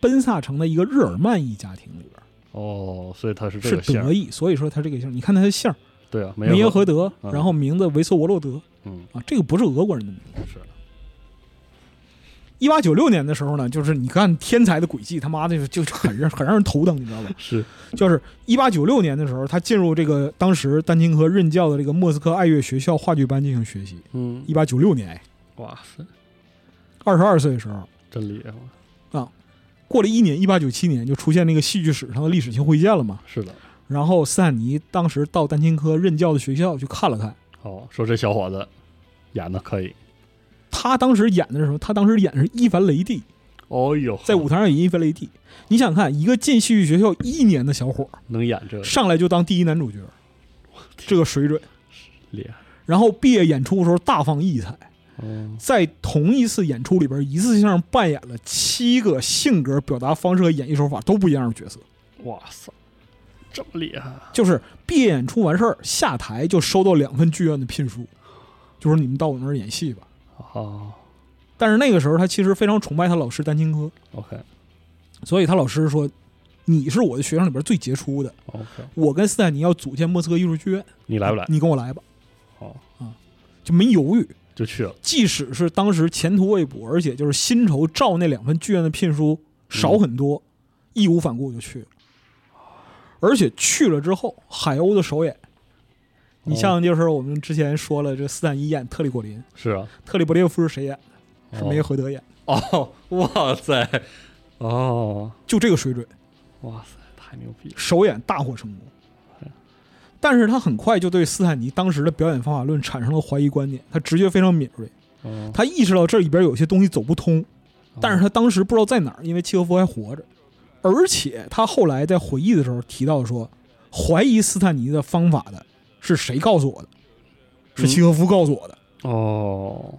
Speaker 3: 奔萨城的一个日耳曼裔家庭里边，
Speaker 1: 哦，所以它是这
Speaker 3: 是
Speaker 1: 个姓儿
Speaker 3: 德，意，所以说它这个姓儿。你看它的姓儿
Speaker 1: 对啊，梅
Speaker 3: 梅耶
Speaker 1: 耶
Speaker 3: 荷，德，
Speaker 1: 嗯
Speaker 3: 然后名字维索沃洛德
Speaker 1: 嗯，
Speaker 3: 啊，这个不是俄国人的名字。
Speaker 1: 是，
Speaker 3: 一八九六年的时候呢，就是你看天才的轨迹，他妈的就就很让很让人头疼，你知道吧？
Speaker 1: 是，
Speaker 3: 就是一八九六年的时候，他进入这个当时丹青科任教的这个莫斯科爱乐学校话剧班进行学习。
Speaker 1: 嗯，
Speaker 3: 一八九六年，哎，
Speaker 1: 哇塞，
Speaker 3: 二十二岁的时候，
Speaker 1: 真厉害，啊
Speaker 3: 过了一年，一八九七年就出现那个戏剧史上的历史性会见了嘛。
Speaker 1: 是的，
Speaker 3: 然后斯坦尼当时到丹青科任教的学校去看了看，
Speaker 1: 哦，说这小伙子演的可以，
Speaker 3: 他当时演的是什么？他当时演的是伊凡雷帝，
Speaker 1: 哦呦，
Speaker 3: 在舞台上演伊凡雷帝。你想看一个进戏剧学校一年的小伙儿，
Speaker 1: 能演这个
Speaker 3: 上来就当第一男主角，这个水准。
Speaker 1: 厉害，
Speaker 3: 然后毕业演出的时候大放异彩，
Speaker 1: 哦，
Speaker 3: 在同一次演出里边一次性扮演了七个性格、表达方式和演绎手法都不一样的角色。
Speaker 1: 哇塞，这么厉害，啊
Speaker 3: 就是毕业演出完事儿下台就收到两份剧院的聘书，就说你们到我那儿演戏吧。
Speaker 1: 哦
Speaker 3: 但是那个时候他其实非常崇拜他老师丹青科，
Speaker 1: ，OK
Speaker 3: 所以他老师说：“你是我的学生里边最杰出的，
Speaker 1: OK，
Speaker 3: 我跟斯坦尼要组建莫斯科艺术剧院，
Speaker 1: 你来不来？
Speaker 3: 你跟我来吧。
Speaker 1: 哦，”
Speaker 3: 就没犹豫，
Speaker 1: 就去了，
Speaker 3: 即使是当时前途未卜，而且就是薪酬照那两份剧院的聘书少很多，义无反顾就去了。而且去了之后，海鸥的首演，你像就是我们之前说了，这斯坦尼演特里果林，
Speaker 1: 是啊，
Speaker 3: 特里伯列夫是谁演的？
Speaker 1: 哦
Speaker 3: 是梅耶荷德演的，
Speaker 1: 哦，哇塞，哦，
Speaker 3: 就这个水准，
Speaker 1: 哇塞，太牛逼了，
Speaker 3: 首演大获成功。但是他很快就对斯坦尼当时的表演方法论产生了怀疑观点，他直觉非常敏锐，
Speaker 1: 哦，
Speaker 3: 他意识到这里边有些东西走不通，但是
Speaker 1: 他
Speaker 3: 他当时不知道在哪儿，因为契诃夫还活着，而且他后来在回忆的时候提到说，怀疑斯坦尼的方法的是谁告诉我的？是契诃夫告诉我的。
Speaker 1: 哦，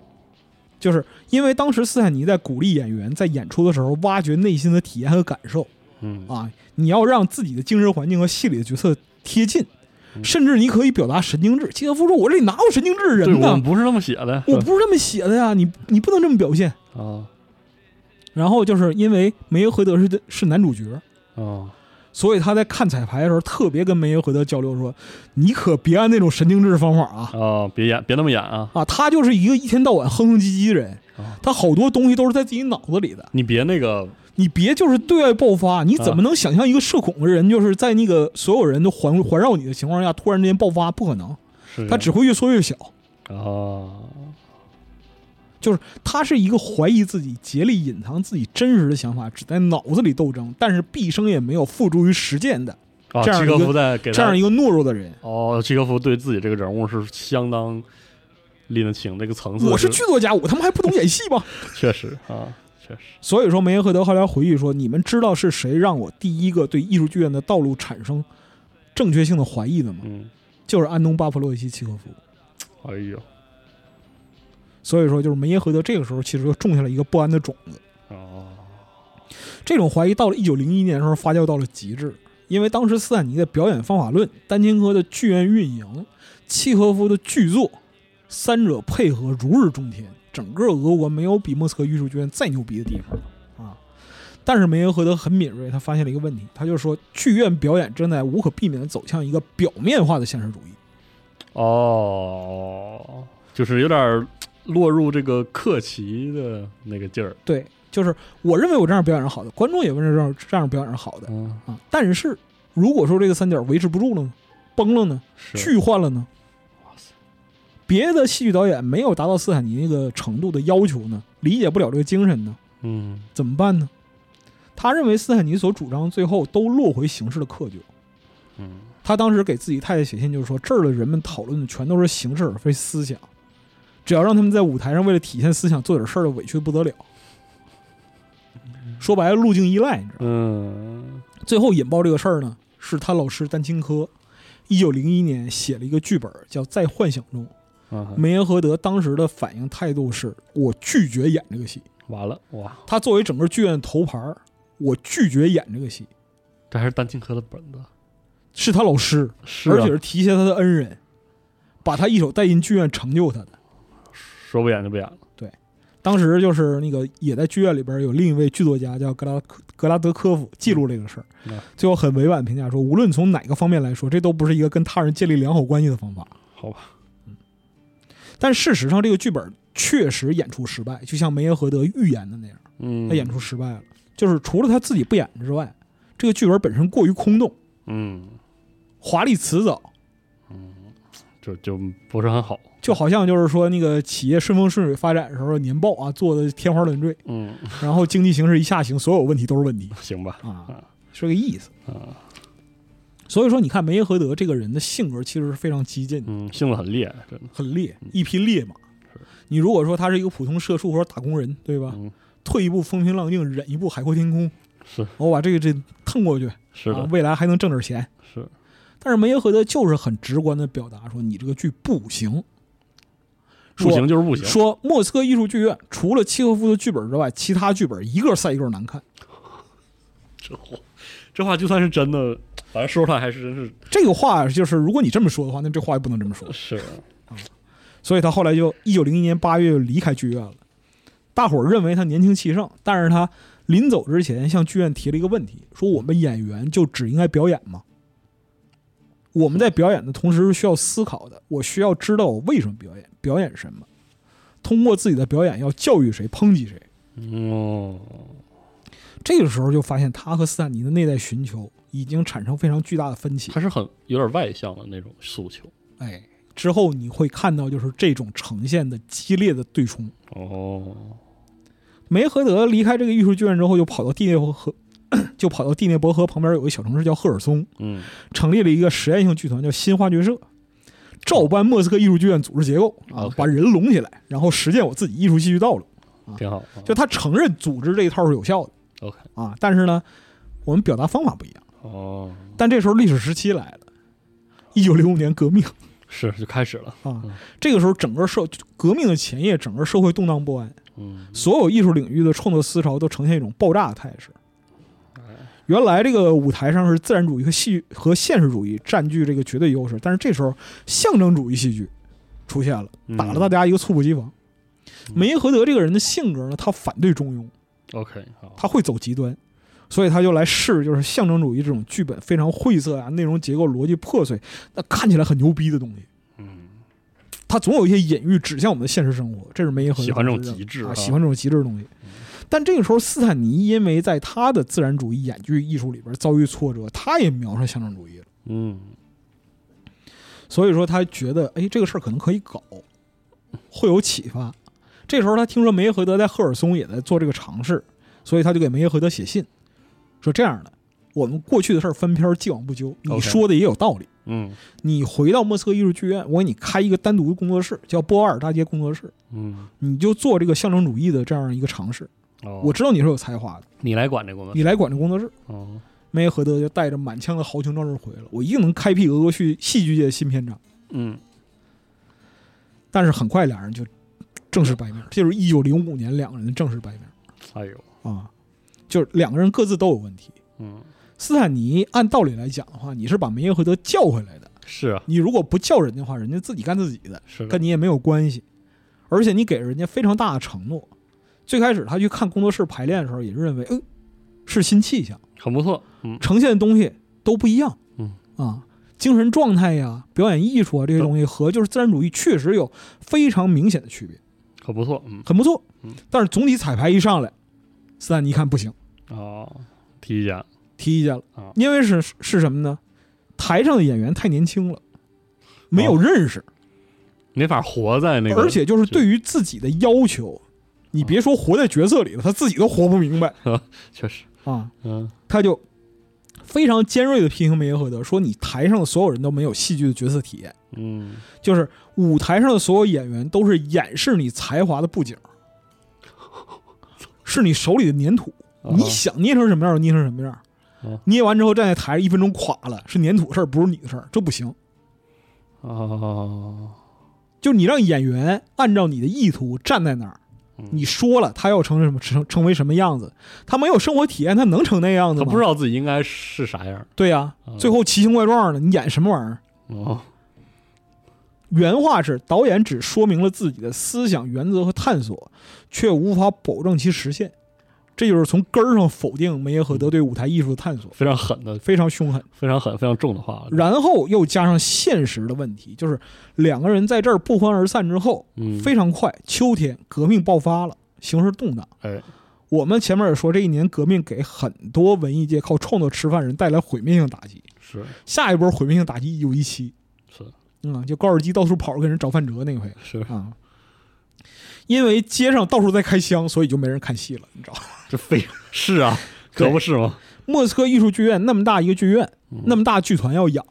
Speaker 3: 就是因为当时斯坦尼在鼓励演员在演出的时候挖掘内心的体验和感受
Speaker 1: 嗯，
Speaker 3: 啊，你要让自己的精神环境和戏里的角色贴近，
Speaker 1: 嗯
Speaker 3: 甚至你可以表达神经质。契诃夫说：“我这里哪有神经质的
Speaker 1: 对，
Speaker 3: 人
Speaker 1: 我们
Speaker 3: 呢？
Speaker 1: 不是这么写的，
Speaker 3: 我不是这么写的呀，你你不能这么表现。”
Speaker 1: 啊，
Speaker 3: 然后就是因为梅耶荷德是是男主角，
Speaker 1: 哦，
Speaker 3: 所以他在看彩排的时候，特别跟梅耶荷德交流说：“你可别按那种神经质方法啊
Speaker 1: 哦，别演，别那么演啊！
Speaker 3: 啊！他就是一个一天到晚哼哼唧唧的人
Speaker 1: 啊，
Speaker 3: 他好多东西都是在自己脑子里的。
Speaker 1: 你别那个，
Speaker 3: 你别就是对外爆发，你怎么能想象一个社恐的人就是在那个所有人都环环绕你的情况下突然之间爆发？不可能，
Speaker 1: 是
Speaker 3: 他只会越缩越小。
Speaker 1: 哦，
Speaker 3: 就是他是一个怀疑自己、竭力隐藏自己真实的想法，只在脑子里斗争，但是毕生也没有付诸于实践的
Speaker 1: 啊，
Speaker 3: 这样
Speaker 1: 契
Speaker 3: 一个
Speaker 1: 诃夫在给
Speaker 3: 这
Speaker 1: 他
Speaker 3: 样一个懦弱的人。
Speaker 1: 哦，契诃夫对自己这个人物是相当拎得清这个层次。
Speaker 3: 我是剧作家，我他妈还不懂演戏吗？
Speaker 1: 确实啊，确实
Speaker 3: 所以说，梅耶赫德后来回忆说：“你们知道是谁让我第一个对艺术剧院的道路产生正确性的怀疑的吗？
Speaker 1: 嗯，
Speaker 3: 就是安东·巴甫洛维奇契诃夫。
Speaker 1: 哎呦
Speaker 3: 所以说，就是梅耶赫德这个时候其实就种下了一个不安的种子。
Speaker 1: 哦，
Speaker 3: 这种怀疑到了1901年的时候发酵到了极致，因为当时斯坦尼的表演方法论、丹青科的剧院运营、契诃夫的剧作，三者配合如日中天，整个俄国没有比莫斯科艺术剧院再牛逼的地方了啊！但是梅耶荷德很敏锐，他发现了一个问题，他就说剧院表演正在无可避免地走向一个表面化的现实主义。
Speaker 1: 哦，就是有点儿落入这个克奇的那个劲儿。
Speaker 3: 对，就是我认为我这样表演是好的，观众也认为这样这样表演是好的
Speaker 1: 嗯，
Speaker 3: 啊。但是如果说这个三角维持不住了呢，崩了呢，
Speaker 1: 是
Speaker 3: 剧换了呢？
Speaker 1: 哇塞
Speaker 3: 别的戏剧导演没有达到斯坦尼那个程度的要求呢，理解不了这个精神呢，
Speaker 1: 嗯
Speaker 3: 怎么办呢？他认为斯坦尼所主张最后都落回形式的窠臼。
Speaker 1: 嗯，
Speaker 3: 他当时给自己太太写信，就是说这儿的人们讨论的全都是形式而非思想，只要让他们在舞台上为了体现思想做点事儿的委屈得不得了。说白了，路径依赖，你知道吗。
Speaker 1: 嗯
Speaker 3: 最后引爆这个事儿呢，是他老师丹青科，一九零一年写了一个剧本叫《在幻想中》。
Speaker 1: 啊，
Speaker 3: 梅耶荷德当时的反应态度是：我拒绝演这个戏。
Speaker 1: 完了哇，
Speaker 3: 他作为整个剧院的头牌儿，我拒绝演这个戏。
Speaker 1: 这还是丹青科的本子。
Speaker 3: 是他老师，
Speaker 1: 是
Speaker 3: 而
Speaker 1: 啊
Speaker 3: 且，是提携他的恩人，把他一手带进剧院，成就他的。
Speaker 1: 说不演就不演了。
Speaker 3: 当时就是那个也在剧院里边有另一位剧作家叫格拉格拉德科夫记录了这个事儿
Speaker 1: 嗯，
Speaker 3: 最后很委婉评价说，无论从哪个方面来说，这都不是一个跟他人建立良好关系的方法。嗯
Speaker 1: 好吧，
Speaker 3: 但事实上，这个剧本确实演出失败，就像梅耶荷德预言的那样，
Speaker 1: 嗯，
Speaker 3: 他演出失败了。就是除了他自己不演之外，这个剧本本身过于空洞，
Speaker 1: 嗯，
Speaker 3: 华丽辞藻，
Speaker 1: 就就不是很好，
Speaker 3: 就好像就是说那个企业顺风顺水发展的时候，年报啊做的天花乱坠，
Speaker 1: 嗯，
Speaker 3: 然后经济形势一下行，所有问题都是问题
Speaker 1: 行吧，
Speaker 3: 啊，是个意思。
Speaker 1: 啊，
Speaker 3: 所以说，你看梅耶荷德这个人的性格其实是非常激进的，
Speaker 1: 嗯，性子很烈，真的，
Speaker 3: 很烈
Speaker 1: 嗯，
Speaker 3: 一匹烈马。你如果说他是一个普通社畜或者打工人，对吧？
Speaker 1: 嗯，
Speaker 3: 退一步风平浪静，忍一步海阔天空，
Speaker 1: 是
Speaker 3: 我把这个这蹭过去，
Speaker 1: 是
Speaker 3: 啊
Speaker 1: 的，，
Speaker 3: 未来还能挣点钱。
Speaker 1: 是，
Speaker 3: 但是梅耶荷德就是很直观的表达说，你这个剧不行，
Speaker 1: 不行就是不行，
Speaker 3: 说莫斯科艺术剧院除了契诃夫的剧本之外，其他剧本一个赛一个难看。
Speaker 1: 这话这话就算是真的，反正说出来还是真是
Speaker 3: 这个话就是，如果你这么说的话，那这话也不能这么 说。
Speaker 1: 是，
Speaker 3: 所以他后来就一九零一年八月就离开剧院了。大伙儿认为他年轻气盛，但是他临走之前向剧院提了一个问题，说我们演员就只应该表演吗？我们在表演的同时是需要思考的，我需要知道我为什么表演，表演什么，通过自己的表演要教育谁，抨击谁。
Speaker 1: 嗯哦，
Speaker 3: 这个时候就发现他和斯坦尼的内在寻求已经产生非常巨大的分歧。
Speaker 1: 他是很有点外向的那种诉求，
Speaker 3: 哎，之后你会看到就是这种呈现的激烈的对冲。
Speaker 1: 哦，
Speaker 3: 梅和德离开这个艺术剧院之后，就跑到第聂伯河， 就跑到第聂伯河旁边有一个小城市叫赫尔松，
Speaker 1: 嗯，
Speaker 3: 成立了一个实验性剧团，叫新话剧社，照搬莫斯科艺术剧院组织结构啊，
Speaker 1: OK
Speaker 3: 把人拢起来，然后实践我自己艺术戏剧道路。
Speaker 1: 挺好啊，
Speaker 3: 就他承认组织这一套是有效的
Speaker 1: OK，
Speaker 3: 啊，但是呢，我们表达方法不一样。
Speaker 1: 哦，
Speaker 3: 但这时候历史时期来了，一九零五年革命。
Speaker 1: 是就开始了，
Speaker 3: 啊
Speaker 1: 嗯，
Speaker 3: 这个时候整个社革命的前夜，整个社会动荡不安，
Speaker 1: 嗯，
Speaker 3: 所有艺术领域的创作思潮都呈现一种爆炸的态势。原来这个舞台上是自然主义和戏剧和现实主义占据这个绝对优势，但是这时候象征主义戏剧出现了，
Speaker 1: 嗯
Speaker 3: 打了大家一个猝不及防。梅因荷德这个人的性格呢，他反对中庸，
Speaker 1: 嗯 OK，好，
Speaker 3: 他会走极端，所以他就来试就是象征主义这种剧本非常晦涩啊，内容结构逻辑破碎，那看起来很牛逼的东西。
Speaker 1: 嗯，
Speaker 3: 它总有一些隐喻指向我们的现实生活，这是梅耶和
Speaker 1: 喜欢这种极致嗯
Speaker 3: 啊，
Speaker 1: 啊
Speaker 3: 喜欢这种极致的东西。但这个时候，斯坦尼因为在他的自然主义演剧艺术里边遭遇挫折，他也瞄上象征主义了，
Speaker 1: 嗯，
Speaker 3: 所以说他觉得，哎，这个事儿可能可以搞，会有启发。这时候他听说梅耶荷德在赫尔松也在做这个尝试，所以他就给梅耶荷德写信，说这样的，我们过去的事儿翻篇儿既往不咎，你
Speaker 1: OK
Speaker 3: 说的也有道理。
Speaker 1: 嗯，
Speaker 3: 你回到莫斯科艺术剧院，我给你开一个单独的工作室，叫波瓦尔大街工作室。
Speaker 1: 嗯，
Speaker 3: 你就做这个象征主义的这样一个尝试。
Speaker 1: 哦，
Speaker 3: 我知道你是有才华的，
Speaker 1: 你来管这工作，
Speaker 3: 你来管这工作室。
Speaker 1: 哦，
Speaker 3: 梅耶荷德就带着满腔的豪情壮志回来了，我一定能开辟俄国戏戏剧界的新篇章。
Speaker 1: 嗯，
Speaker 3: 但是很快俩人就正式掰面，这就是一九零五年两个人的正式掰面
Speaker 1: 哎呦，
Speaker 3: 啊，就是两个人各自都有问题。
Speaker 1: 嗯，
Speaker 3: 斯坦尼按道理来讲的话，你是把梅耶荷德叫回来的，
Speaker 1: 是啊，
Speaker 3: 你如果不叫人的话，人家自己干自己的，
Speaker 1: 是的
Speaker 3: 跟，你也没有关系。而且你给人家非常大的承诺。最开始他去看工作室排练的时候，也认为，呃，是新气象，
Speaker 1: 很不错，嗯，
Speaker 3: 呈现的东西都不一样。
Speaker 1: 嗯
Speaker 3: 啊，精神状态呀、表演艺术啊这些东西和就是自然主义确实有非常明显的区别，
Speaker 1: 很不错，嗯，
Speaker 3: 很不错
Speaker 1: 嗯。
Speaker 3: 但是总体彩排一上来，斯坦尼一看不行，
Speaker 1: 哦，提意见，
Speaker 3: 提意见了
Speaker 1: 啊，
Speaker 3: 因为是是什么呢？台上的演员太年轻了，没有认识。
Speaker 1: 没法活在那个，
Speaker 3: 而且就是对于自己的要求，你别说活在角色里了，他自己都活不明白
Speaker 1: 确实，
Speaker 3: 啊！
Speaker 1: 嗯，
Speaker 3: 他就非常尖锐的批评梅耶荷德说：“你台上的所有人都没有戏剧的角色体验，
Speaker 1: 嗯，
Speaker 3: 就是舞台上的所有演员都是掩饰你才华的布景，是你手里的粘土，
Speaker 1: 啊
Speaker 3: 你想捏成什么样就捏成什么样
Speaker 1: 哦。”
Speaker 3: 捏完之后站在台上一分钟垮了，是粘土事儿，不是你的事儿，这不行。
Speaker 1: 哦，
Speaker 3: 就你让演员按照你的意图站在那儿，
Speaker 1: 嗯
Speaker 3: 你说了他要成为什么成成为什么样子，他没有生活体验，他能成那样子
Speaker 1: 他
Speaker 3: 吗？
Speaker 1: 不知道自己应该是啥样，
Speaker 3: 对呀、
Speaker 1: 啊
Speaker 3: 最后奇形怪状的，你演什么玩意儿？
Speaker 1: 哦，
Speaker 3: 原话是：“导演只说明了自己的思想原则和探索，却无法保证其实现。”这就是从根儿上否定梅耶赫德对舞台艺术的探索，
Speaker 1: 非常狠的、
Speaker 3: 非常凶狠。
Speaker 1: 非常狠、非常重的话，
Speaker 3: 然后又加上现实的问题，就是两个人在这儿不欢而散之后，
Speaker 1: 嗯，
Speaker 3: 非常快，秋天革命爆发了，形势动荡。
Speaker 1: 哎，
Speaker 3: 我们前面也说，这一年革命给很多文艺界靠创作吃饭人带来毁灭性打击。
Speaker 1: 是
Speaker 3: 下一波毁灭性打击一九一七，
Speaker 1: 是
Speaker 3: 嗯，就高尔基到处跑着给人找饭辙那回
Speaker 1: 是，
Speaker 3: 啊。因为街上到处在开枪，所以就没人看戏了，你知道吗？
Speaker 1: 这非是啊，可
Speaker 3: 对
Speaker 1: 不是吗？
Speaker 3: 莫斯科艺术剧院那么大一个剧院，
Speaker 1: 嗯
Speaker 3: 那么大剧团要养，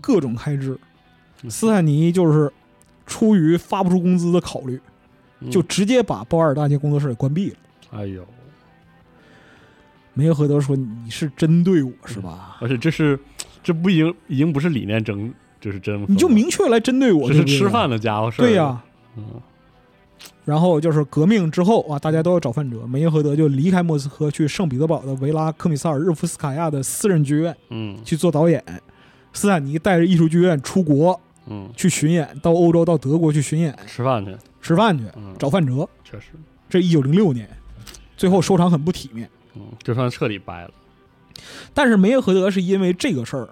Speaker 3: 各种开支。
Speaker 1: 嗯
Speaker 3: 斯坦尼就是出于发不出工资的考虑，
Speaker 1: 嗯
Speaker 3: 就直接把鲍尔大街工作室给关闭了。
Speaker 1: 哎呦，
Speaker 3: 梅耶荷德说：“你是针对我是吧？
Speaker 1: 而且这是这不已经已经不是理念争，这是真，
Speaker 3: 你就明确来针对
Speaker 1: 嗯这
Speaker 3: 我，对
Speaker 1: 是
Speaker 3: 不对
Speaker 1: 吃饭的家伙事儿，
Speaker 3: 对呀、
Speaker 1: 嗯，
Speaker 3: 然后就是革命之后啊，大家都要找饭辙。梅耶荷德就离开莫斯科，去圣彼得堡的维拉科米萨尔日夫斯卡娅的私人剧院
Speaker 1: 嗯
Speaker 3: 去做导演。斯坦尼带着艺术剧院出国
Speaker 1: 嗯，
Speaker 3: 去巡演，到欧洲、到德国去巡演，
Speaker 1: 吃饭去，
Speaker 3: 吃饭去，
Speaker 1: 嗯，
Speaker 3: 找饭辙。
Speaker 1: 确实，
Speaker 3: 这一九零六年，最后收场很不体面。
Speaker 1: 嗯，就算彻底掰了，
Speaker 3: 但是梅耶荷德是因为这个事儿，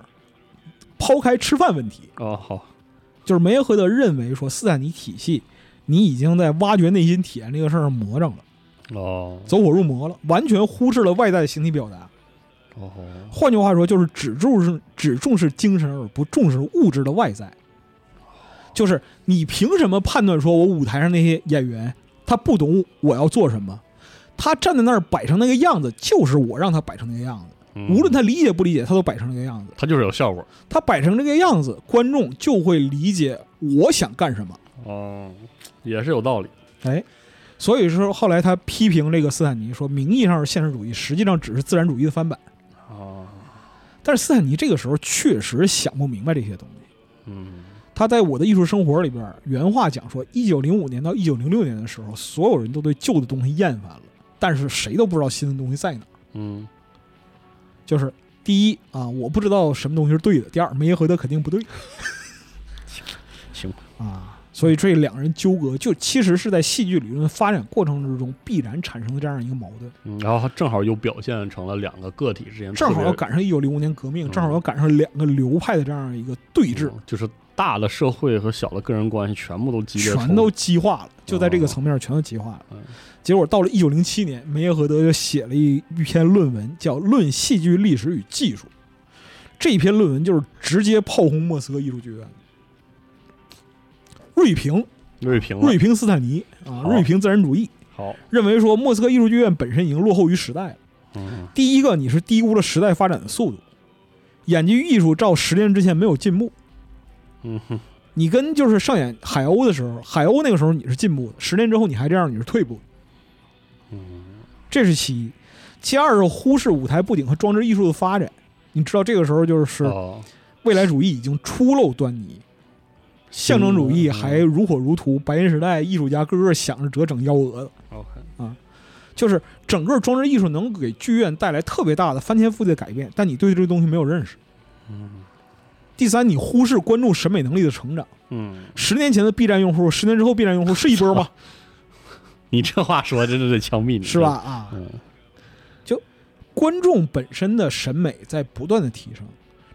Speaker 3: 抛开吃饭问题，
Speaker 1: 哦，好，
Speaker 3: 就是梅耶荷德认为说斯坦尼体系，你已经在挖掘内心体验这个事儿上魔怔了，
Speaker 1: 哦，
Speaker 3: 走火入魔了，完全忽视了外在的形体表达。
Speaker 1: 哦，
Speaker 3: 换句话说，就是只重视只重视精神而不重视物质的外在。就是你凭什么判断说我舞台上那些演员他不懂我要做什么？他站在那儿摆成那个样子，就是我让他摆成那个样子。
Speaker 1: 嗯
Speaker 3: 无论他理解不理解，他都摆成那个样子。
Speaker 1: 他就是有效果，
Speaker 3: 他摆成这个样子，观众就会理解我想干什么。
Speaker 1: 哦，也是有道理，
Speaker 3: 哎，所以说后来他批评这个斯坦尼说，名义上是现实主义，实际上只是自然主义的翻版。
Speaker 1: 啊，
Speaker 3: 但是斯坦尼这个时候确实想不明白这些东西。
Speaker 1: 嗯，
Speaker 3: 他在我的艺术生活里边儿原话讲说，一九零五年到一九零六年的时候，所有人都对旧的东西厌烦了，但是谁都不知道新的东西在哪儿。
Speaker 1: 嗯，
Speaker 3: 就是第一啊，我不知道什么东西是对的；第二，梅耶荷德肯定不对
Speaker 1: 行，
Speaker 3: 啊。所以这两人纠葛，就其实是在戏剧理论发展过程之中必然产生的这样一个矛盾。
Speaker 1: 嗯，然后他正好又表现成了两个个体之间特
Speaker 3: 正
Speaker 1: 别，
Speaker 3: 好要赶上一九零五年革命，
Speaker 1: 嗯
Speaker 3: 正好要赶上两个流派的这样一个对峙，
Speaker 1: 嗯就是大的社会和小的个人关系全部都激烈冲突，
Speaker 3: 全都激化了，就在这个
Speaker 1: 哦
Speaker 3: 层面全都激化了
Speaker 1: 嗯。
Speaker 3: 结果到了一九零七年，梅耶荷德就写了一一篇论文，叫《论戏剧历史与技术》。这篇论文就是直接炮轰莫斯科艺术剧院。锐评，
Speaker 1: 锐评了
Speaker 3: 锐，评斯坦尼啊，
Speaker 1: 好
Speaker 3: 锐评自然主义，
Speaker 1: 好，
Speaker 3: 认为说莫斯科艺术剧院本身已经落后于时代了。
Speaker 1: 嗯，
Speaker 3: 第一个，你是低估了时代发展的速度，演技艺术照十年之前没有进步。
Speaker 1: 嗯哼，
Speaker 3: 你跟就是上演海鸥的时候，海鸥那个时候你是进步的，十年之后你还这样，你是退步的。
Speaker 1: 嗯，
Speaker 3: 这是其一。其二是忽视舞台布景和装置艺术的发展。你知道这个时候就是
Speaker 1: 哦，
Speaker 3: 未来主义已经初露端倪，象征主
Speaker 1: 嗯
Speaker 3: 义还如火如荼。白银时代艺术家个个想着折整幺蛾子，
Speaker 1: ，OK，
Speaker 3: 就是整个装置艺术能给剧院带来特别大的翻天覆地的改变，但你对这个东西没有认识。
Speaker 1: 嗯
Speaker 3: 第三，你忽视观众审美能力的成长。
Speaker 1: 嗯，
Speaker 3: 十年前的 B 站用户，十年之后 B 站用户是一波吗？
Speaker 1: 你这话说真的得枪毙你，
Speaker 3: 是吧？？啊，
Speaker 1: 嗯
Speaker 3: 观众本身的审美在不断的提升，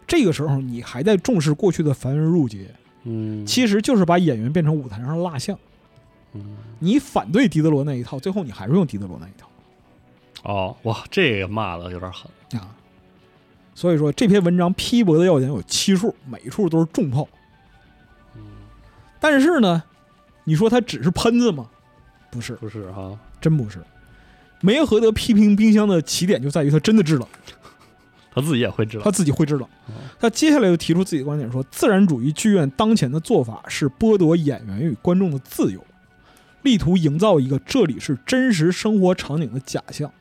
Speaker 3: 这个时候你还在重视过去的繁文缛节，
Speaker 1: 嗯，
Speaker 3: 其实就是把演员变成舞台上的蜡像。
Speaker 1: 嗯
Speaker 3: 你反对狄德罗那一套，最后你还是用狄德罗那一套
Speaker 1: 哦，哇，这个骂的有点狠，
Speaker 3: 啊。所以说这篇文章批驳的要点有七处，每一处都是重炮。
Speaker 1: 嗯
Speaker 3: 但是呢，你说他只是喷子吗？不是，
Speaker 1: 不是哈？
Speaker 3: 真不是。梅耶荷德批评冰箱的起点就在于他真的制冷。
Speaker 1: 他自己也会知道
Speaker 3: 他，自己会知道。他接下来又提出自己的观点说，自然主义剧院当前的做法是剥夺演员与观众的自由，力图营造一个这里是真实生活场景的假象。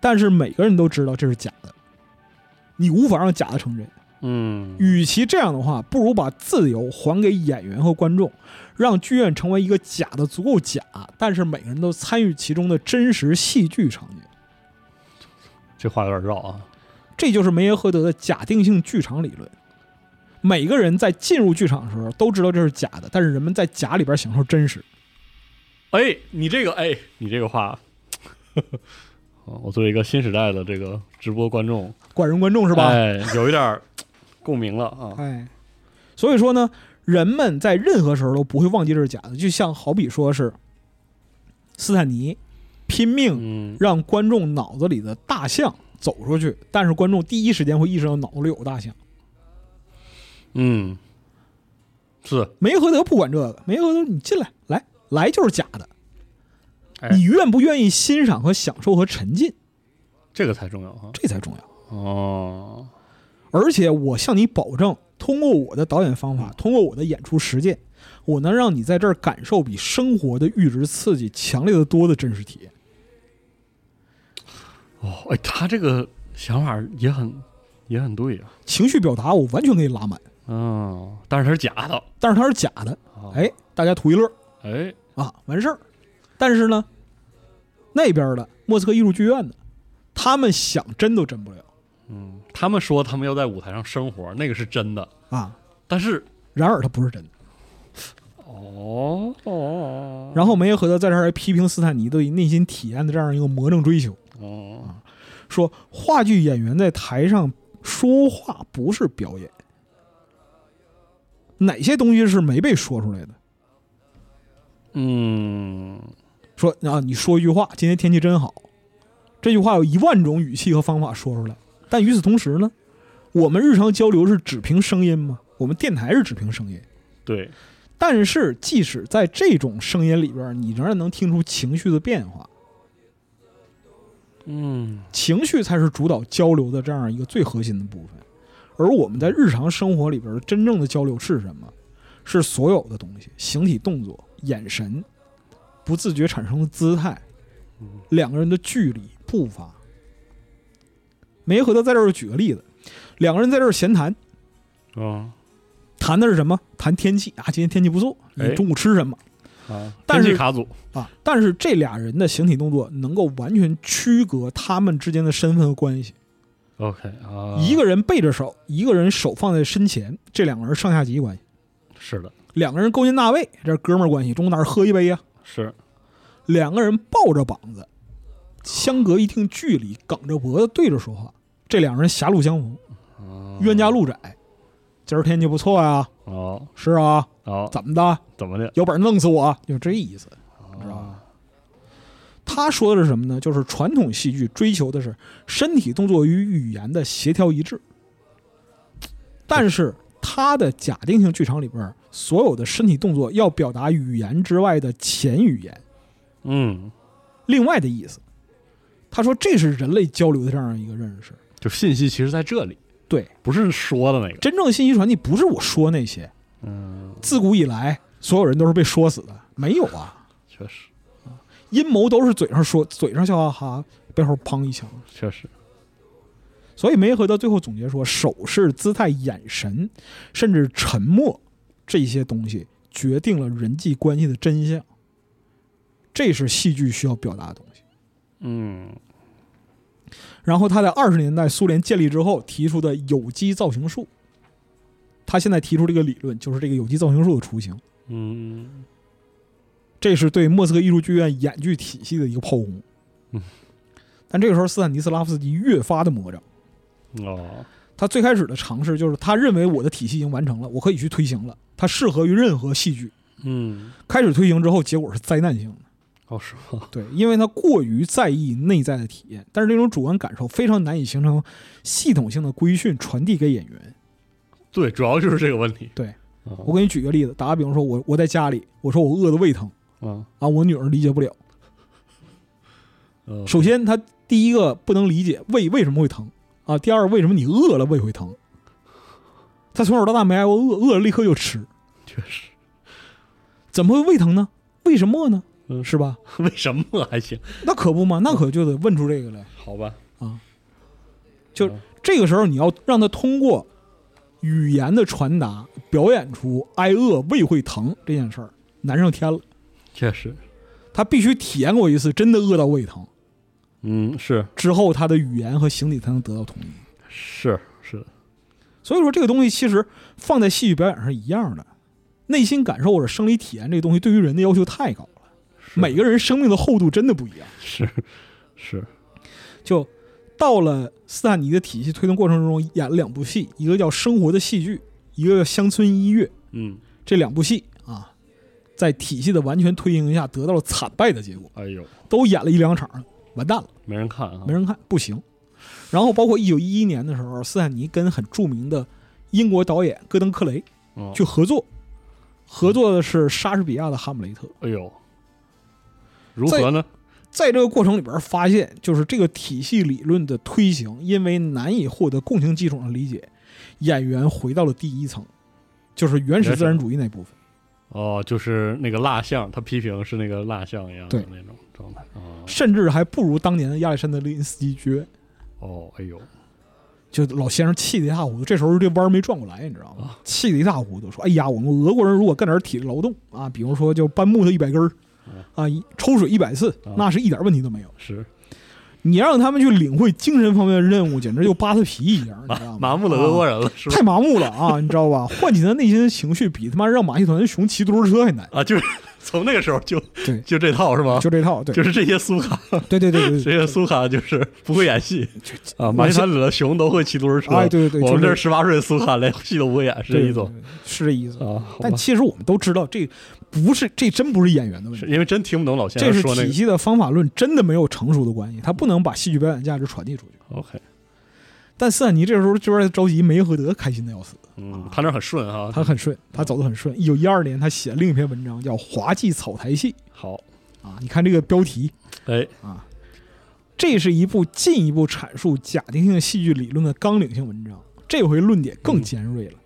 Speaker 3: 但是每个人都知道这是假的，你无法让假的成真。
Speaker 1: 嗯，
Speaker 3: 与其这样的话，不如把自由还给演员和观众，让剧院成为一个假的足够假，但是每个人都参与其中的真实戏剧场景。
Speaker 1: 这话有点绕啊，
Speaker 3: 这就是梅耶荷德的假定性剧场理论。每个人在进入剧场的时候都知道这是假的，但是人们在假里边享受真实。
Speaker 1: 哎，你这个哎，你这个话，啊我作为一个新时代的这个直播观众，
Speaker 3: 管人观众是
Speaker 1: 是
Speaker 3: 吧？
Speaker 1: 哎，有一点儿共鸣了啊。
Speaker 3: 哎，所以说呢，人们在任何时候都不会忘记这是假的，就像好比说是斯坦尼拼命
Speaker 1: 嗯，
Speaker 3: 让观众脑子里的大象走出去，但是观众第一时间会意识到脑子里有大象。
Speaker 1: 嗯，是，
Speaker 3: 梅和德不管这个，梅和德你进来，来来就是假的
Speaker 1: 哎，
Speaker 3: 你愿不愿意欣赏和享受和沉浸，
Speaker 1: 这个才重要啊。
Speaker 3: 这才重要。
Speaker 1: 哦，
Speaker 3: 而且我向你保证，通过我的导演方法，通过我的演出实践，我能让你在这儿感受比生活的阈值刺激强烈的多的真实体验。
Speaker 1: 哦，哎，他这个想法也很也很对啊。
Speaker 3: 情绪表达我完全给你拉满，
Speaker 1: 嗯，但是他是假的。
Speaker 3: 但是它是假的，
Speaker 1: 啊、
Speaker 3: 哎，大家图一乐
Speaker 1: 哎，
Speaker 3: 啊，完事儿。但是呢，那边的莫斯科艺术剧院的，他们想真都真不了
Speaker 1: 嗯，他们说他们要在舞台上生活，那个是真的，
Speaker 3: 啊。
Speaker 1: 但是
Speaker 3: 然而它不是真的。
Speaker 1: 哦哦，
Speaker 3: 然后梅耶荷德在这儿还批评斯坦尼对内心体验的这样一个魔怔追求。
Speaker 1: 哦，
Speaker 3: 说话剧演员在台上说话不是表演，哪些东西是没被说出来的？
Speaker 1: 嗯，
Speaker 3: 说啊，你说一句话，今天天气真好，这句话有一万种语气和方法说出来。但与此同时呢，我们日常交流是只凭声音吗？我们电台是只凭声音，
Speaker 1: 对，
Speaker 3: 但是即使在这种声音里边，你仍然能听出情绪的变化。
Speaker 1: 嗯
Speaker 3: 情绪才是主导交流的这样一个最核心的部分。而我们在日常生活里边真正的交流是什么？是所有的东西，形体、动作、眼神，不自觉产生的姿态
Speaker 1: 嗯，
Speaker 3: 两个人的距离、步伐。梅耶荷德在这儿举个例子，两个人在这儿闲谈，哦
Speaker 1: 啊
Speaker 3: 谈的是什么？谈天气啊，今天天气不错，
Speaker 1: 哎
Speaker 3: 你中午吃什么？
Speaker 1: 啊，
Speaker 3: 但是
Speaker 1: 天气卡组，
Speaker 3: 啊，但是这俩人的形体动作能够完全区隔他们之间的身份和关系。
Speaker 1: OK 啊，
Speaker 3: 一个人背着手，一个人手放在身前，这两个人上下级关系。
Speaker 1: 是的，
Speaker 3: 两个人勾肩搭背，这是哥们儿关系，中午哪儿喝一杯呀、
Speaker 1: 是
Speaker 3: 两个人抱着膀子，相隔一定距离，梗着脖子对着说话，这两个人狭路相逢，
Speaker 1: 啊
Speaker 3: 冤家路窄。今儿天气不错呀、
Speaker 1: 哦
Speaker 3: 是啊，
Speaker 1: 哦，
Speaker 3: 怎么的？
Speaker 1: 怎么的？
Speaker 3: 有本事弄死我，就这意思。知道吧他说的是什么呢？就是传统戏剧追求的是身体动作与语言的协调一致，但是他的假定性剧场里边儿，所有的身体动作要表达语言之外的前语言，
Speaker 1: 嗯，
Speaker 3: 另外的意思。他说这是人类交流的这样一个认识。
Speaker 1: 就信息其实在这里，
Speaker 3: 对，
Speaker 1: 不是说的那个，
Speaker 3: 真正的信息传递不是我说那些，
Speaker 1: 嗯，
Speaker 3: 自古以来所有人都是被说死的，没有啊，
Speaker 1: 确实
Speaker 3: 阴谋都是嘴上说，嘴上笑哈哈，背后砰一枪。
Speaker 1: 确实，
Speaker 3: 所以梅耶荷德最后总结说，手势、姿态、眼神，甚至沉默这些东西，决定了人际关系的真相。这是戏剧需要表达的东西。
Speaker 1: 嗯
Speaker 3: 然后他在二十年代苏联建立之后提出的有机造型术，他现在提出这个理论就是这个有机造型术的雏形。
Speaker 1: 嗯
Speaker 3: 这是对莫斯科艺术剧院演剧体系的一个炮轰。
Speaker 1: 嗯，
Speaker 3: 但这个时候斯坦尼斯拉夫斯基越发的魔怔。
Speaker 1: 哦，
Speaker 3: 他最开始的尝试就是他认为我的体系已经完成了，我可以去推行了，它适合于任何戏剧。
Speaker 1: 嗯
Speaker 3: 开始推行之后，结果是灾难性的，
Speaker 1: 哦是吗？
Speaker 3: 对，因为他过于在意内在的体验，但是这种主观感受非常难以形成系统性的规训传递给演员。
Speaker 1: 对，主要就是这个问题，
Speaker 3: 对
Speaker 1: 哦，
Speaker 3: 我给你举个例子，打个比方说，我我在家里，我说我饿得胃疼
Speaker 1: 嗯
Speaker 3: 啊，我女儿理解不了。
Speaker 1: 嗯
Speaker 3: 首先，她第一个不能理解胃为什么会疼啊，第二，为什么你饿了胃会疼？她从小到大没挨过饿，饿了立刻就吃，
Speaker 1: 确实，
Speaker 3: 怎么会胃疼呢？为什么呢？
Speaker 1: 嗯
Speaker 3: 是吧？
Speaker 1: 为什么啊还行？
Speaker 3: 那 可不嘛，那可就得问出这个来。
Speaker 1: 好吧，
Speaker 3: 就这个时候，你要让他通过语言的传达表演出挨饿、胃会疼这件事儿，难上天了。
Speaker 1: 确实，
Speaker 3: 他必须体验过一次真的饿到胃疼
Speaker 1: 嗯是
Speaker 3: 之后，他的语言和形体才能得到统一。
Speaker 1: 是是的，
Speaker 3: 所以说这个东西其实放在戏剧表演上是一样的，内心感受或者生理体验这个东西对于人的要求太高了，
Speaker 1: 是
Speaker 3: 每个人生命的厚度真的不一样。
Speaker 1: 是是，
Speaker 3: 就到了斯坦尼的体系推动过程中，演了两部戏，一个叫《生活的戏剧》，一个叫《乡村音乐》。
Speaker 1: 嗯，
Speaker 3: 这两部戏啊，在体系的完全推行下，得到了惨败的结果，
Speaker 1: 哎呦，
Speaker 3: 都演了一两场，完蛋了，
Speaker 1: 没人看啊，
Speaker 3: 没人看，不行。然后包括一九一一年的时候，斯坦尼跟很著名的英国导演戈登·克雷
Speaker 1: 嗯
Speaker 3: 去合作，合作的是莎士比亚的《哈姆雷特》。
Speaker 1: 哎呦，如何呢？
Speaker 3: 在这个过程里边发现，就是这个体系理论的推行，因为难以获得共情基础上的理解，演员回到了第一层，就是原始自然主义那部分。
Speaker 1: 哦，就是那个蜡像，他批评是那个蜡像一样的
Speaker 3: 对
Speaker 1: 那种状态啊。
Speaker 3: 甚至还不如当年的亚历山德里恩斯基绝，
Speaker 1: 哦，哎呦，
Speaker 3: 就老先生气得一塌糊涂。这时候这弯儿没转过来，你知道吗？气得一塌糊涂，说：“哎呀，我们俄国人如果干点体力劳动啊，比如说就搬木头一百根儿，啊，一抽水一百次，那是一点问题都没有。
Speaker 1: 是
Speaker 3: 你让他们去领会精神方面的任务，简直就扒他皮一样，你知道吗？
Speaker 1: 麻木了
Speaker 3: 啊
Speaker 1: 俄国人了，是吧？
Speaker 3: 太麻木了啊，你知道吧？ 唤起他内心的情绪，比他妈让马戏团的熊骑独轮车还难。
Speaker 1: 啊，就是 从那个时候就
Speaker 3: 对
Speaker 1: 就这套是吗？
Speaker 3: 就这套，对，
Speaker 1: 就是这些苏卡，
Speaker 3: 对对对对
Speaker 1: 这
Speaker 3: 对，
Speaker 1: 些苏卡 就是不会演戏啊，马戏团里的熊都会骑独轮车，
Speaker 3: 哎，对对对，
Speaker 1: 我们
Speaker 3: 就
Speaker 1: 这十八岁的苏卡连戏都不会演，是这意思
Speaker 3: 对
Speaker 1: 吗
Speaker 3: 对对是这意思。
Speaker 1: 啊？好吧
Speaker 3: 但其实我们都知道，这不是这真不是演员的问
Speaker 1: 是
Speaker 3: 题，
Speaker 1: 因为真听不懂老先
Speaker 3: 这
Speaker 1: 生
Speaker 3: 是
Speaker 1: 说那
Speaker 3: 体
Speaker 1: 个。
Speaker 3: 系的方法论真的没有成熟的关系，他不能把戏剧表演价值传递出去。
Speaker 1: OK，
Speaker 3: 但斯坦尼这时候就是着急，梅耶荷德开心的要死，
Speaker 1: 嗯，他那很顺哈，
Speaker 3: 他很顺，他走得很顺。一九一二年，他写了另一篇文章叫《滑稽草台戏
Speaker 1: 好，》
Speaker 3: 啊，你看这个标题，
Speaker 1: 哎，
Speaker 3: 啊，这是一部进一步阐述假定性戏剧理论的纲领性文章。这回论点更尖锐了。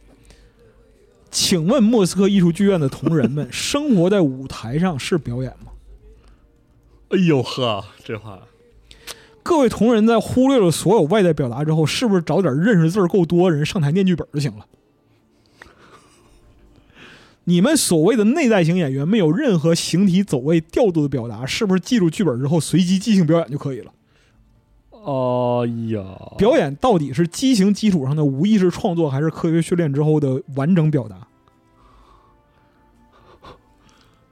Speaker 3: 请问莫斯科艺术剧院的同仁们，生活在舞台上是表演吗？
Speaker 1: 哎呦呵，这话
Speaker 3: 各位同仁在忽略了所有外在表达之后，是不是找点认识字儿够多的人上台念剧本就行了？你们所谓的内在型演员没有任何形体、走位、调度的表达，是不是记住剧本之后随机即兴表演就可以了？
Speaker 1: 哦呀，
Speaker 3: 表演到底是畸形基础上的无意识创作，还是科学训练之后的完整表达？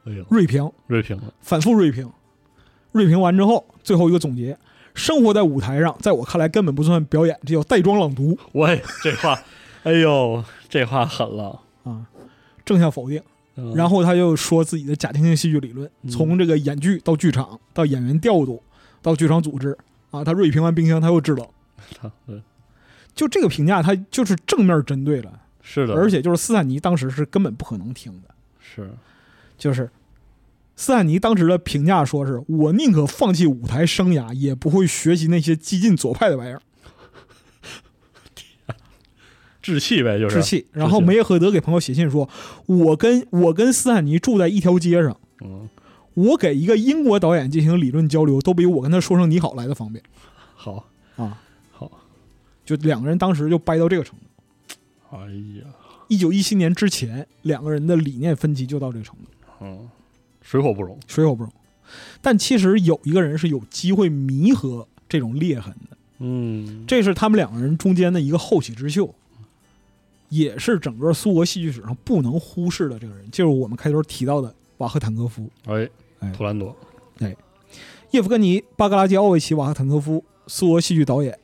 Speaker 1: 哎呦，
Speaker 3: 锐评，
Speaker 1: 锐评了，
Speaker 3: 反复锐评，锐评完之后，最后一个总结：生活在舞台上，在我看来根本不算表演，这叫带妆朗读
Speaker 1: 喂，这话，哎呦， 这话狠了。
Speaker 3: 啊！正向否定。
Speaker 1: 嗯
Speaker 3: 然后他就说自己的假定性戏剧理论，
Speaker 1: 嗯
Speaker 3: 从这个演剧到剧场，到演员调度，到剧场组织啊，他锐评完冰箱，他又制冷。
Speaker 1: 他对
Speaker 3: 就这个评价，他就是正面针对了，
Speaker 1: 是的，
Speaker 3: 而且就是斯坦尼当时是根本不可能听的。
Speaker 1: 是
Speaker 3: 就是斯坦尼当时的评价说是：“我宁可放弃舞台生涯，也不会学习那些激进左派的玩意儿。
Speaker 1: 置气呗，”就是啊
Speaker 3: 置气。然后
Speaker 1: 致敬
Speaker 3: 梅耶赫德给朋友写信说：“我跟我跟斯坦尼住在一条街上，
Speaker 1: 嗯，
Speaker 3: 我给一个英国导演进行理论交流，都比我跟他说声你好来的方便
Speaker 1: 好，
Speaker 3: 啊！”
Speaker 1: 好，
Speaker 3: 就两个人当时就掰到这个程度。
Speaker 1: 哎呀，
Speaker 3: 一九一七年之前，两个人的理念分歧就到这个程度，
Speaker 1: 嗯，水火不容，
Speaker 3: 水火不容。但其实有一个人是有机会弥合这种裂痕的。
Speaker 1: 嗯，
Speaker 3: 这是他们两个人中间的一个后起之秀，也是整个苏俄戏剧史上不能忽视的这个人，就是我们开头提到的瓦赫坦科夫。
Speaker 1: 哎
Speaker 3: 哎，
Speaker 1: 图兰朵，
Speaker 3: 叶夫根尼·巴格拉季奥维奇·瓦赫坦科夫，苏俄戏剧导演，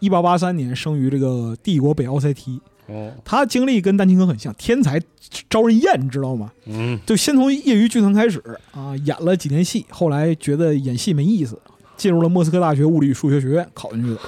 Speaker 3: 一八八三年生于这个帝国北奥塞梯。
Speaker 1: 哦，
Speaker 3: 他经历跟丹青科很像，天才招人厌，你知道吗？
Speaker 1: 嗯，
Speaker 3: 就先从业余剧团开始啊，演了几年戏，后来觉得演戏没意思，进入了莫斯科大学物理与数学学院，考进去的。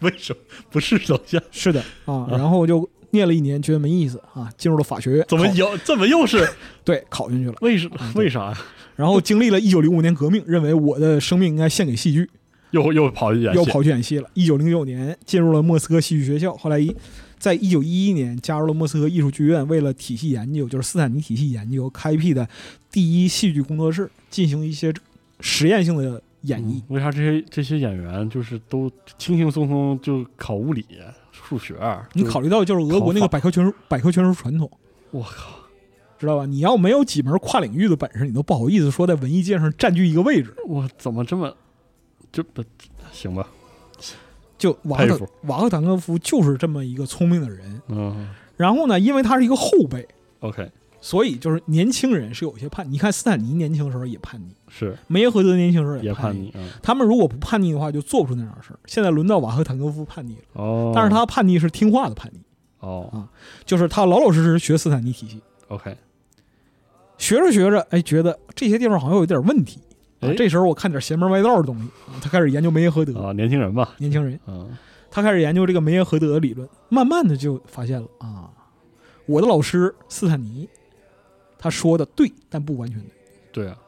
Speaker 1: 为什么不是老 先？
Speaker 3: 是的啊，
Speaker 1: 啊
Speaker 3: 然后就念了一年，觉得没意思啊，进入了法学院，
Speaker 1: 怎么
Speaker 3: 考
Speaker 1: 又怎么又是
Speaker 3: 对考进去了？
Speaker 1: 为什
Speaker 3: 嗯对
Speaker 1: 为啥呀？
Speaker 3: 然后经历了一九零五年革命，认为我的生命应该献给戏剧，
Speaker 1: 又又跑去演戏，
Speaker 3: 又跑去演戏了。一九零九年进入了莫斯科戏剧学校，后来一在一九一一年加入了莫斯科艺术剧院，为了体系研究，就是斯坦尼体系研究开辟的第一戏剧工作室，进行一些实验性的演绎
Speaker 1: 嗯。为啥这些这些演员就是都轻轻松松就考物理、数学？
Speaker 3: 你
Speaker 1: 就
Speaker 3: 考虑到就是俄国那个百科全书百科全书传统，
Speaker 1: 我靠，
Speaker 3: 知道吧？你要没有几门跨领域的本事，你都不好意思说在文艺界上占据一个位置。
Speaker 1: 我怎么这么这不行吧？
Speaker 3: 就瓦
Speaker 1: 佩
Speaker 3: 克
Speaker 1: 服
Speaker 3: 瓦克坦科夫就是这么一个聪明的人。
Speaker 1: 嗯
Speaker 3: 然后呢，因为他是一个后辈，
Speaker 1: ，OK，
Speaker 3: 所以就是年轻人是有一些叛逆。你看斯坦尼年轻时候也叛逆，
Speaker 1: 是
Speaker 3: 梅耶荷德年轻时候
Speaker 1: 也
Speaker 3: 叛
Speaker 1: 叛逆，嗯，
Speaker 3: 他们如果不叛逆的话，就做不出那样的事儿。现在轮到瓦赫坦科夫叛逆了，
Speaker 1: 哦，
Speaker 3: 但是他叛逆是听话的叛逆，
Speaker 1: 哦
Speaker 3: 就是他老老实实学斯坦尼体系，
Speaker 1: ，OK，
Speaker 3: 学着学着，哎，觉得这些地方好像有点问题。啊
Speaker 1: 哎、
Speaker 3: 这时候我看点邪门歪道的东西，啊他开始研究梅耶荷德。
Speaker 1: 啊，年轻人吧，
Speaker 3: 年轻人，
Speaker 1: 嗯，
Speaker 3: 他开始研究这个梅耶荷德的理论，慢慢的就发现了啊，我的老师斯坦尼，他说的对，但不完全对。
Speaker 1: 对啊，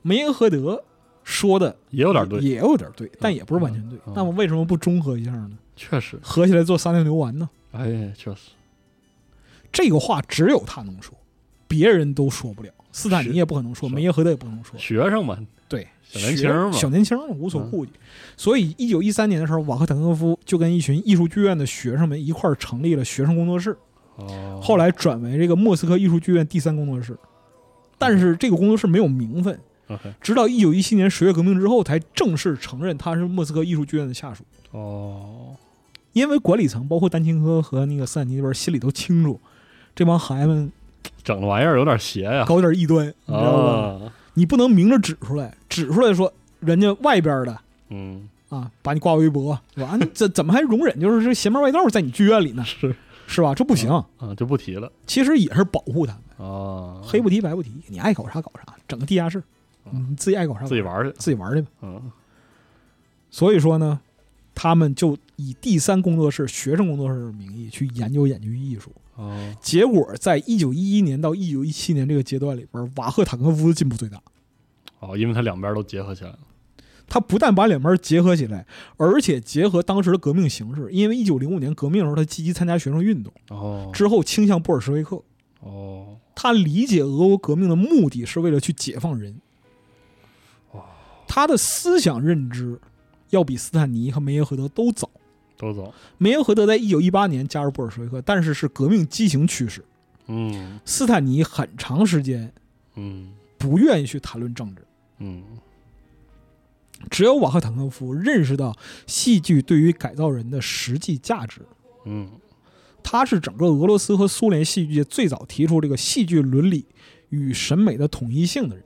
Speaker 3: 梅耶荷德说的
Speaker 1: 也有点对，
Speaker 3: 也有点对，但也不是完全对。
Speaker 1: 嗯
Speaker 3: 那么为什么不综合一下呢？
Speaker 1: 确实，
Speaker 3: 合起来做三六牛丸呢？
Speaker 1: 哎，确实，
Speaker 3: 这个话只有他能说，别人都说不了。斯坦尼
Speaker 1: 是
Speaker 3: 也不可能说，
Speaker 1: 是
Speaker 3: 梅耶荷德也不可能说。
Speaker 1: 学生嘛，
Speaker 3: 对，
Speaker 1: 小年轻儿嘛嗯
Speaker 3: 学小年轻儿无所顾忌。所以，一九一三年的时候，瓦赫坦科夫就跟一群艺术剧院的学生们一块儿成立了学生工作室，
Speaker 1: 哦，
Speaker 3: 后来转为这个莫斯科艺术剧院第三工作室。但是这个工作室没有名分，
Speaker 1: OK，
Speaker 3: 直到一九一七年十月革命之后，才正式承认他是莫斯科艺术剧院的下属。
Speaker 1: 哦，
Speaker 3: 因为管理层包括丹青科和那个斯坦尼那边心里都清楚，这帮孩子们
Speaker 1: 整的玩意儿有点邪呀，
Speaker 3: 搞点异端，你知道吧？
Speaker 1: 啊，
Speaker 3: 你不能明着指出来，指出来说人家外边的
Speaker 1: 嗯，
Speaker 3: 啊，把你挂微博，完这怎么还容忍？就是这邪门外道在你剧院里呢，
Speaker 1: 是
Speaker 3: 是吧？这不行，
Speaker 1: 啊，就不提了
Speaker 3: 其实也是保护他们，
Speaker 1: 啊，
Speaker 3: 黑不提白不提，你爱搞啥搞啥，整个地下室，
Speaker 1: 嗯
Speaker 3: 你自己爱搞啥搞啥
Speaker 1: 自己玩儿去，
Speaker 3: 自己玩去吧。
Speaker 1: 嗯，
Speaker 3: 所以说呢，他们就以第三工作室、学生工作室的名义去研究研究艺术。
Speaker 1: 哦，
Speaker 3: 结果在一九一一年到一九一七年这个阶段里边，瓦赫坦科夫的进步最大。
Speaker 1: 哦，因为它两边都结合起来了，
Speaker 3: 他不但把两边结合起来，而且结合当时的革命形势。因为一九零五年革命的时候，他积极参加学生运动，
Speaker 1: 哦，
Speaker 3: 之后倾向布尔什维克。
Speaker 1: 哦，
Speaker 3: 他理解俄国革命的目的是为了去解放人。他的思想认知要比斯坦尼和梅耶荷德都早。
Speaker 1: 都走，
Speaker 3: 梅耶荷德在一九一八年加入布尔什维克，但是是革命畸形驱使。
Speaker 1: 嗯
Speaker 3: 斯坦尼很长时间
Speaker 1: 嗯
Speaker 3: 不愿意去谈论政治。
Speaker 1: 嗯，
Speaker 3: 只有瓦赫坦科夫认识到戏剧对于改造人的实际价值。
Speaker 1: 嗯，
Speaker 3: 他是整个俄罗斯和苏联戏剧界最早提出这个戏剧伦理与审美的统一性的人。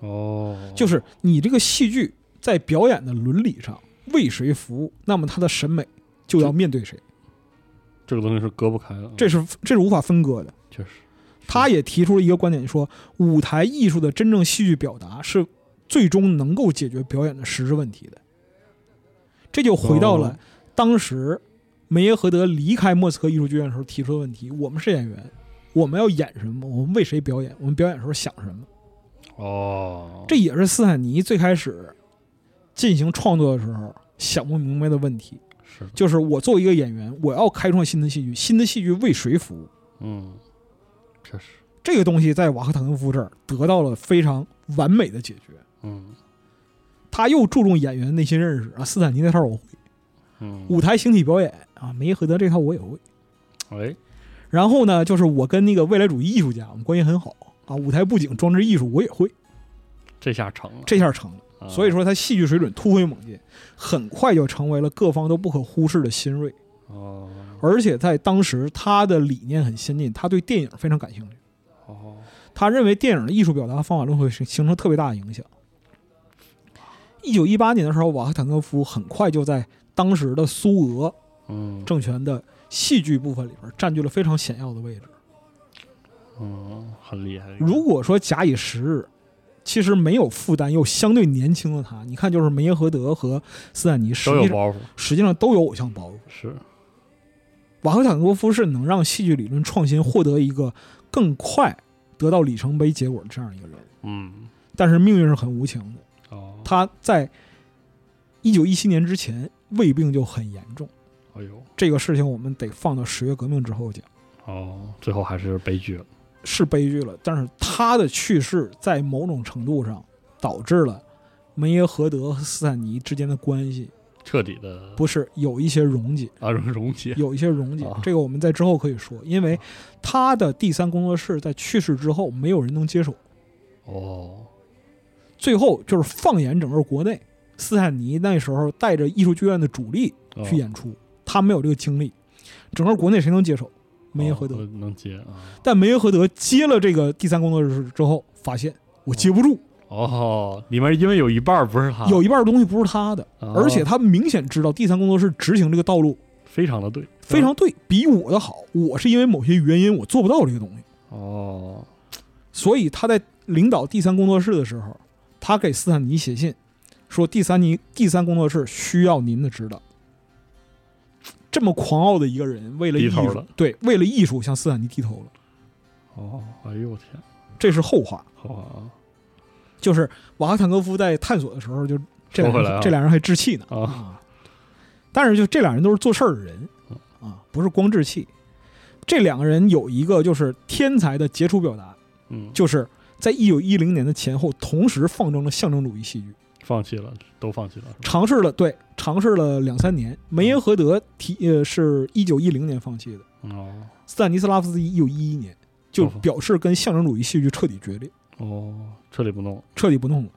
Speaker 1: 哦，
Speaker 3: 就是你这个戏剧在表演的伦理上为谁服务，那么他的审美就要面对谁，
Speaker 1: 嗯这个东西是割不开的，
Speaker 3: 这是这是无法分割的。
Speaker 1: 确实，
Speaker 3: 他也提出了一个观点说，舞台艺术的真正戏剧表达是最终能够解决表演的实质问题的。这就回到了
Speaker 1: 哦
Speaker 3: 当时梅耶荷德离开莫斯科艺术剧院的时候提出的问题：我们是演员，我们要演什么？我们为谁表演？我们表演的时候想什么？
Speaker 1: 哦，
Speaker 3: 这也是斯坦尼最开始进行创作的时候想不明白的问题，
Speaker 1: 是的，
Speaker 3: 就是我作为一个演员，我要开创新的戏剧，新的戏剧为谁服务？
Speaker 1: 嗯，确实，
Speaker 3: 这个东西在瓦赫坦科夫这儿得到了非常完美的解决。
Speaker 1: 嗯
Speaker 3: 他又注重演员内心认识啊，斯坦尼那套我会，
Speaker 1: 嗯，
Speaker 3: 舞台形体表演啊，梅耶荷德这套我也会。
Speaker 1: 哎，
Speaker 3: 然后呢，就是我跟那个未来主义艺术家，我们关系很好啊，舞台布景、装置艺术我也会，
Speaker 1: 这下成了，
Speaker 3: 这下成了。
Speaker 1: 啊
Speaker 3: 所以说他戏剧水准突飞猛进，很快就成为了各方都不可忽视的新锐。
Speaker 1: 哦
Speaker 3: 而且在当时他的理念很先进，他对电影非常感兴趣。
Speaker 1: 哦，
Speaker 3: 他认为电影的艺术表达方法论会形形成特别大的影响。一九一八年的时候，瓦赫坦科夫很快就在当时的苏俄
Speaker 1: 嗯，
Speaker 3: 政权的戏剧部分里边占据了非常显要的位置。
Speaker 1: 嗯，很厉害，
Speaker 3: 如果说假以时日，其实没有负担又相对年轻的他，你看就是梅耶荷德和斯坦尼，实
Speaker 1: 都有
Speaker 3: 际上
Speaker 1: 包袱，
Speaker 3: 实际上都有偶像包袱。
Speaker 1: 是，
Speaker 3: 瓦赫坦科夫是能让戏剧理论创新获得一个更快得到里程碑结果的这样一个人，
Speaker 1: 嗯，
Speaker 3: 但是命运是很无情的。
Speaker 1: 哦，
Speaker 3: 他在一九一七年之前胃病就很严重，
Speaker 1: 哎呦，
Speaker 3: 这个事情我们得放到十月革命之后讲，
Speaker 1: 哦，最后还是悲剧了，
Speaker 3: 是悲剧了。但是他的去世在某种程度上导致了梅耶荷德和斯坦尼之间的关系
Speaker 1: 彻底的
Speaker 3: 不是有一些溶解，
Speaker 1: 啊溶溶解，
Speaker 3: 有一些溶解
Speaker 1: 啊。
Speaker 3: 这个我们在之后可以说，因为他的第三工作室在去世之后没有人能接手，
Speaker 1: 哦，
Speaker 3: 最后就是放眼整个国内，斯坦尼那时候带着艺术剧院的主力
Speaker 1: 哦
Speaker 3: 去演出，他没有这个精力，整个国内谁能接手？梅耶
Speaker 1: 哦
Speaker 3: 荷德。
Speaker 1: 能接啊？
Speaker 3: 但梅耶荷德接了这个第三工作日之后，发现我接不住，
Speaker 1: 哦，里面因为有一半儿不是他，
Speaker 3: 有一半东西不是他的，
Speaker 1: 哦
Speaker 3: 而且他明显知道第三工作室执行这个道路
Speaker 1: 非常的对，
Speaker 3: 非常对，比我的好。我是因为某些原因我做不到这个东西，
Speaker 1: 哦，
Speaker 3: 所以他在领导第三工作室的时候，他给斯坦尼写信说：“第三尼第三工作室需要您的指导。”这么狂傲的一个人，为了艺
Speaker 1: 哦低头
Speaker 3: 术
Speaker 1: 了，
Speaker 3: 对，为了艺术向斯坦尼低头了，
Speaker 1: 哦，哎呦我天，
Speaker 3: 这是后话。
Speaker 1: 好啊
Speaker 3: 就是瓦克坦科夫在探索的时候，就这俩
Speaker 1: 说回
Speaker 3: 人、
Speaker 1: 来啊
Speaker 3: 这俩人还置气呢
Speaker 1: 啊，
Speaker 3: 但是就这俩人都是做事儿的人
Speaker 1: 嗯
Speaker 3: 啊，不是光置气。这两个人有一个就是天才的杰出表达，
Speaker 1: 嗯，
Speaker 3: 就是在一九一零年的前后，同时放纵了象征主义戏剧，
Speaker 1: 放弃了，都放弃了，是吧
Speaker 3: 尝试了对尝试了两三年。梅耶荷德提呃是一九一零年放弃的，
Speaker 1: 哦
Speaker 3: 斯坦尼斯拉夫斯基一九一一年就表示跟象征主义戏剧彻底决裂，
Speaker 1: 哦，彻底不弄了，
Speaker 3: 彻底不弄了，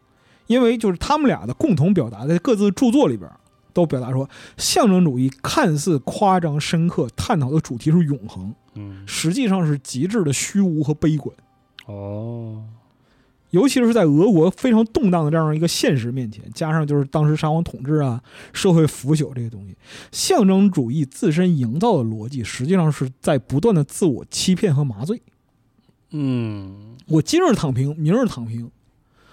Speaker 3: 因为就是他们俩的共同表达在各自著作里边。都表达说，象征主义看似夸张深刻，探讨的主题是永恒，
Speaker 1: 嗯，
Speaker 3: 实际上是极致的虚无和悲观，
Speaker 1: 哦，
Speaker 3: 尤其是在俄国非常动荡的这样一个现实面前，加上就是当时沙皇统治啊、社会腐朽这些东西，象征主义自身营造的逻辑，实际上是在不断的自我欺骗和麻醉。
Speaker 1: 嗯，
Speaker 3: 我今日躺平，明日躺平，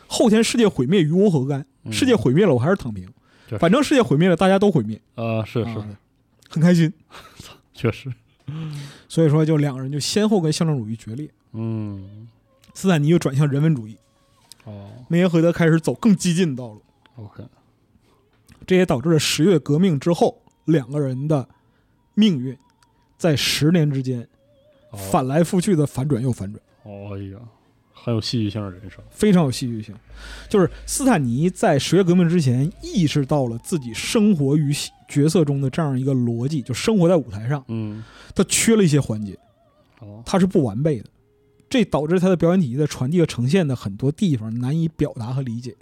Speaker 3: 后天世界毁灭与我何干？
Speaker 1: 嗯
Speaker 3: 世界毁灭了，我还是躺平
Speaker 1: 对，
Speaker 3: 反正世界毁灭了，大家都毁灭，
Speaker 1: 啊，是是，
Speaker 3: 啊很开心。
Speaker 1: 确实，
Speaker 3: 所以说，就两个人就先后跟象征主义决裂，
Speaker 1: 嗯，
Speaker 3: 斯坦尼就转向人文主义，
Speaker 1: 哦
Speaker 3: 梅耶荷德开始走更激进的道路。
Speaker 1: ，OK，
Speaker 3: 这也导致了十月革命之后两个人的命运在十年之间
Speaker 1: 哦，
Speaker 3: 反来覆去的反转又反转，
Speaker 1: 哦哎呀，很有戏剧性的人生，
Speaker 3: 非常有戏剧性。就是斯坦尼在十月革命之前意识到了自己生活于角色中的这样一个逻辑，就生活在舞台上，
Speaker 1: 嗯，
Speaker 3: 他缺了一些环节，
Speaker 1: 哦，
Speaker 3: 他是不完备的，这导致他的表演体系在传递和呈现的很多地方难以表达和理解，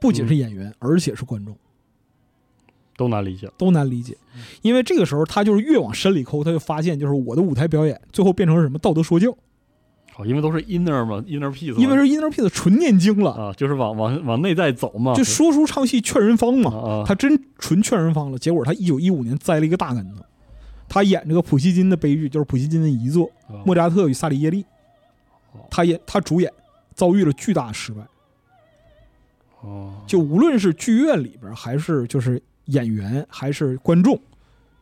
Speaker 3: 不仅是演员，而且是观众。
Speaker 1: 都难理解，
Speaker 3: 都难理解，
Speaker 1: 嗯
Speaker 3: 因为这个时候他就是越往深里抠，他就发现就是我的舞台表演最后变成了什么道德说教，
Speaker 1: 好，哦因为都是 inner 嘛，inner piece，嘛
Speaker 3: 因为是 inner piece 纯念经了，
Speaker 1: 啊，就是往往往内在走嘛，
Speaker 3: 就说书唱戏劝人方嘛，
Speaker 1: 啊啊，
Speaker 3: 他真纯劝人方了。结果他一九一五年栽了一个大跟头，他演这个普希金的悲剧，就是普希金的遗作
Speaker 1: 啊
Speaker 3: 《莫扎特与萨里耶利》
Speaker 1: 哦，
Speaker 3: 他演他主演遭遇了巨大失败，
Speaker 1: 哦，
Speaker 3: 就无论是剧院里边还是就是演员还是观众，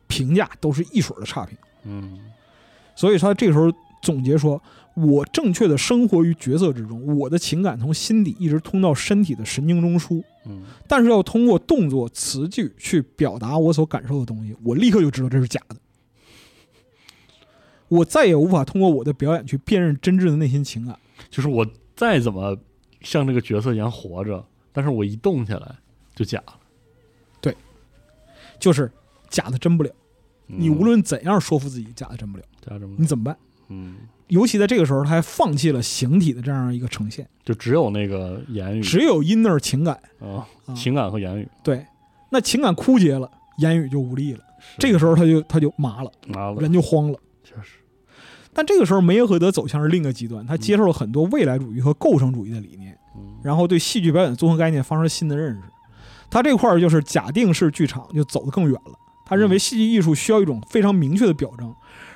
Speaker 3: 评价都是一水儿的差评。
Speaker 1: 嗯，
Speaker 3: 所以他这个时候总结说：“我正确的生活于角色之中，我的情感从心底一直通到身体的神经中枢，
Speaker 1: 嗯，
Speaker 3: 但是要通过动作、词句去表达我所感受的东西，我立刻就知道这是假的。我再也无法通过我的表演去辨认真挚的内心情感。
Speaker 1: 就是我再怎么像这个角色一样活着，但是我一动起来就假了，
Speaker 3: 就是假的真不了，你无
Speaker 1: 嗯
Speaker 3: 论怎样说服自己，假的真不了，
Speaker 1: 假这么
Speaker 3: 你怎么办？
Speaker 1: 嗯，
Speaker 3: 尤其在这个时候，他还放弃了形体的这样一个呈现，
Speaker 1: 就只有那个言语
Speaker 3: 只有 inner 情感。
Speaker 1: 啊
Speaker 3: 啊，
Speaker 1: 嗯情感和言语，
Speaker 3: 对，那情感枯竭了，言语就无力了。这个时候他就他就麻了，
Speaker 1: 拿了
Speaker 3: 人就慌了。
Speaker 1: 确实，
Speaker 3: 但这个时候梅耶荷德走向是另一个极端，他接受了很多未来主义和构成主义的理念，
Speaker 1: 嗯，
Speaker 3: 然后对戏剧表演的综合概念发生了新的认识。他这块儿就是假定式剧场就走得更远了。他
Speaker 1: 嗯
Speaker 3: 认为戏剧艺术需要一种非常明确的表征，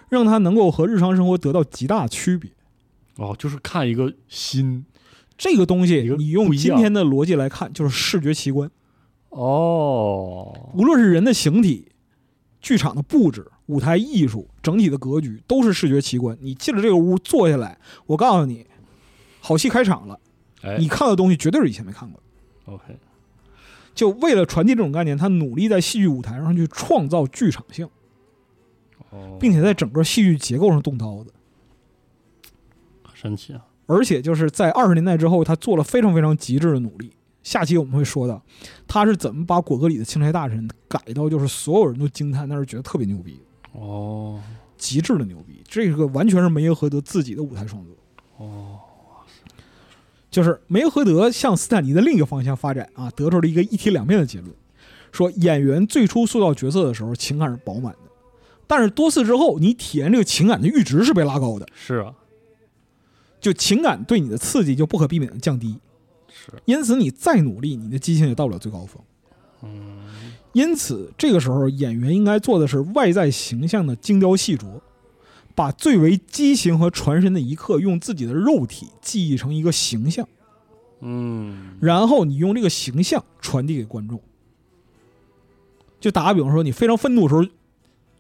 Speaker 3: 让它能够和日常生活得到极大的区别。
Speaker 1: 哦，就是看一个新
Speaker 3: 这个东
Speaker 1: 一
Speaker 3: 西
Speaker 1: 个，
Speaker 3: 你用
Speaker 1: 不一
Speaker 3: 今
Speaker 1: 样
Speaker 3: 天的逻辑来看，就是视觉奇观。
Speaker 1: 哦，
Speaker 3: 无论是人的形体、剧场的布置、舞台艺术、整体的格局，都是视觉奇观。你进了这个屋，坐下来，我告诉你，好戏开场了，
Speaker 1: 哎
Speaker 3: 你看到的东西绝对是以前没看过的。
Speaker 1: ，OK，
Speaker 3: 就为了传递这种概念，他努力在戏剧舞台上去创造剧场性，
Speaker 1: 哦，
Speaker 3: 并且在整个戏剧结构上动刀子。
Speaker 1: 神奇啊，
Speaker 3: 而且就是在二十年代之后，他做了非常非常极致的努力。下期我们会说到，他是怎么把果戈里的钦差大臣改到就是所有人都惊叹，但是觉得特别牛逼的。
Speaker 1: 哦
Speaker 3: 极致的牛逼，这个完全是梅耶荷德自己的舞台创作。
Speaker 1: 哦，
Speaker 3: 就是梅和德向斯坦尼的另一个方向发展啊，得出了一个一体两面的结论，说演员最初塑造角色的时候情感是饱满的，但是多次之后，你体验这个情感的阈值是被拉高的，
Speaker 1: 是啊，
Speaker 3: 就情感对你的刺激就不可避免的降低，
Speaker 1: 是，啊
Speaker 3: 因此你再努力，你的激情也到不了最高峰。
Speaker 1: 嗯，
Speaker 3: 因此，这个时候演员应该做的是外在形象的精雕细琢，把最为畸形和传神的一刻，用自己的肉体记忆成一个形象，
Speaker 1: 嗯，
Speaker 3: 然后你用这个形象传递给观众。就打个比方说，你非常愤怒的时候，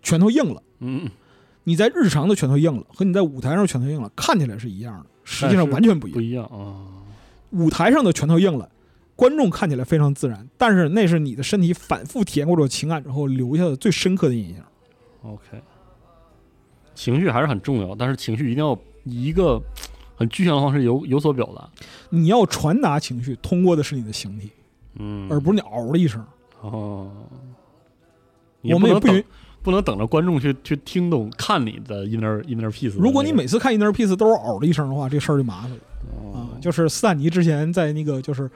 Speaker 3: 拳头硬了；
Speaker 1: 嗯，
Speaker 3: 你在日常的拳头硬了，和你在舞台上拳头硬了看起来是一样的，实际上完全不一
Speaker 1: 不
Speaker 3: 样。
Speaker 1: 一样啊，
Speaker 3: 舞台上的拳头硬了，观众看起来非常自然，但是那是你的身体反复体验过这种情感之后留下的最深刻的印象。
Speaker 1: OK，情绪还是很重要，但是情绪一定要以一个很具象的方式有有所表达，
Speaker 3: 你要传达情绪，通过的是你的形体，
Speaker 1: 嗯，
Speaker 3: 而不是你嗷了一声。
Speaker 1: 哦，你
Speaker 3: 我们也
Speaker 1: 不
Speaker 3: 不
Speaker 1: 能
Speaker 3: 允
Speaker 1: 等，不能等着观众去去听懂看你的 inner inner piece 的那个。
Speaker 3: 如果你每次看 inner piece 都是嗷了一声的话，这事儿就麻烦了啊
Speaker 1: 哦、。
Speaker 3: 就是斯坦尼之前在那个就是。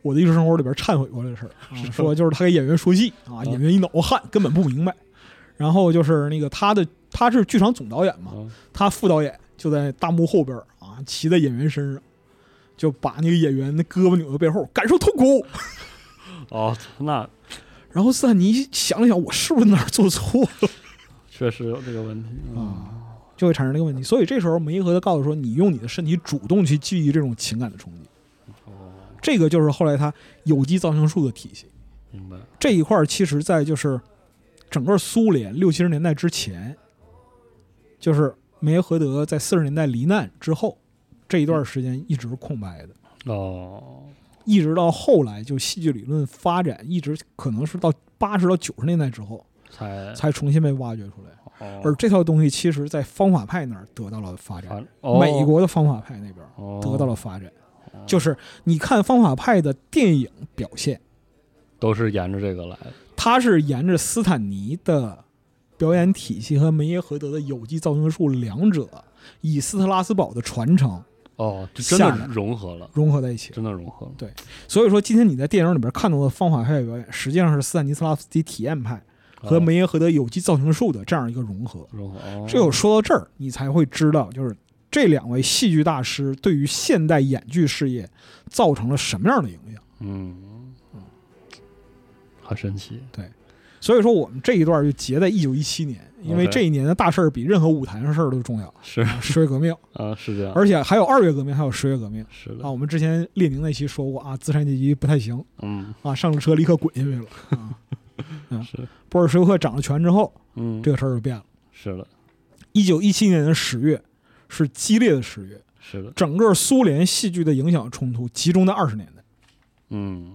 Speaker 3: 我的艺术生活里边忏悔过这事儿、啊，说就是他给演员说戏啊，演员一脑汗，根本不明白。然后就是那个他的他是剧场总导演嘛，
Speaker 1: 啊
Speaker 3: 他副导演就在大幕后边儿啊，骑在演员身上，就把那个演员的胳膊扭到背后，感受痛苦。
Speaker 1: 哦，那
Speaker 3: 然后斯坦尼想了想，我是不是哪儿做错了？
Speaker 1: 确实有这个问题嗯
Speaker 3: 啊，就会产生这个问题。所以这时候梅和他告诉说，你用你的身体主动去记忆这种情感的冲击，
Speaker 1: 哦，
Speaker 3: 这个就是后来他有机造型术的体系。
Speaker 1: 明白。
Speaker 3: 这一块儿其实，在就是整个苏联六七十年代之前，就是梅和德在四十年代罹难之后这一段时间一直是空白的，
Speaker 1: 哦，
Speaker 3: 一直到后来就戏剧理论发展，一直可能是到八十到九十年代之后
Speaker 1: 才
Speaker 3: 才重新被挖掘出来。
Speaker 1: 哦
Speaker 3: 而这套东西其实，在方法派那儿得到了发展。
Speaker 1: 反哦
Speaker 3: 美国的方法派那边
Speaker 1: 哦
Speaker 3: 得到了发展。就是你看方法派的电影表现，
Speaker 1: 哦都是沿着这个来的。
Speaker 3: 它是沿着斯坦尼的表演体系和梅耶荷德的有机造型术两者，以斯特拉斯堡的传承
Speaker 1: 哦，就真
Speaker 3: 下来
Speaker 1: 的融合了，
Speaker 3: 融合在一起。
Speaker 1: 真的融合了。
Speaker 3: 所以说，今天你在电影里边看到的方法派表演，实际上是斯坦尼斯拉夫斯基体验派和
Speaker 1: 哦
Speaker 3: 梅耶荷德有机造型术的这样一个融合。
Speaker 1: 融合，哦
Speaker 3: 只有说到这儿，你才会知道，就是这两位戏剧大师对于现代演剧事业造成了什么样的影响。
Speaker 1: 嗯，很神奇。
Speaker 3: 所以说，我们这一段就截在一九一七年，因为
Speaker 1: OK
Speaker 3: 这一年的大事儿比任何舞台上事儿 都重要。
Speaker 1: 是
Speaker 3: 啊十月革命，
Speaker 1: 啊，是这样，
Speaker 3: 而且还有二月革命，还有十月革命
Speaker 1: 是
Speaker 3: 啊。
Speaker 1: 的，
Speaker 3: 我们之前列宁那期说过啊，资产阶级不太行
Speaker 1: 嗯，
Speaker 3: 啊，上了车立刻滚下去了。啊 啊
Speaker 1: 是，
Speaker 3: 布尔什维克掌了权之后，
Speaker 1: 嗯，
Speaker 3: 这个事儿就变了。
Speaker 1: 是的，
Speaker 3: 一九一七年的十月是激烈的十月，
Speaker 1: 是的，
Speaker 3: 整个苏联戏剧的影响冲突集中在二十年代，
Speaker 1: 嗯，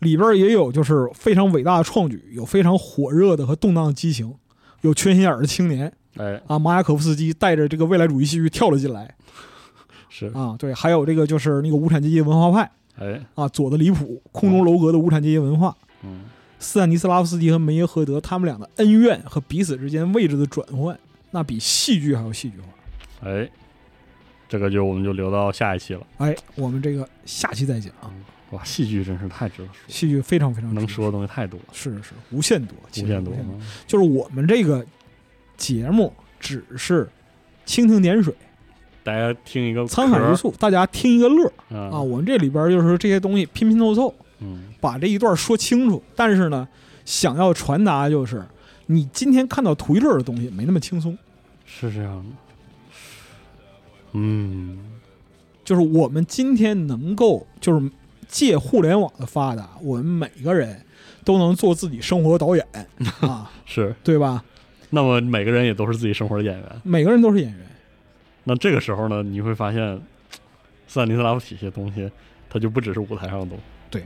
Speaker 3: 里边也有就是非常伟大的创举，有非常火热的和动荡的激情，有缺心眼儿的青年
Speaker 1: 哎，
Speaker 3: 啊，马雅可夫斯基带着这个未来主义戏剧跳了进来
Speaker 1: 是，
Speaker 3: 啊，对，还有这个就是那个无产阶级文化派
Speaker 1: 哎，
Speaker 3: 啊，左的离谱，空中楼阁的无产阶级文化，
Speaker 1: 嗯，
Speaker 3: 斯坦尼斯拉夫斯基和梅耶荷德他们俩的恩怨和彼此之间位置的转换，那比戏剧还要戏剧化。
Speaker 1: 哎，这个就我们就留到下一期了。
Speaker 3: 哎，我们这个下期再讲啊，
Speaker 1: 哇，戏剧真是太值得说，
Speaker 3: 戏剧非常非常
Speaker 1: 能
Speaker 3: 值得
Speaker 1: 说的东西太多了，
Speaker 3: 是是是无限多，
Speaker 1: 无
Speaker 3: 其实
Speaker 1: 限多。啊
Speaker 3: 就是我们这个节目只是蜻蜓点水，
Speaker 1: 大家听一个
Speaker 3: 沧海一
Speaker 1: 壳
Speaker 3: 粟，大家听一个乐儿
Speaker 1: 儿
Speaker 3: 啊。
Speaker 1: 啊，
Speaker 3: 我们这里边就是这些东西拼拼凑凑，
Speaker 1: 嗯，
Speaker 3: 把这一段说清楚。但是呢，想要传达就是，你今天看到图一乐的东西没那么轻松。
Speaker 1: 是这样的，嗯，
Speaker 3: 就是我们今天能够，就是借互联网的发达，我们每个人都能做自己生活导演啊，
Speaker 1: 是。
Speaker 3: 对吧？
Speaker 1: 那么每个人也都是自己生活的演员。
Speaker 3: 每个人都是演员。
Speaker 1: 那这个时候呢，你会发现，斯坦尼斯拉夫体系的东西，它就不只是舞台上的东西。
Speaker 3: 对，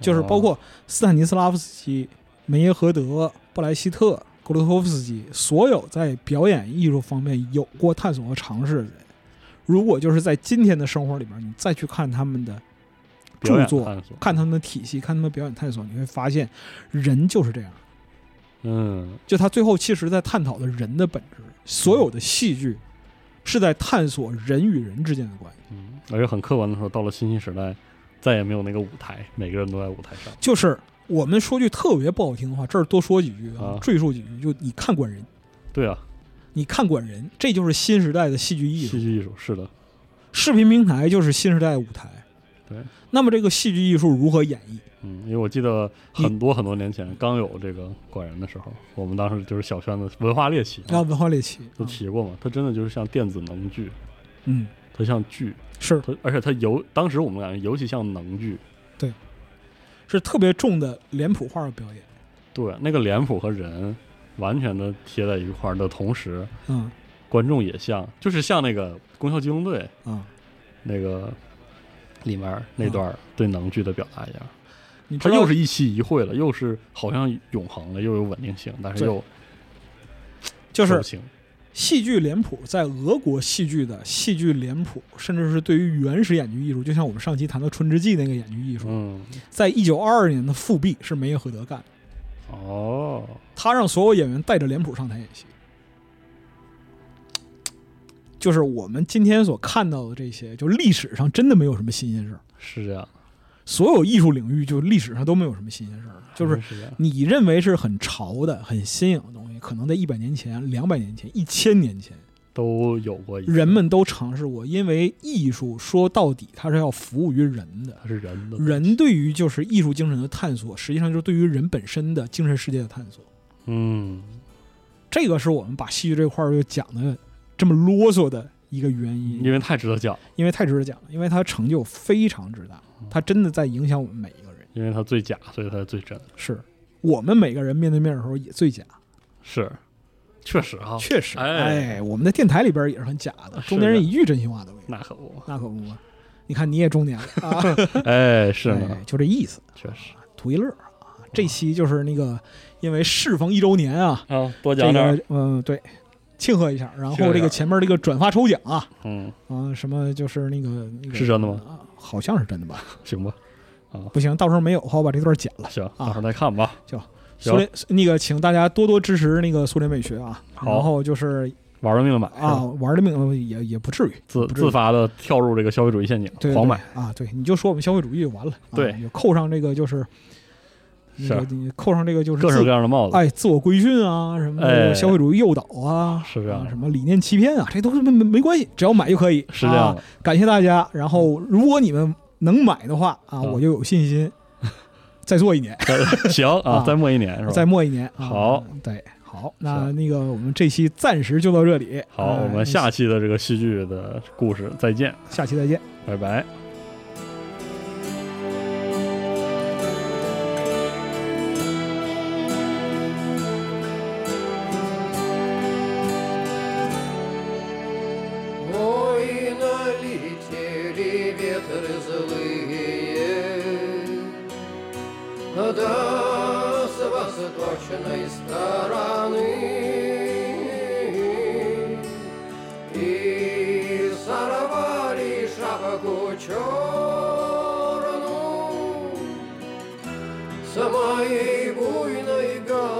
Speaker 3: 就是
Speaker 1: 哦
Speaker 3: 包括斯坦尼斯拉夫斯基、梅耶荷德、布莱希特、格罗托夫斯基，所有在表演艺术方面有过探索和尝试的人，如果就是在今天的生活里面，你再去看他们的
Speaker 1: 表
Speaker 3: 著
Speaker 1: 演
Speaker 3: 作、
Speaker 1: 探索
Speaker 3: 看他们的体系、看他们的表演探索，你会发现，人就是这样。
Speaker 1: 嗯，
Speaker 3: 就他最后其实在探讨的人的本质，所有的戏剧是在探索人与人之间的关系。
Speaker 1: 嗯，而且很客观的说，到了新兴时代，再也没有那个舞台，每个人都在舞台上。
Speaker 3: 就是我们说句特别不好听的话，这儿多说几句
Speaker 1: 啊，
Speaker 3: 啊赘述几句，就你看管人，
Speaker 1: 对啊，
Speaker 3: 你看管人，这就是新时代的戏剧艺术
Speaker 1: 戏。剧艺术是的，
Speaker 3: 视频平台就是新时代的舞台。
Speaker 1: 对，
Speaker 3: 那么这个戏剧艺术如何演绎？
Speaker 1: 嗯，因为我记得很多很多年前刚有这个管人的时候，我们当时就是小圈子文化猎奇
Speaker 3: 啊，
Speaker 1: 啊，
Speaker 3: 文化猎奇，
Speaker 1: 就提过嘛，它真的就是像电子能剧，
Speaker 3: 嗯，
Speaker 1: 它像剧，
Speaker 3: 是
Speaker 1: 它而且它尤当时我们感觉尤其像能剧，
Speaker 3: 是特别重的脸谱化的表演，
Speaker 1: 对，那个脸谱和人完全的贴在一块儿的同时，
Speaker 3: 嗯
Speaker 1: 观众也像，就是像那个《功效机动队》
Speaker 3: 啊，
Speaker 1: 那个里面儿
Speaker 3: 嗯
Speaker 1: 那段儿对能剧的表达一样，
Speaker 3: 你知
Speaker 1: 它
Speaker 3: 道
Speaker 1: 又是一期一会了，又是好像永恒了，又有稳定性，但是
Speaker 3: 对
Speaker 1: 又
Speaker 3: 就
Speaker 1: 手
Speaker 3: 是
Speaker 1: 情
Speaker 3: 戏剧脸谱在俄国戏剧的戏剧脸谱，甚至是对于原始演剧艺术，就像我们上期谈到《春之祭》那个演剧艺术，
Speaker 1: 嗯
Speaker 3: 在一九二二年的复辟是梅耶荷德干的，
Speaker 1: 哦，
Speaker 3: 他让所有演员带着脸谱上台演戏。就是我们今天所看到的这些，就历史上真的没有什么新鲜事儿，
Speaker 1: 是这样，
Speaker 3: 所有艺术领域就历史上都没有什么新鲜事儿，就是
Speaker 1: 是这样，
Speaker 3: 你认为是很潮的、很新颖的东西，可能在一百年前、两百年前、一千年前，
Speaker 1: 都有过一次
Speaker 3: 人们都尝试过。因为艺术说到底，它是要服务于人的。
Speaker 1: 它是人的
Speaker 3: 人对于就是艺术精神的探索，实际上就是对于人本身的精神世界的探索。
Speaker 1: 嗯，
Speaker 3: 这个是我们把戏剧这块儿又讲的这么啰嗦的一个原因，
Speaker 1: 因为太值得讲，
Speaker 3: 因为太值得讲了，因为它成就非常之大，它真的在影响我们每一个人。
Speaker 1: 因为它最假，所以它最真，
Speaker 3: 是我们每个人面对面的时候也最假，
Speaker 1: 是，确实啊哈、
Speaker 3: 啊确实，
Speaker 1: 哎
Speaker 3: 哎，我们的电台里边也是很假的，中年人
Speaker 1: 是
Speaker 3: 一句真心话都没有，
Speaker 1: 那可 不嘛，
Speaker 3: 那可不嘛。你看你也中年了 啊，
Speaker 1: 哎，是呢，
Speaker 3: 哎就这意思，
Speaker 1: 确实
Speaker 3: 图一乐啊。这期就是那个，因为适逢一周年啊，
Speaker 1: 啊，多
Speaker 3: 这
Speaker 1: 讲点儿，
Speaker 3: 个嗯对，庆贺一下。然
Speaker 1: 庆贺
Speaker 3: 后
Speaker 1: 一下
Speaker 3: 这个前面这个转发抽奖啊，
Speaker 1: 嗯，
Speaker 3: 啊什么就是那个那个
Speaker 1: 是真的吗？
Speaker 3: 啊好像是真的吧？
Speaker 1: 行吧，
Speaker 3: 不行，到时候没有的话，我把这段剪了。
Speaker 1: 行，到时候再看吧。
Speaker 3: 啊
Speaker 1: 行
Speaker 3: 苏联那个，请大家多多支持那个苏联美学啊。
Speaker 1: 好
Speaker 3: 然后就是
Speaker 1: 玩了命的买是吧
Speaker 3: 啊，玩的命也也不至于，
Speaker 1: 自
Speaker 3: 不至于
Speaker 1: 自发的跳入这个消费主义陷
Speaker 3: 对
Speaker 1: 阱，狂买。
Speaker 3: 啊，对，你就说我们消费主义就完了，啊
Speaker 1: 对，
Speaker 3: 就扣上这个就是，那
Speaker 1: 是
Speaker 3: 个你扣上这个就是
Speaker 1: 各式
Speaker 3: 自
Speaker 1: 各样的帽子，
Speaker 3: 哎自我规训啊，什么
Speaker 1: 哎
Speaker 3: 消费主义诱导啊，
Speaker 1: 是这样
Speaker 3: 啊
Speaker 1: 的
Speaker 3: 什么理念欺骗啊，这都没没没关系，只要买就可以，
Speaker 1: 是这样
Speaker 3: 啊
Speaker 1: 的。嗯
Speaker 3: 感谢大家，然后如果你们能买的话啊，我就有 信心再做一年，
Speaker 1: 行啊
Speaker 3: 啊，
Speaker 1: 再磨一年是
Speaker 3: 再
Speaker 1: 吧？
Speaker 3: 磨一年。啊
Speaker 1: 好，
Speaker 3: 对，好，那
Speaker 1: 行
Speaker 3: 那个我们这期暂时就到这里，
Speaker 1: 好，
Speaker 3: 呃
Speaker 1: 我们下期的这个戏剧的故事再见，
Speaker 3: 下期再见。
Speaker 1: 拜拜。
Speaker 4: Ой, налетели ветры злые, Да, с восточной стороны, И сорвали шапку черную С моей буйной головы. e Oh, e